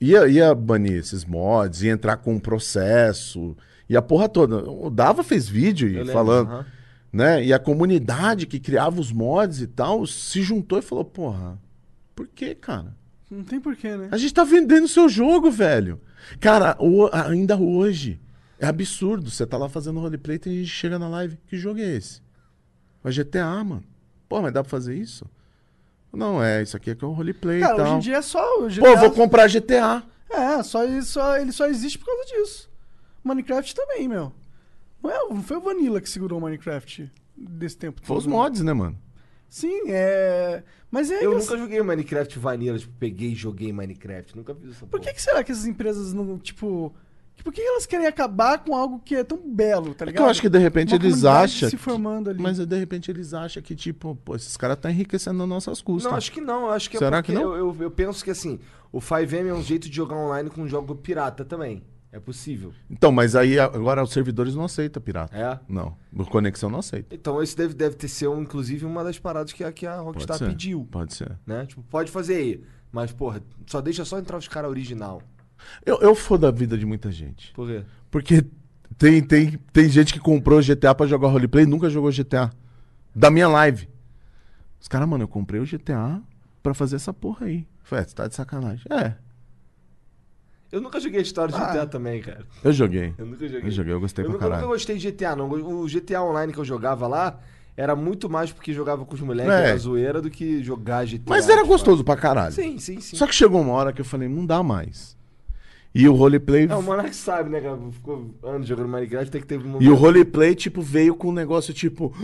S3: ia, ia banir esses mods, ia entrar com um processo, e a porra toda. O Dava fez vídeo
S1: Eu lembro,
S3: falando,
S1: aham.
S3: né? E a comunidade que criava os mods e tal se juntou e falou: porra, por que, cara?
S2: Não tem porquê, né?
S3: A gente tá vendendo seu jogo, velho. Cara, o- ainda hoje. É absurdo. Você tá lá fazendo roleplay e tem gente que chega na live. Que jogo é esse? É GTA, mano. Pô, mas dá pra fazer isso? Não, é. Isso aqui é que é um roleplay e
S2: Cara,
S3: tal.
S2: hoje em dia é só o GTA.
S3: Pô, vou comprar GTA.
S2: É, só ele, só, ele só existe por causa disso. Minecraft também, meu. Não, é, não foi o Vanilla que segurou o Minecraft desse tempo.
S3: Foi os
S2: todo.
S3: mods, né, mano?
S2: Sim, é. Mas é.
S1: Eu
S2: engraçado.
S1: nunca joguei Minecraft Vanilla, tipo, peguei e joguei Minecraft. Nunca fiz essa
S2: Por que, que será que essas empresas não, tipo. que- Por que elas querem acabar com algo que é tão belo, tá
S3: É
S2: ligado?
S3: que eu acho que de repente
S2: Uma
S3: eles
S2: comunidade
S3: acham.
S2: Se formando ali.
S3: Mas de repente eles acham que, tipo, pô, esses caras tá enriquecendo as nossas custas.
S1: Não, acho que não. Acho que é
S3: Será
S1: porque
S3: que não?
S1: Eu, eu, eu penso que assim, o 5M é um jeito de jogar online com um jogo pirata também. É possível.
S3: Então, mas aí a- agora os servidores não aceitam pirata.
S1: É?
S3: Não. O Conexão não aceita.
S1: Então esse deve, deve ter sido, inclusive, uma das paradas que a, que a
S3: Pode
S1: Rockstar
S3: ser.
S1: pediu.
S3: Pode ser.
S1: Né? Tipo, pode fazer aí. Mas, porra, só deixa só entrar os caras original.
S3: Eu, eu foda a vida de muita gente.
S1: Por quê?
S3: Porque tem, tem, tem gente que comprou GTA pra jogar roleplay e nunca jogou GTA. Da minha live. Os caras, mano, eu comprei o GTA pra fazer essa porra aí. Falei, é, você tá de sacanagem. É,
S1: Eu nunca joguei a história de
S2: Ah.
S1: GTA também, cara.
S3: eu joguei.
S1: Eu nunca joguei.
S3: Eu joguei, eu gostei
S1: Eu
S3: pra
S1: nunca, nunca
S3: caralho.
S1: gostei de GTA, não. O GTA Online que eu jogava lá era muito mais porque jogava com os moleques,
S3: É.
S1: era zoeira, do que jogar GTA.
S3: Mas era
S1: tipo,
S3: gostoso pra caralho.
S1: Sim, sim, sim.
S3: Só que chegou uma hora que eu falei, não dá mais. E o roleplay.
S1: É, o Monark sabe, né, cara? Ficou anos jogando Minecraft, tem que ter um momento.
S3: E o roleplay, tipo, veio com um negócio tipo.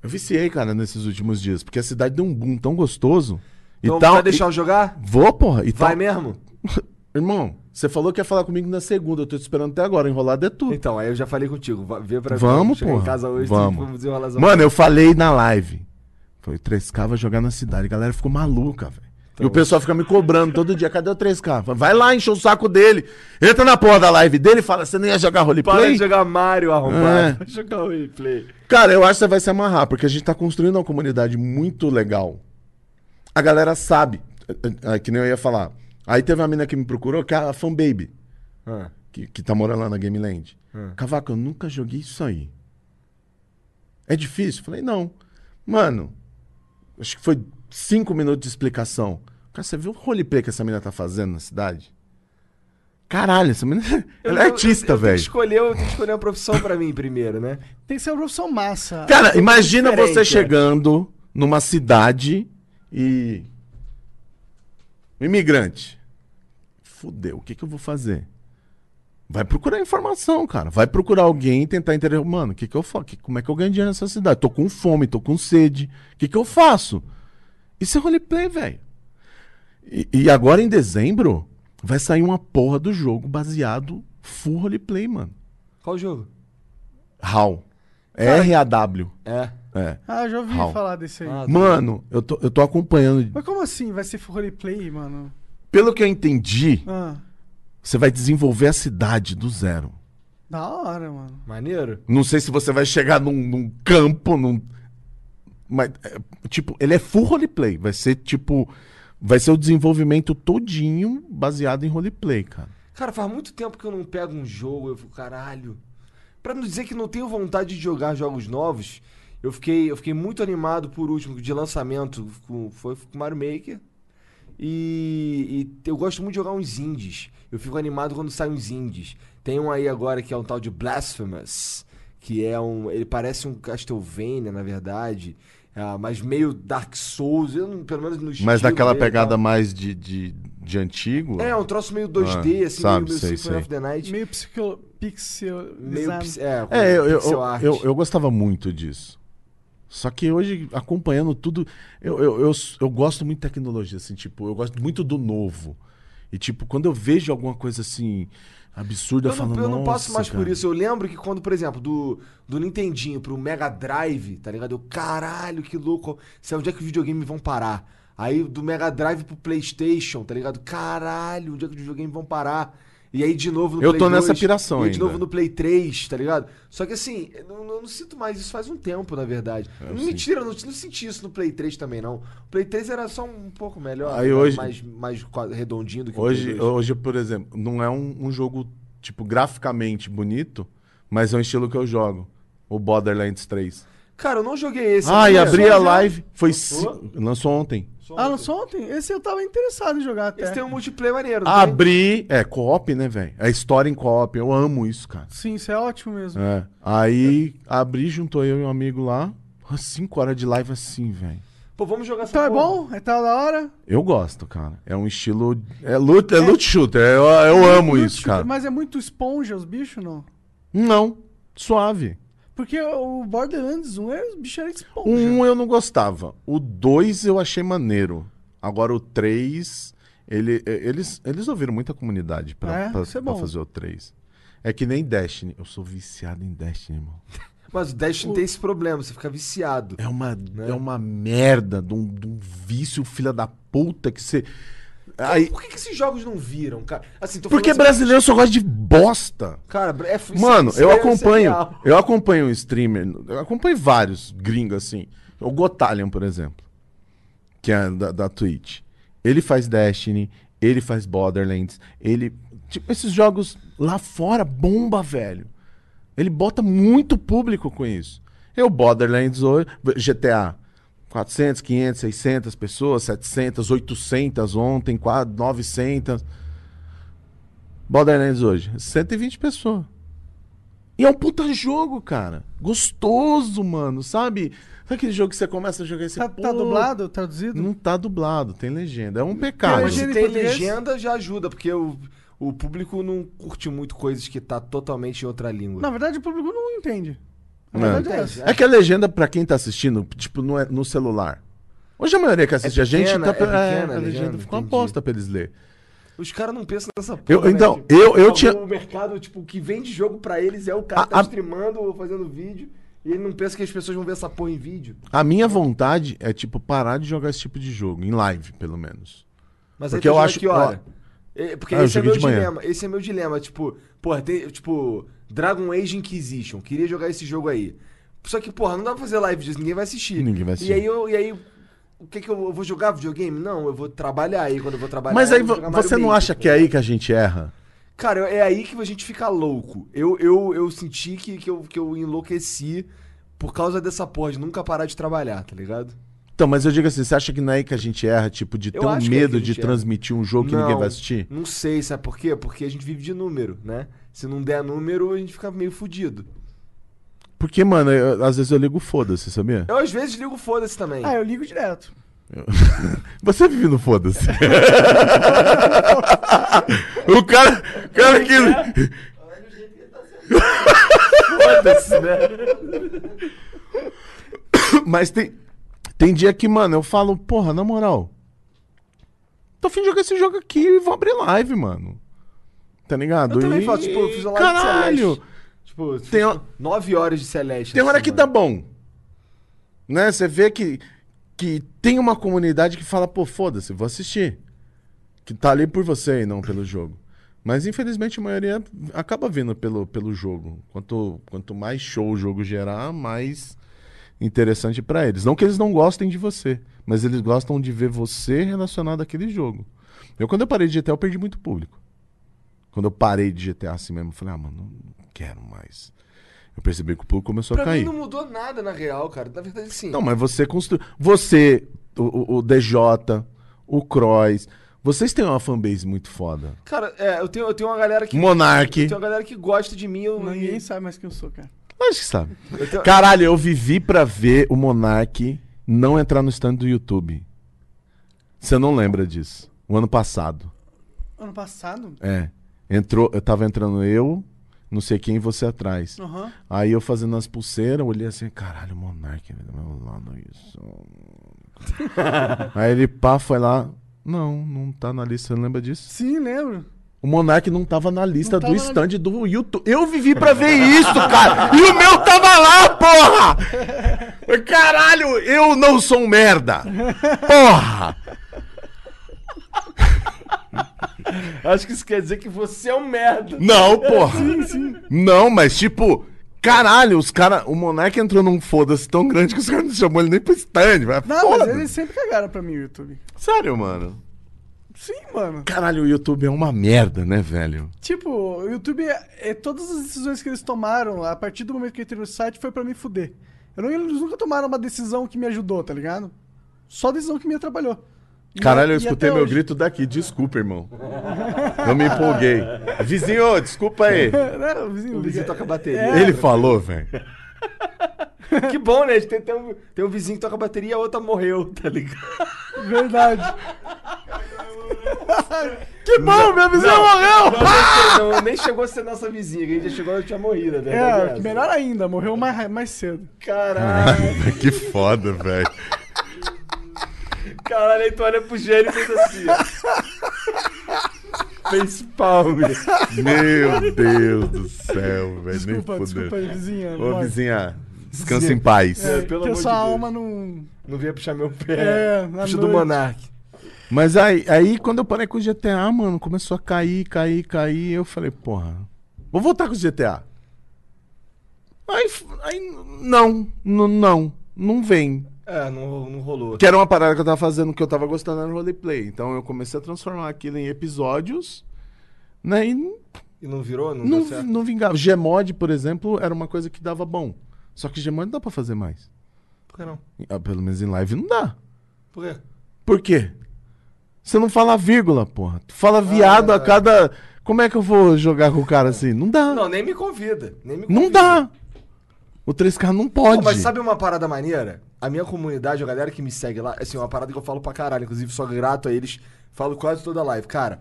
S3: Eu viciei, cara, nesses últimos dias. Porque a cidade deu um boom tão gostoso. E Tá.
S1: Então,
S3: tal.
S1: vai deixar eu jogar?
S3: e- Vou, porra. E
S1: Vai
S3: tal.
S1: mesmo?
S3: Irmão, você falou que ia falar comigo na segunda. Eu tô te esperando até agora. Enrolado é tudo.
S1: Então, aí eu já falei contigo. va- Vê pra
S3: Vamos,
S1: chegar
S3: porra.
S1: em casa hoje, tipo,
S3: Vamos.
S1: vamos desenrolar essa-
S3: Mano, eu falei na live. Falei, 3K vai jogar na cidade. A galera ficou maluca, velho. E
S1: Então,
S3: o pessoal fica me cobrando todo dia. Cadê o 3K? Fala, Vai lá, enche o saco dele. Entra na porra da live dele e fala, você nem ia jogar
S1: Para
S3: roleplay?
S1: de jogar Mario
S3: É.
S1: arrombado. Vai jogar o replay.
S3: Cara, eu acho que você vai se amarrar, porque a gente tá construindo uma comunidade muito legal. A galera sabe, é, é, é, que nem eu ia falar. Aí teve uma mina que me procurou, que é a Fanbaby,
S1: Ah,
S3: que, que tá morando lá na Game Land. Cavaco, eu nunca joguei isso aí. É difícil? Falei, não. Mano, acho que foi cinco minutos de explicação. Cara, você viu o roleplay que essa mina tá fazendo na cidade? Caralho, essa mina ela
S1: eu- eu-
S3: é artista,
S1: eu tenho que
S3: velho.
S1: escolher- Eu tenho que escolher uma profissão pra mim primeiro, né?
S2: Tem que ser uma profissão massa.
S3: Cara, imagina
S1: diferente,
S3: você
S1: né?
S3: chegando numa cidade e. Um imigrante. Fudeu, o que, que eu vou fazer? Vai procurar informação, cara. Vai procurar alguém e tentar entender. Mano, o que, que eu faço? Como é que eu ganho dinheiro nessa cidade? Tô com fome, tô com sede. O que, que eu faço? Isso é roleplay, velho. E, e agora em dezembro vai sair uma porra do jogo baseado full roleplay, mano.
S1: Qual o jogo?
S3: HAW. R-A-W.
S1: É.
S3: É.
S2: Ah, já ouvi
S3: How?
S2: falar desse aí.
S1: Ah,
S3: Mano, eu tô, eu tô acompanhando.
S2: Mas como assim? Vai ser roleplay, mano?
S3: Pelo que eu entendi,
S2: Ah,
S3: você vai desenvolver a cidade do zero.
S2: da hora, mano.
S1: Maneiro.
S3: Não sei se você vai chegar num, num campo, num. Mas, é, tipo, ele é full roleplay. Vai ser, tipo. Vai ser o desenvolvimento todinho baseado em roleplay, cara.
S1: Cara, faz muito tempo que eu não pego um jogo, eu fico, caralho. Pra não dizer que não tenho vontade de jogar jogos novos, eu fiquei, eu fiquei muito animado por último, de lançamento, com- foi com Mario Maker. E, e eu gosto muito de jogar uns indies. Eu fico animado quando saem uns indies. Tem um aí agora que é um tal de Blasphemous, que é um. Ele parece um Castlevania, na verdade. ah, mas meio Dark Souls, eu não- pelo menos no
S3: Mas
S1: estilo
S3: daquela
S1: dele e
S3: pegada
S1: tal.
S3: mais de, de, de antigo.
S1: É, um troço meio 2D,
S3: Ah,
S1: assim,
S3: sabe,
S1: meio, meio
S3: sei,
S1: Symphony
S3: sei.
S1: of the Night.
S2: Meio psico... pixel...
S1: Meio pis- é, com
S3: É, eu, eu,
S1: pixel
S3: eu,
S1: art.
S3: eu, eu gostava muito disso. Só que hoje, acompanhando tudo, eu, eu, eu, eu gosto muito de tecnologia, assim, tipo, eu gosto muito do novo. E, tipo, quando eu vejo alguma coisa assim, absurda, eu,
S1: Eu não,
S3: falo,
S1: eu não passo
S3: "Nossa,
S1: mais por
S3: cara."
S1: isso. Eu lembro que quando, por exemplo, do, do Nintendinho pro Mega Drive, tá ligado? Eu, caralho, que louco. Sei onde é que os videogames vão parar. Aí do Mega Drive pro Playstation, tá ligado? Caralho, onde é que os videogames vão parar? E aí de novo no
S3: Eu
S1: Play
S3: tô nessa
S1: 2,
S3: piração
S1: E aí de
S3: ainda.
S1: novo no Play 3, tá ligado? Só que assim, eu não, eu não sinto mais isso faz um tempo, na verdade. não, mentira, eu não, não senti isso no Play 3 também, não. O Play 3 era só um pouco melhor,
S3: Aí
S1: tá
S3: hoje-
S1: mais, mais quadro- redondinho do que o Play
S3: Hoje,
S1: 2.
S3: hoje, por exemplo, não é um, um jogo, tipo, graficamente bonito, mas é um estilo que eu jogo. O Borderlands 3.
S1: Cara, eu não joguei esse. né?
S3: ah,
S1: eu
S3: e
S1: não
S3: abri
S1: conheço.
S3: a live. Foi
S1: Lançou?
S3: ci- Lançou ontem.
S2: Ah, lançou ontem? Esse eu tava interessado em jogar até.
S1: Esse tem um multiplayer maneiro, né? não tem?
S3: Abri. É, co-op, né, velho? É história em co-op. Eu amo isso, cara.
S2: Sim, isso é ótimo mesmo.
S3: É. Aí abri, juntou eu e um amigo lá. Umas Cinco horas de live assim, velho.
S1: Pô, vamos jogar essa
S2: Então é
S1: porra.
S2: bom? É tal da hora?
S3: Eu gosto, cara. É um estilo. É loot, é loot shooter. Eu, eu amo
S2: Muito
S3: isso,
S2: shooter,
S3: cara.
S2: Mas é muito esponja os bichos, não?
S3: Não. Suave.
S2: Porque o Borderlands 1 era, os bichos eram esponja.
S3: O um eu não gostava. O dois eu achei maneiro. Agora o três Ele, é, eles, eles ouviram muita comunidade pra,
S2: É,
S3: pra-
S2: isso é
S3: pra
S2: bom.
S3: fazer o três É que nem Destiny. Eu sou viciado em Destiny, irmão.
S1: Mas o Destiny tem esse problema, você fica viciado.
S3: É uma,
S2: Né?
S3: é uma merda de um, de um vício, filha da puta, que você. Aí,
S1: Por que, que esses jogos não viram, cara? Assim, tô
S3: Porque
S1: falando assim,
S3: brasileiro só gosta de bosta.
S1: Cara, é isso-
S3: Mano,
S1: isso
S3: eu
S1: é-
S3: acompanho.
S1: isso é real.
S3: Eu acompanho um streamer. Eu acompanho vários gringos assim. O Gotalion, por exemplo. Que é da, da Twitch. Ele faz Destiny, ele faz Borderlands, ele. Tipo, esses jogos lá fora bomba, velho. Ele bota muito público com isso. Eu, Borderlands hoje, GTA, 400, 500, 600 pessoas, 700, 800 ontem, qua- 900. Borderlands hoje, 120 pessoas. E é um puta jogo, cara. Gostoso, mano, sabe? Sabe aquele jogo que você começa a jogar e você.
S2: Tá, tá
S3: pô,
S2: dublado, traduzido?
S3: Não tá dublado, tem legenda. É um
S1: Cara,
S3: pecado.
S2: Mas
S1: se
S2: ele
S1: tem
S2: português?
S1: legenda já ajuda, porque o, o público não curte muito coisas que tá totalmente em outra língua.
S2: Na verdade, o público não entende. Na
S3: Não.
S2: verdade é essa.
S3: É que a legenda, pra quem tá assistindo, tipo, não é no celular. Hoje a maioria que assiste a gente
S1: pequena,
S3: tá. pe-
S1: é pequena
S3: é,
S1: a
S3: a legenda
S1: legenda,
S3: ficou uma
S1: entendi.
S3: aposta pra eles lerem.
S1: Os caras não pensam nessa porra.
S3: Eu-
S1: né?
S3: então,
S1: Tipo,
S3: eu- eu
S1: o-
S3: tinha-
S1: O mercado, tipo, que vende jogo pra eles é o cara que tá
S3: A- a-
S1: streamando ou fazendo vídeo. E ele não pensa que as pessoas vão ver essa porra em vídeo.
S3: A minha vontade é, tipo, parar de jogar esse tipo de jogo, em live, pelo menos.
S1: Mas
S3: Porque
S1: aí tá tu joga
S3: eu acho-
S1: que hora? É, Porque
S3: Ah, eu
S1: esse é
S3: joguei
S1: meu
S3: de manhã.
S1: dilema. Esse é meu dilema. Tipo, porra, tem, tipo, Dragon Age Inquisition. Queria jogar esse jogo aí. Só que, porra, não dá pra fazer live disso, ninguém vai assistir.
S3: Ninguém vai assistir.
S1: E aí, eu, e aí o que que eu, eu vou jogar videogame? Não, eu vou trabalhar aí quando eu vou trabalhar.
S3: Mas
S1: eu
S3: aí
S1: vou
S3: vo-
S1: é jogar Mario
S3: você não
S1: Maker,
S3: acha
S1: tá
S3: que é aí que a gente erra?
S1: Cara, é aí que a gente fica louco. Eu, eu, eu senti que, que, eu, que eu enlouqueci por causa dessa porra de nunca parar de trabalhar, tá ligado?
S3: Então, mas eu digo assim, você acha que não é aí que a gente erra, tipo, de ter
S1: Eu
S3: um
S1: acho que é aí que
S3: medo
S1: a
S3: de
S1: gente erra.
S3: transmitir um jogo que ninguém vai assistir?
S1: Não sei, sabe por quê? Porque a gente vive de número, né? Se não der número, a gente fica meio fudido.
S3: Porque, mano, eu- às vezes eu ligo foda-se, sabia?
S1: Eu às vezes ligo foda-se também.
S2: Ah, eu ligo direto.
S3: Você vive no foda-se. o cara, o cara que...
S1: Foda-se, né?
S3: Mas tem, tem dia que, mano, eu falo, porra, na moral, tô a fim de jogar esse jogo aqui e vou abrir live, mano. Tá ligado?
S1: Eu também
S3: E-
S1: faço, tipo, eu fiz a live de
S3: Caralho!
S1: Celeste. Tipo,
S3: Tem hora-
S1: 9 horas de Celeste. assim,
S3: Tem
S1: essa
S3: hora que dá
S1: semana.
S3: bom. Né? Você vê que, que tem uma comunidade que fala, pô, foda-se, vou assistir. Que tá ali por você e não pelo jogo. Mas infelizmente a maioria acaba vindo pelo, pelo jogo. Quanto, quanto mais show o jogo gerar, mais interessante pra eles. Não que eles não gostem de você, mas eles gostam de ver você relacionado àquele jogo. Eu, quando eu parei de GTA, eu perdi muito público. Quando eu parei de GTA assim mesmo, eu falei, ah, mano, não quero mais. Eu percebi que o público começou a
S1: Pra
S3: cair.
S1: mim não mudou nada na real, cara. Na verdade, assim, sim.
S3: Não, mas você construiu. Você, o, o- o DJ, o Cross, vocês têm uma fanbase muito foda.
S1: Cara, é, eu tenho, eu tenho uma galera que.
S3: Monark.
S1: Tem uma galera que gosta de mim. Eu,
S2: Ninguém sabe mais quem eu sou, cara.
S3: Acho que sabe.
S1: eu tenho-
S3: Caralho, eu vivi pra ver o Monark não entrar no stand do YouTube. Você não lembra disso? O ano passado.
S2: Ano passado?
S3: É. Entrou, eu tava entrando eu, não sei quem e você atrás.
S2: Aham.
S3: Aí eu fazendo as pulseiras, olhei assim, caralho, o Monark velho, do meu lado é isso. Aí ele pá, foi lá. Não, não tá na lista, você não lembra disso?
S2: Sim, lembro.
S3: O Monark não tava na lista
S2: Não tava
S3: do
S2: na
S3: stand do YouTube. Eu vivi pra ver isso, cara! E o meu tava lá, porra! Caralho, eu não sou um merda! Porra!
S1: Acho que isso quer dizer que você é um merda.
S3: Não, porra. Não, mas tipo, caralho, os caras. O Monark entrou num foda-se tão grande que os caras não chamou ele nem pro stand, vai.
S2: Não, mas
S3: foda.
S2: eles sempre cagaram pra mim o YouTube.
S3: Sério, mano.
S2: Sim, mano.
S3: Caralho, o YouTube é uma merda, né, velho?
S2: Tipo, o YouTube, é, é todas as decisões que eles tomaram a partir do momento que eu entrei no site foi pra me fuder. Eu não, eles nunca tomaram uma decisão que me ajudou, tá ligado? Só decisão que me atrapalhou. E-
S3: Caralho, eu
S2: e
S3: escutei
S2: até
S3: meu
S2: hoje.
S3: grito daqui. Desculpa, irmão. Eu me empolguei. Vizinho, desculpa aí.
S2: Né, o vizinho
S1: O
S2: liga-
S1: vizinho toca bateria.
S2: É.
S3: Ele falou, velho.
S1: Que bom, né? Tem, tem, um, tem um vizinho que toca bateria e a outra morreu, tá ligado?
S2: É Verdade. que bom, meu vizinho morreu!
S1: Não, não, nem chegou a ser nossa vizinha, que a gente já chegou, ela tinha morrido, né?
S2: É, que melhor ainda, morreu mais, mais cedo.
S1: Caralho,
S3: que foda, velho.
S1: caralho, aí tu olha pro gênio e fez assim. Face palm.
S3: Meu Deus do céu, velho. Nem
S2: Desculpa, desculpa aí,
S3: fudeu.
S2: vizinha.
S3: Ô,
S2: vai.
S3: vizinha, descansa em paz.
S2: É,
S1: pelo
S2: que a
S1: amor
S2: sua
S1: de Deus.
S2: alma não.
S1: Não vinha puxar meu
S2: É,
S1: pé.
S2: na
S1: Puxa do
S2: noite.
S1: Monark.
S3: Mas aí, aí, quando eu parei com o GTA, mano, começou a cair, cair, cair. Eu falei, porra, vou voltar com o GTA. Aí, f- aí não, n- não, não vem.
S1: É, não, não rolou.
S3: Que era uma parada que eu tava fazendo, que eu tava gostando, era roleplay. Então eu comecei a transformar aquilo em episódios, né? E n-
S1: E não virou? Não,
S3: não,
S1: deu certo?
S3: não vingava. Gmod, por exemplo, era uma coisa que dava bom. Só que Gmod não dá pra fazer mais.
S1: Por que não?
S3: Ah, Pelo menos em live não dá.
S1: Por quê?
S3: Por quê? Você não fala vírgula, porra. Tu
S1: Ah.
S3: fala viado a cada. Como é que eu vou jogar com o cara assim? Não dá.
S1: Não, nem me convida. Nem me
S3: Não
S1: convida.
S3: dá. O 3K não pode.
S1: Pô, mas sabe uma parada maneira? A minha comunidade, a galera que me segue lá, assim, uma parada que eu falo pra caralho. Inclusive, sou grato a eles. Falo quase toda live. Cara,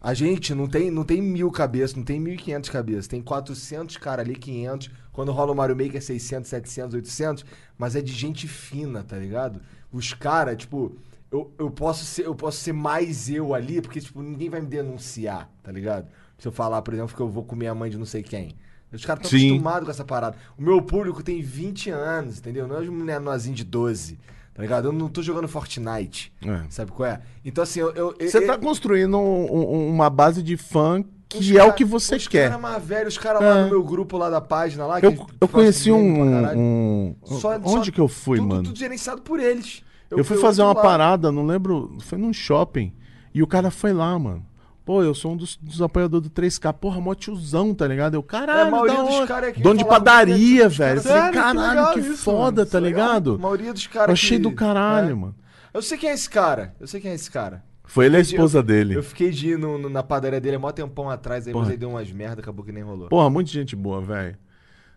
S1: a gente não tem, não tem mil cabeças, não tem 1.500 cabeças. Tem 400 cara ali, 500. Quando rola o Mario Maker, 600, 700, 800. Mas é de gente fina, tá ligado? Os caras, tipo... Eu, eu, posso ser, eu posso ser mais eu ali, porque, tipo, ninguém vai me denunciar, tá ligado? Se eu falar, por exemplo, que eu vou comer a mãe de não sei quem. Os caras estão acostumados
S3: Sim.
S1: acostumado com essa parada. O meu público tem 20 anos, entendeu? Não é um meninozinho de 12, tá ligado? Eu não tô jogando Fortnite,
S3: É.
S1: sabe qual é? Então, assim, eu... eu-
S3: Você
S1: eu-
S3: tá construindo um- um- uma base de fã que
S1: os
S3: é
S1: cara-
S3: o que você
S1: os
S3: quer.
S1: Os caras mais velhos, os caras lá
S3: É.
S1: no meu grupo lá da página lá...
S3: Eu,
S1: que- que
S3: eu
S1: faz
S3: conheci
S1: meme pra
S3: um.
S1: caralho.
S3: um-
S1: Só-
S3: onde
S1: só-
S3: que eu fui,
S1: tudo,
S3: mano?
S1: Tudo gerenciado por eles.
S3: Eu, fui fazer uma
S1: lá.
S3: parada, não lembro, foi num shopping, e o cara foi lá, mano. Pô, eu sou um dos, dos apoiadores do 3K. Porra, mó tiozão, tá ligado? Eu,
S1: É, a
S3: caralho,
S1: maioria
S3: da
S1: dos
S3: hora.
S1: caras é que
S3: Dono de
S1: falava
S3: padaria,
S1: muito,
S3: velho.
S2: caras-
S3: Eu falei,
S2: Sério, que
S3: caralho, que,
S2: legal isso, mano.
S3: foda,
S2: Isso
S3: tá
S2: é legal.
S3: ligado?
S1: A maioria dos
S3: Eu
S1: caras
S3: achei
S1: que-
S3: do caralho,
S1: é.
S3: mano.
S1: Eu sei quem é esse cara. Eu sei quem é esse cara.
S3: Foi ele e a
S1: Eu-
S3: esposa dele.
S1: Eu fiquei de ir no- no- na padaria dele há mó tempão atrás, aí
S3: Porra.
S1: mas aí deu umas merda, acabou que nem rolou.
S3: Porra, muita gente boa, velho.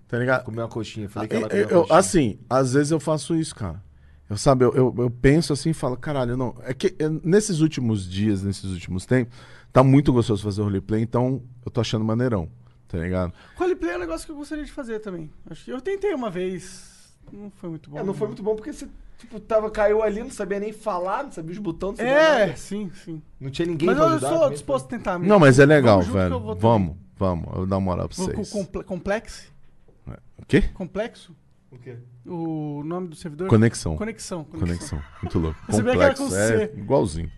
S3: Tá ligado?
S1: Comeu uma coxinha, falei que
S3: Ah, Eu,
S1: ela comeu uma
S3: eu-
S1: coxinha.
S3: assim, às vezes eu faço isso, cara. Eu, sabe, eu, eu, eu penso assim e falo, caralho, não. É que é, nesses últimos dias, nesses últimos tempos, tá muito gostoso fazer roleplay, então eu tô achando maneirão, tá ligado?
S2: Roleplay é um negócio que eu gostaria de fazer também. Acho que eu tentei uma vez. Não foi muito bom.
S1: É, não foi muito bom porque você, tipo, tava, caiu ali, não sabia nem falar, não sabia os botões, não sabia
S2: É,
S1: nada.
S2: sim, sim.
S1: Não tinha ninguém
S2: Mas
S1: pra
S2: eu,
S1: ajudar.
S2: sou
S1: também, né?
S2: disposto a tentar. amigo.
S3: Não, mas é
S2: Vamos
S3: legal,
S2: junto que eu
S3: velho.
S2: vou também.
S3: Vamos, vamos, eu vou dar uma moral pra
S2: Vou com
S3: vocês. É,
S2: comple- complexo?
S3: O quê?
S2: Complexo?
S1: O quê?
S2: O nome do servidor?
S3: Conexão.
S2: Conexão. Conexão.
S3: Conexão. Muito louco.
S2: Você vê aquela
S3: Complexo,
S2: com
S3: é
S2: C.
S3: igualzinho.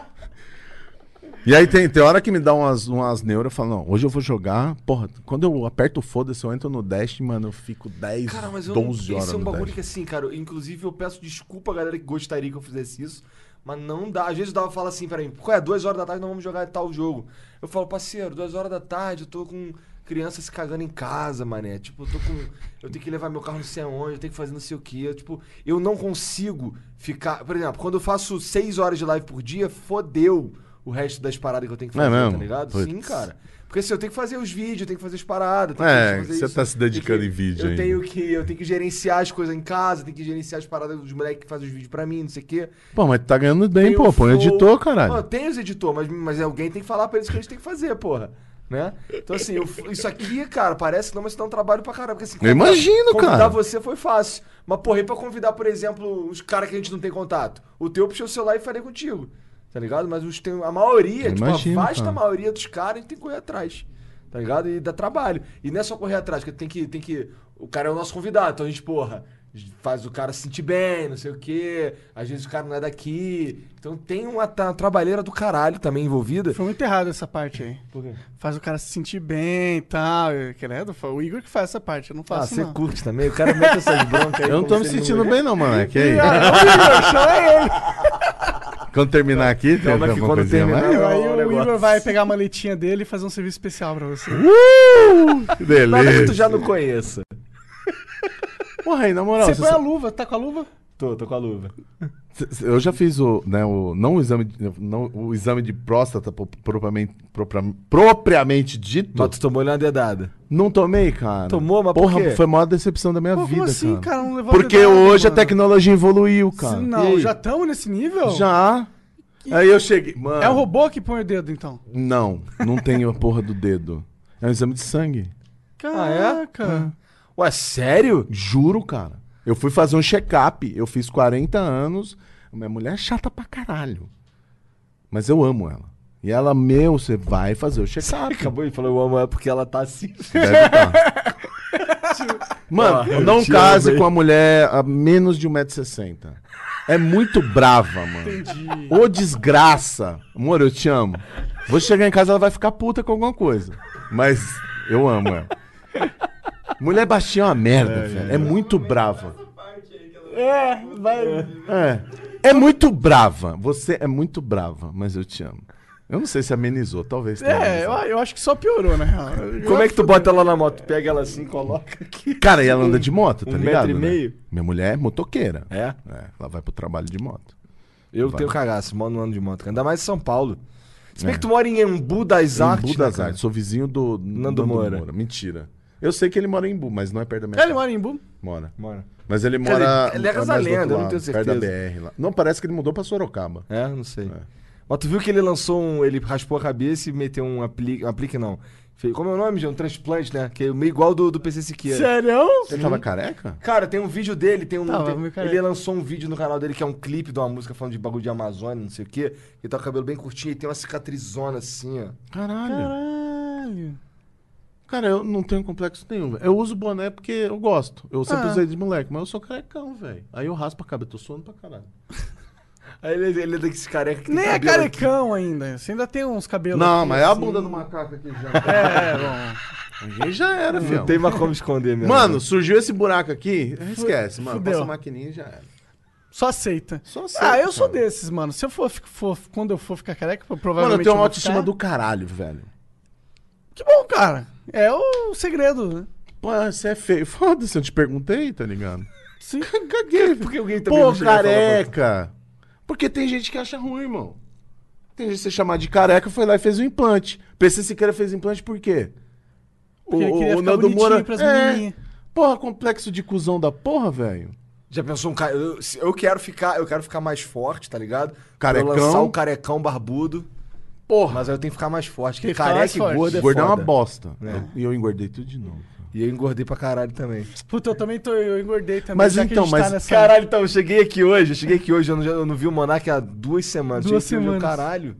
S3: Né? E aí tem, tem hora que me dá umas, umas neuras, eu falo, não, hoje eu vou jogar, porra, quando eu aperto o foda-se, eu entro no dash, mano, eu fico 10,
S1: Cara, mas eu
S3: 12
S1: não,
S3: horas
S1: esse é um
S3: no
S1: bagulho
S3: dash.
S1: que assim, cara, inclusive eu peço desculpa a galera que gostaria que eu fizesse isso, mas não dá. Às vezes eu dava fala assim pra mim, qual é, duas horas da tarde nós vamos jogar tal jogo. Eu falo, parceiro, duas horas da tarde eu tô com criança se cagando em casa, mané. Tipo, eu tô com... Eu tenho que levar meu carro não sei aonde, eu tenho que fazer não sei o que. Eu, tipo, eu não consigo ficar... Por exemplo, quando eu faço seis horas de live por dia, fodeu o resto das paradas que eu tenho que
S3: Não é
S1: fazer, tá
S3: mesmo?
S1: ligado?
S3: Putz.
S1: Sim, cara. Porque assim, eu tenho que fazer os vídeos, eu tenho que fazer as paradas. eu tenho que
S3: É,
S1: tipo, fazer
S3: você
S1: isso,
S3: tá se
S1: tenho
S3: dedicando
S1: que-
S3: em vídeo
S1: Eu
S3: ainda.
S1: tenho que eu tenho que gerenciar as coisas em casa, tenho que gerenciar as paradas dos moleques que fazem os vídeos pra mim, não sei o quê.
S3: Pô, mas tu tá ganhando bem,
S1: Tem
S3: pô,
S1: o
S3: põe
S1: Flow.
S3: editor, caralho.
S1: Não, tem os editor, mas, mas alguém tem que falar pra eles o que eles têm que fazer, porra. Né? Então, assim, eu- isso aqui, cara, parece não, mas dá um trabalho pra caralho. Porque, assim,
S3: Eu imagino,
S1: convidar
S3: cara.
S1: você foi fácil. Mas, porra, e pra convidar, por exemplo, os caras que a gente não tem contato? O teu eu puxei o celular e falei contigo. Tá ligado? Mas os, tem, a maioria,
S3: Eu
S1: tipo,
S3: imagino,
S1: a vasta
S3: cara.
S1: maioria dos caras, a gente tem que correr atrás. Tá ligado? E dá trabalho. E não é só correr atrás, porque tem que, tem que. O cara é o nosso convidado, então a gente, porra, faz o cara se sentir bem, não sei o quê. Às vezes o cara não é daqui. Então tem uma, tra- trabalheira do caralho também envolvida. Ah,
S2: Foi muito errado essa parte aí.
S1: Por quê?
S2: Faz o cara se sentir bem e tal. eu- Credo, foi o Igor que faz essa parte, eu não
S1: Ah,
S2: faço
S1: você
S2: não.
S1: curte também? O cara mete essas broncas aí.
S3: Eu não tô
S1: como
S3: me
S1: se ele
S3: sentindo bem não, mano, é que aí, quando terminar aqui, tem
S1: Calma que
S3: alguma
S1: quando
S3: coisinha
S1: terminar,
S3: mais?
S1: eu- o
S2: Aí o
S3: um
S1: negócio.
S2: Igor vai pegar a maletinha dele e fazer um serviço especial pra você.
S3: Uh, que
S1: Nada que tu
S3: beleza.
S1: já não conheça.
S3: Porra, aí, na moral,
S2: Você
S3: você
S2: põe a luva, tá com a luva?
S1: Tô, tô com a luva.
S3: Eu já fiz o, né, o não o exame, de- não, o exame de próstata pro- propriamente, propram- propriamente dito.
S1: Mas tu tomou uma dedada.
S3: Não tomei, cara.
S1: Tomou, mas por
S3: Porra,
S1: quê?
S3: foi a maior decepção da minha
S2: Pô,
S3: vida,
S2: como assim,
S3: cara.
S2: cara? Não levou
S3: Porque
S2: dedada,
S3: hoje a
S2: mano?
S3: tecnologia evoluiu,
S2: Se
S3: cara. E
S2: Não,
S3: aí?
S2: já estamos nesse nível?
S3: Já. Aí eu cheguei, mano.
S2: É o robô que põe o dedo, então.
S3: Não, não tenho a porra do dedo. É um exame de sangue. Ah, é?
S2: Caraca.
S1: Ué, sério?
S3: Juro, cara. Eu fui fazer um check-up. Eu fiz 40 anos. Minha mulher é chata pra caralho. Mas eu amo ela. E ela, meu, você vai fazer o check-up.
S1: Acabou e falou, eu amo ela porque ela tá assim.
S3: Deve tá. Mano,
S1: Ah, eu
S3: não
S1: te
S3: case
S1: amo, hein?
S3: com a mulher a menos de 1,60m. É muito brava, mano. Ô desgraça. Amor, eu te amo. Vou chegar em casa, ela vai ficar puta com alguma coisa. Mas eu amo ela. Mulher baixinha é uma merda, velho. É, muito brava.
S2: É, vai.
S3: É. É muito brava. Você é muito brava, mas eu te amo. Eu não sei se amenizou, talvez. tenha
S2: É, eu,
S3: amenizado.
S2: eu acho que só piorou, né?
S1: Como é que tu bota ela na moto? Pega ela assim, coloca aqui.
S3: Cara, e ela anda de moto, tá
S1: um
S3: ligado?
S1: metro e
S3: né?
S1: meio?
S3: Minha mulher é motoqueira.
S1: É?
S3: É, ela vai pro trabalho de moto.
S1: Eu tenho cagaço, mano, ano de moto. cara. Ainda mais em São Paulo. Se bem que tu mora em Embu das
S3: Em
S1: Artes.
S3: Embu das
S1: né, cara?
S3: Artes. Sou vizinho do Nando,
S1: Moura.
S3: Mentira. Eu sei que ele mora em Embu, mas não é perto da minha
S2: Ele
S3: casa.
S2: mora em Embu?
S3: Mora.
S1: Mora.
S3: Mas ele mora.
S1: ele é
S3: mais do
S1: Casalenda,
S3: outro
S1: eu não
S3: lado,
S1: tenho
S3: Perto da
S1: certeza.
S3: BR lá. Não, parece que ele mudou pra Sorocaba.
S1: É, não sei.
S3: É.
S1: Mas tu viu que ele lançou um. Ele raspou a cabeça e meteu um aplique. Um aplique não. Fe- Como é o nome, João? Um transplante, né? Que é meio igual do, do PC Siqueira.
S2: Sério?
S3: Ele tava careca?
S1: Cara, tem um vídeo dele, tem um.
S2: Tava
S1: tem-
S2: meio careca.
S1: ele lançou um vídeo no canal dele que é um clipe de uma música falando de bagulho de Amazônia, não sei o quê. Ele tá com o cabelo bem curtinho e tem uma cicatrizona assim, ó.
S3: Caralho.
S2: Caralho.
S3: Cara, eu não tenho complexo nenhum. velho. Eu uso boné porque eu gosto. Eu sempre usei de moleque, mas eu sou carecão, velho. Aí eu raspo a cabeça, tô suando pra caralho.
S1: Aí ele, ele é desse careca que
S2: Nem
S1: tem
S2: é
S1: cabelo aqui.
S2: carecão ainda. Você ainda tem uns cabelos.
S3: Não,
S2: aqui,
S3: mas é a
S2: assim.
S3: bunda do macaco aqui já.
S2: É, bom.
S3: Aí já era,
S1: Não
S3: filho.
S1: tem mais como esconder mesmo.
S3: Mano, surgiu esse buraco aqui. Esquece, mano.
S2: fudeu.
S3: Passa a maquininha e já era.
S2: Só aceita.
S3: Só
S2: Ah,
S3: aceita,
S2: eu sou
S3: cara.
S2: desses, mano. Se eu for, fico- for- quando eu for ficar careca, provavelmente.
S3: Mano, eu tenho uma
S2: vou
S3: autoestima
S2: ficar.
S3: do caralho, velho.
S2: Que bom, cara. É o segredo, né?
S3: Pô, você é feio. Foda-se, eu te perguntei, tá ligado?
S2: Sim.
S3: Caguei. Porque
S1: alguém também
S3: Pô,
S1: não chega a falar pra-
S3: careca. Porque tem gente que acha ruim, irmão. Tem gente que você chamar de careca, foi lá e fez um implante. PC Siqueira fez implante por quê?
S2: Porque ele queria ficar bonitinho pras menininhas.
S3: É. Porra, complexo de cuzão da porra, velho.
S1: Já pensou um cara. Eu, se- eu quero ficar, eu quero ficar mais forte, tá ligado?
S3: Carecão.
S1: Pra eu lançar o carecão barbudo.
S3: Porra.
S1: Mas aí eu tenho que ficar mais forte.
S2: Tem
S1: Porque
S2: que ficar mais
S1: careca
S2: forte.
S1: e gordo é
S3: Engordar é uma
S1: foda.
S3: bosta.
S1: É.
S3: E eu engordei tudo de novo.
S1: E eu engordei pra caralho também.
S2: Puta, eu também tô. Eu engordei também.
S3: Mas
S2: já que a
S3: então,
S2: gente
S3: mas-
S2: Tá nessa...
S1: Caralho, então, eu cheguei aqui hoje, eu cheguei aqui hoje, eu não, eu não vi o Monark há duas semanas.
S2: Duas
S1: Cheguei aqui hoje, eu,
S2: semanas.
S1: Caralho.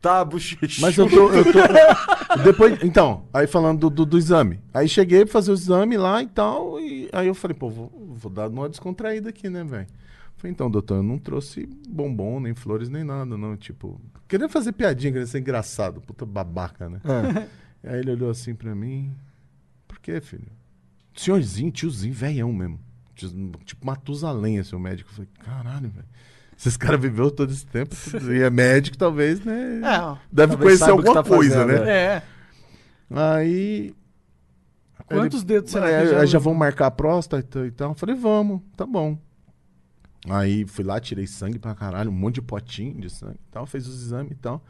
S1: Tá, bochechudo.
S3: Mas eu tô. eu tô- Depois, então, aí falando do, do, do exame. Aí cheguei pra fazer o exame lá e tal. E aí eu falei, pô, vou, vou dar uma descontraída aqui, né, velho? Falei, então, doutor, eu não trouxe bombom, nem flores, nem nada, não. Tipo, queria fazer piadinha, queria ser engraçado. Puta babaca, né? Aí ele olhou assim pra mim. Por quê, filho? Senhorzinho, tiozinho, velhão mesmo. Tio- Tipo, Matusalém, assim, o médico. Eu falei, caralho, velho. Esses caras viveu todo esse tempo. tudo- E é médico, talvez, né?
S2: É, ó.
S3: Deve
S1: Talvez
S3: conhecer
S1: saiba o que
S3: alguma
S1: tá
S3: coisa,
S1: fazendo,
S3: né?
S2: É.
S3: Aí.
S2: Quantos dedos será
S3: é,
S2: que já
S3: já, já vão marcar a próstata e tal? Eu Falei, vamos, tá bom. Aí fui lá, tirei sangue pra caralho, um monte de potinho de sangue e tal, fez os exames e tal.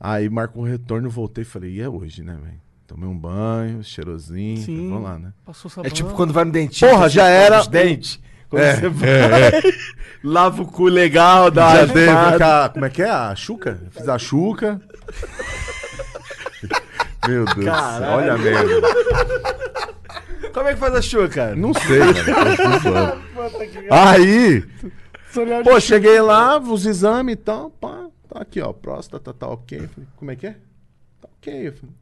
S3: Aí marcou o retorno, voltei e falei, e é hoje, né, velho? Tomei um banho, cheirosinho,
S2: Sim.
S3: falei, vamos lá, né?
S2: Passou sabão.
S1: É tipo quando vai no dentista.
S3: Porra, já
S1: você
S3: era- É.
S1: escova Os dentes. Quando você vai. Lava o cu legal, dá uma
S3: já dei
S1: raspada.
S3: aquela- como é que é? A chuca? Fiz a chuca. Meu Deus, do céu,
S1: Caralho.
S3: olha a merda.
S1: Como é que faz a chuva, cara?
S3: Não sei, cara. tô zoando. Aí, pô, cheguei lá, os exames e tal, pá, tá aqui, ó, próstata tá ok. Eu Falei, como é que é? Tá ok. Eu falei,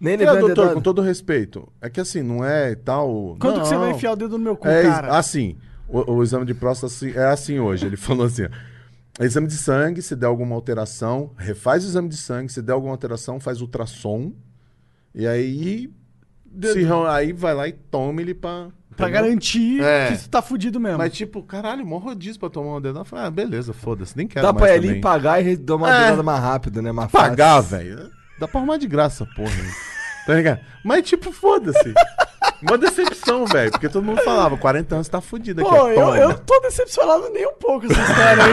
S1: Nem
S3: é,
S1: lembrando
S3: doutor, com todo respeito, é que assim, não é tal...
S2: Quando que você vai
S3: não.
S2: enfiar o dedo no meu cu,
S3: É,
S2: cara?
S3: assim, o, o exame de próstata assim- é assim hoje. Ele falou assim: ó, exame de sangue, se der alguma alteração, refaz o exame de sangue, se der alguma alteração, faz ultrassom. E aí. Se, re- aí vai lá e toma ele pra.
S2: Pra
S3: entendeu?
S2: garantir
S3: Ah, É.
S2: que você tá fudido mesmo.
S3: Mas tipo, caralho, mó rodízio pra tomar uma dedada. Eu falei, ah, beleza, foda-se, nem quero
S1: Dá
S3: mais
S1: pra ir ali
S3: também.
S1: e pagar e dar uma
S3: É.
S1: virada mais rápida, né? Mais fácil.
S3: Pagar, velho. Dá pra arrumar de graça, porra. né? tá ligado? Mas tipo, foda-se. Uma decepção, velho. Porque todo mundo falava, 40 anos tá fudido aqui.
S2: Pô,
S3: ó,
S2: eu,
S3: toma.
S2: eu não tô decepcionado nem um pouco essa história aí.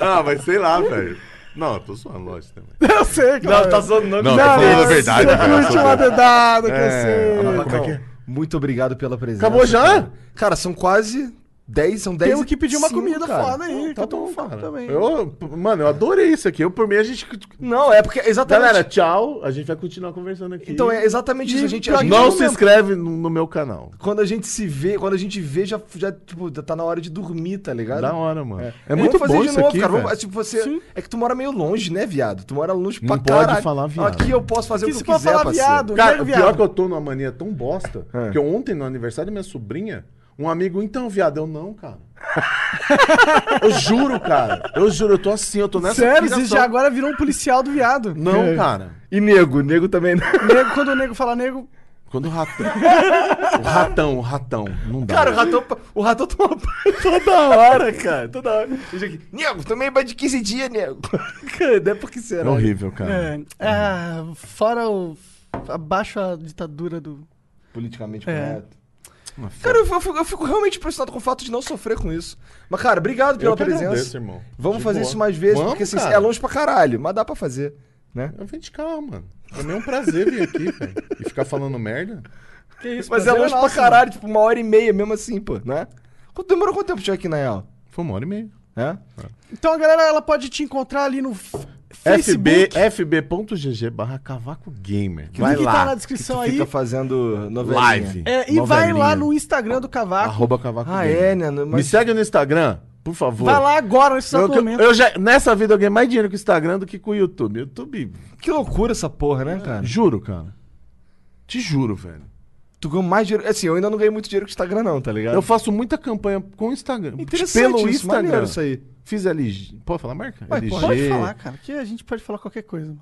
S3: Ah, mas sei lá, velho. Não, eu tô zoando, lógico também.
S2: Eu sei,
S1: Não,
S2: cara.
S1: tá zoando o nome
S3: Não,
S1: dela.
S3: tá falando a
S2: mas
S3: verdade,
S2: Você
S3: cara,
S2: curte
S3: eu sou
S2: uma
S3: doido.
S2: dedada que
S3: É,
S2: eu sei.
S3: mas
S1: Macão,
S3: como é que
S1: Muito obrigado pela presença.
S3: Acabou já?
S1: Cara, Cara, são quase 10, são 10
S2: Temos que pedir uma
S1: cinco,
S2: comida
S1: cara.
S2: foda aí.
S3: Tá
S2: que eu tô
S3: bom,
S2: fora
S3: cara.
S2: também.
S3: Eu, mano, eu adorei isso aqui. Eu, por mim, a gente...
S1: Não, é porque exatamente...
S3: Galera, tchau. A gente vai continuar conversando aqui.
S1: então é exatamente isso. A gente, a gente
S3: Não
S1: não
S3: se inscreve no, no meu canal.
S1: Quando a gente se vê, quando a gente vê, já, já tipo, já tá na hora de dormir, tá ligado?
S3: Da hora, mano. É,
S1: Vamos
S3: muito
S1: fazer
S3: bom
S1: de
S3: isso
S1: novo,
S3: aqui,
S1: cara. Vamos-
S3: velho.
S1: tipo, você,
S2: Sim.
S1: é que tu mora meio longe, né, viado? Tu mora longe
S3: Não
S1: pra
S3: pode
S1: caralho.
S3: falar viado.
S1: Aqui eu posso fazer
S2: Que
S1: o
S2: se
S1: que eu
S2: for
S1: quiser,
S2: falar
S1: parceiro.
S2: viado,
S3: Cara, o
S2: viado.
S3: É pior que eu tô numa mania tão bosta,
S1: É.
S3: que ontem, no aniversário da minha sobrinha, um amigo, então, viado, eu não, cara. eu juro, cara. Eu juro, eu tô assim, eu tô nessa
S1: é
S2: Sério, você
S3: piração.
S2: já agora virou um policial do viado.
S3: Não,
S2: É.
S3: cara.
S1: E nego, nego também não.
S2: Nego, quando o nego fala nego,
S3: Quando o ratão. o ratão, o ratão. Não dá.
S1: Cara, o ratão, o ratão toma banho toda hora, cara. Toda hora. Isso aqui, Nego, tomei banho de 15 dias, nego. Cara, não é porque
S3: É
S1: será.
S3: horrível, cara.
S2: é, ah, fora o. Abaixo a ditadura do.
S1: Politicamente
S2: É.
S1: correto. Cara, eu eu fico, eu fico realmente impressionado com o fato de não sofrer com isso. Mas, cara, obrigado pela
S3: Eu que
S1: presença.
S3: agradeço, irmão.
S1: Vamos
S3: De
S1: fazer
S3: boa.
S1: isso mais vezes,
S3: Vamos,
S1: porque assim,
S3: cara.
S1: é longe pra caralho, mas dá pra fazer, né?
S3: Eu vim de cá, mano. Pra mim é um prazer vir aqui, velho. E ficar falando merda.
S2: Que isso,
S1: Mas é
S2: prazer
S1: longe pra
S2: nosso,
S1: caralho, tipo, uma hora e meia mesmo assim, pô, né? Quanto demorou quanto tempo chegou aqui na real?
S3: Foi uma hora e meia.
S1: É?
S2: mano. Então a galera ela pode te encontrar ali no f-
S1: É,
S2: Facebook.
S3: FB, fb.gg barra cavaco gamer.
S2: o
S3: Vai
S2: link
S3: lá.
S2: tá na
S1: Que tu
S2: descrição aí.
S1: fica fazendo novelinha.
S3: Live.
S2: É, e vai lá no Instagram do Cavaco.
S3: Arroba cavaco
S1: Ah,
S3: gamer.
S1: é, né? No-
S3: Me
S1: Mas...
S3: segue no Instagram, por favor.
S2: Vai lá agora, nesse
S3: Eu,
S2: exato
S3: eu-
S2: momento.
S3: eu já, nessa vida eu ganhei mais dinheiro com o Instagram do que com o YouTube. YouTube,
S1: Que loucura essa porra, né, cara?
S3: juro, cara. Te juro, velho.
S1: Tu ganhou mais dinheiro. Assim, eu ainda não ganhei muito dinheiro com o Instagram, não, tá ligado? Tipo,
S3: Eu faço muita campanha com o Instagram.
S1: Interessante
S3: pelo
S1: isso,
S3: Instagram.
S1: maneiro isso aí.
S3: Fiz LG. Pode falar a marca?
S1: Ué,
S3: LG.
S2: Pode falar, cara, que a gente pode falar qualquer coisa.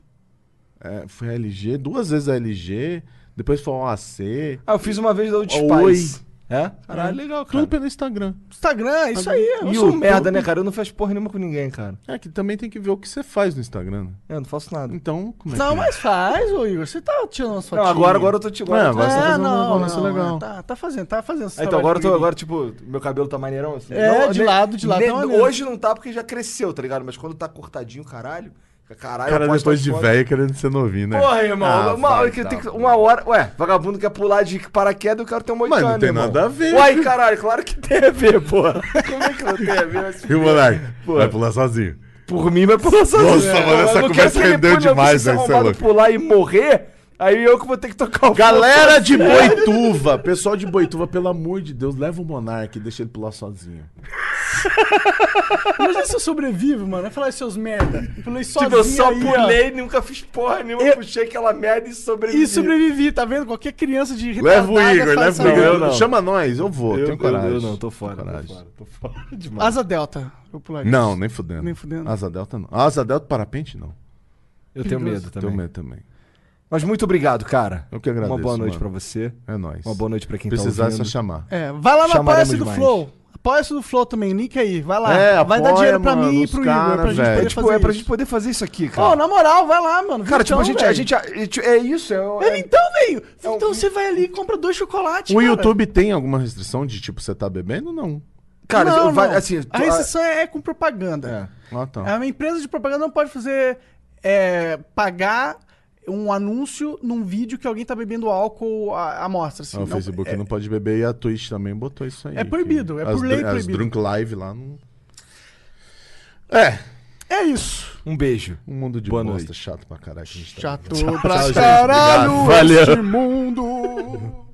S3: É, foi a LG, duas vezes a LG, depois foi um a AC.
S1: Ah, eu fiz uma vez da Old
S3: Oi.
S1: Spice. É? Caralho, legal, cara.
S3: Tudo pelo Instagram.
S2: Instagram, é isso aí.
S1: Eu sou um merda, né, cara? Eu não faço porra nenhuma com ninguém, cara.
S3: É que também tem que ver o que você faz no Instagram. né?
S1: Eu não faço nada.
S3: Então, como é
S2: Não,
S3: que
S2: mas faz, ô Igor. Você tá tirando umas
S1: Não,
S2: fotinhas.
S1: agora, agora eu tô te. Agora,
S3: É,
S1: eu tô-
S3: agora você tá
S2: é,
S3: fazendo um
S2: não,
S3: negócio
S2: não,
S3: legal.
S2: é, Tá, tá fazendo, tá fazendo. esse
S1: Ah, então agora eu tô,
S2: trabalho
S1: agora, tipo, meu cabelo tá maneirão assim.
S2: É, de lado, de lado,
S1: ne-
S2: tá maneiro.
S1: hoje não tá porque já cresceu, tá ligado? Mas quando tá cortadinho, caralho. Caralho,
S3: Cara,
S1: eu posto
S3: depois
S1: as
S3: de
S1: fotos.
S3: velho querendo ser novinho, né?
S1: Porra, irmão.
S3: Ah,
S1: uma,
S3: vai
S1: hora que
S3: dar
S1: tem que- uma hora. Ué, vagabundo quer pular de paraquedas, eu quero ter um moicano.
S3: Mas não tem
S1: irmão.
S3: nada a ver.
S1: Uai, caralho, claro que tem a ver, porra. Como é que não tem a ver? Mas,
S3: E o moleque vai pular sozinho.
S1: por mim, vai pular sozinho.
S3: Nossa, mano,
S1: Eu não
S3: essa
S1: quero
S3: conversa
S1: que ele
S3: rendeu
S1: pule, eu
S3: demais,
S1: preciso
S3: velho, cê é
S1: arrombado
S3: louco.
S1: pular e morrer, aí eu que vou ter que tocar o
S3: Galera de Boituva, pessoal de Boituva, pelo amor de Deus, leva o Monark e deixa ele pular sozinho.
S2: Mas se eu sobrevivo, mano, vai falar seus merda. Eu Pulei sozinho
S1: Tipo, eu só
S2: aí, ó,
S1: pulei, nunca fiz porra nenhuma,
S2: Eu-
S1: puxei aquela merda e sobrevivi.
S2: E sobrevivi, tá vendo? Qualquer criança de
S3: Leva o
S2: retardada
S3: Igor,
S2: faz
S3: leva o
S2: essa-
S3: Igor.
S1: Não, eu não.
S3: Chama nós, eu vou, tenho coragem.
S1: eu não, tô fora,
S3: Tenho
S1: tô
S3: coragem.
S1: fora, tô fora demais.
S2: Asa Delta, eu pularia.
S3: Não, nem fudendo.
S2: Nem fudendo.
S3: Asa Delta não. Asa Delta parapente não.
S1: Eu tenho medo
S3: Também.
S1: também.
S3: Tenho medo também.
S1: Mas muito obrigado, cara.
S3: Eu que agradeço,
S1: Uma boa noite
S3: mano.
S1: pra você.
S3: É nóis.
S1: Uma boa noite pra quem
S3: Precisar
S1: tá
S3: é só
S1: ouvindo.
S3: chamar.
S2: É, vai lá no
S1: Chamaremos
S2: Apoia-se do
S1: demais.
S2: Flow. Apoia-se do Flow também, link aí, vai lá.
S3: É,
S2: vai dar
S3: apoia,
S2: dinheiro pra
S3: mano,
S2: mim e
S3: os
S2: pro Igor,
S3: cara,
S2: pra gente
S3: velho.
S2: poder
S3: É,
S1: Tipo,
S2: fazer
S1: é pra
S2: isso.
S1: gente poder fazer isso aqui,
S2: Ó,
S1: cara.
S2: na moral, vai lá, mano.
S1: Cara, tipo,
S2: Então,
S1: a gente, a
S2: velho.
S1: gente. a- tipo, É isso, é.
S2: É,
S1: é-
S2: Então, velho.
S1: um
S2: Então você vai ali e compra dois chocolates.
S3: O
S1: é.
S2: cara.
S3: YouTube tem alguma restrição de tipo, você tá bebendo? Não.
S1: Cara,
S2: Não,
S1: eu- vai-
S2: não.
S1: assim. tu-
S2: a restrição é com propaganda.
S3: Ah, tá.
S1: É,
S2: É Uma empresa de propaganda não pode fazer. é, pagar um anúncio num vídeo que alguém tá bebendo álcool à, à mostra. assim.
S3: Ah, o
S2: Não-
S1: é.
S3: Facebook não pode beber e a Twitch também botou isso aí.
S2: É proibido, é
S3: as
S2: por lei
S3: dr- As
S2: proibido.
S3: Drunk Live lá não. É,
S2: É isso.
S1: Um beijo.
S3: um mundo de
S1: Boa
S3: bosta
S1: noite.
S3: chato pra caralho que a gente tá
S2: Chato
S3: vivendo.
S2: pra
S3: Tchau, gente.
S2: caralho
S3: Obrigado. Valeu.
S2: este mundo.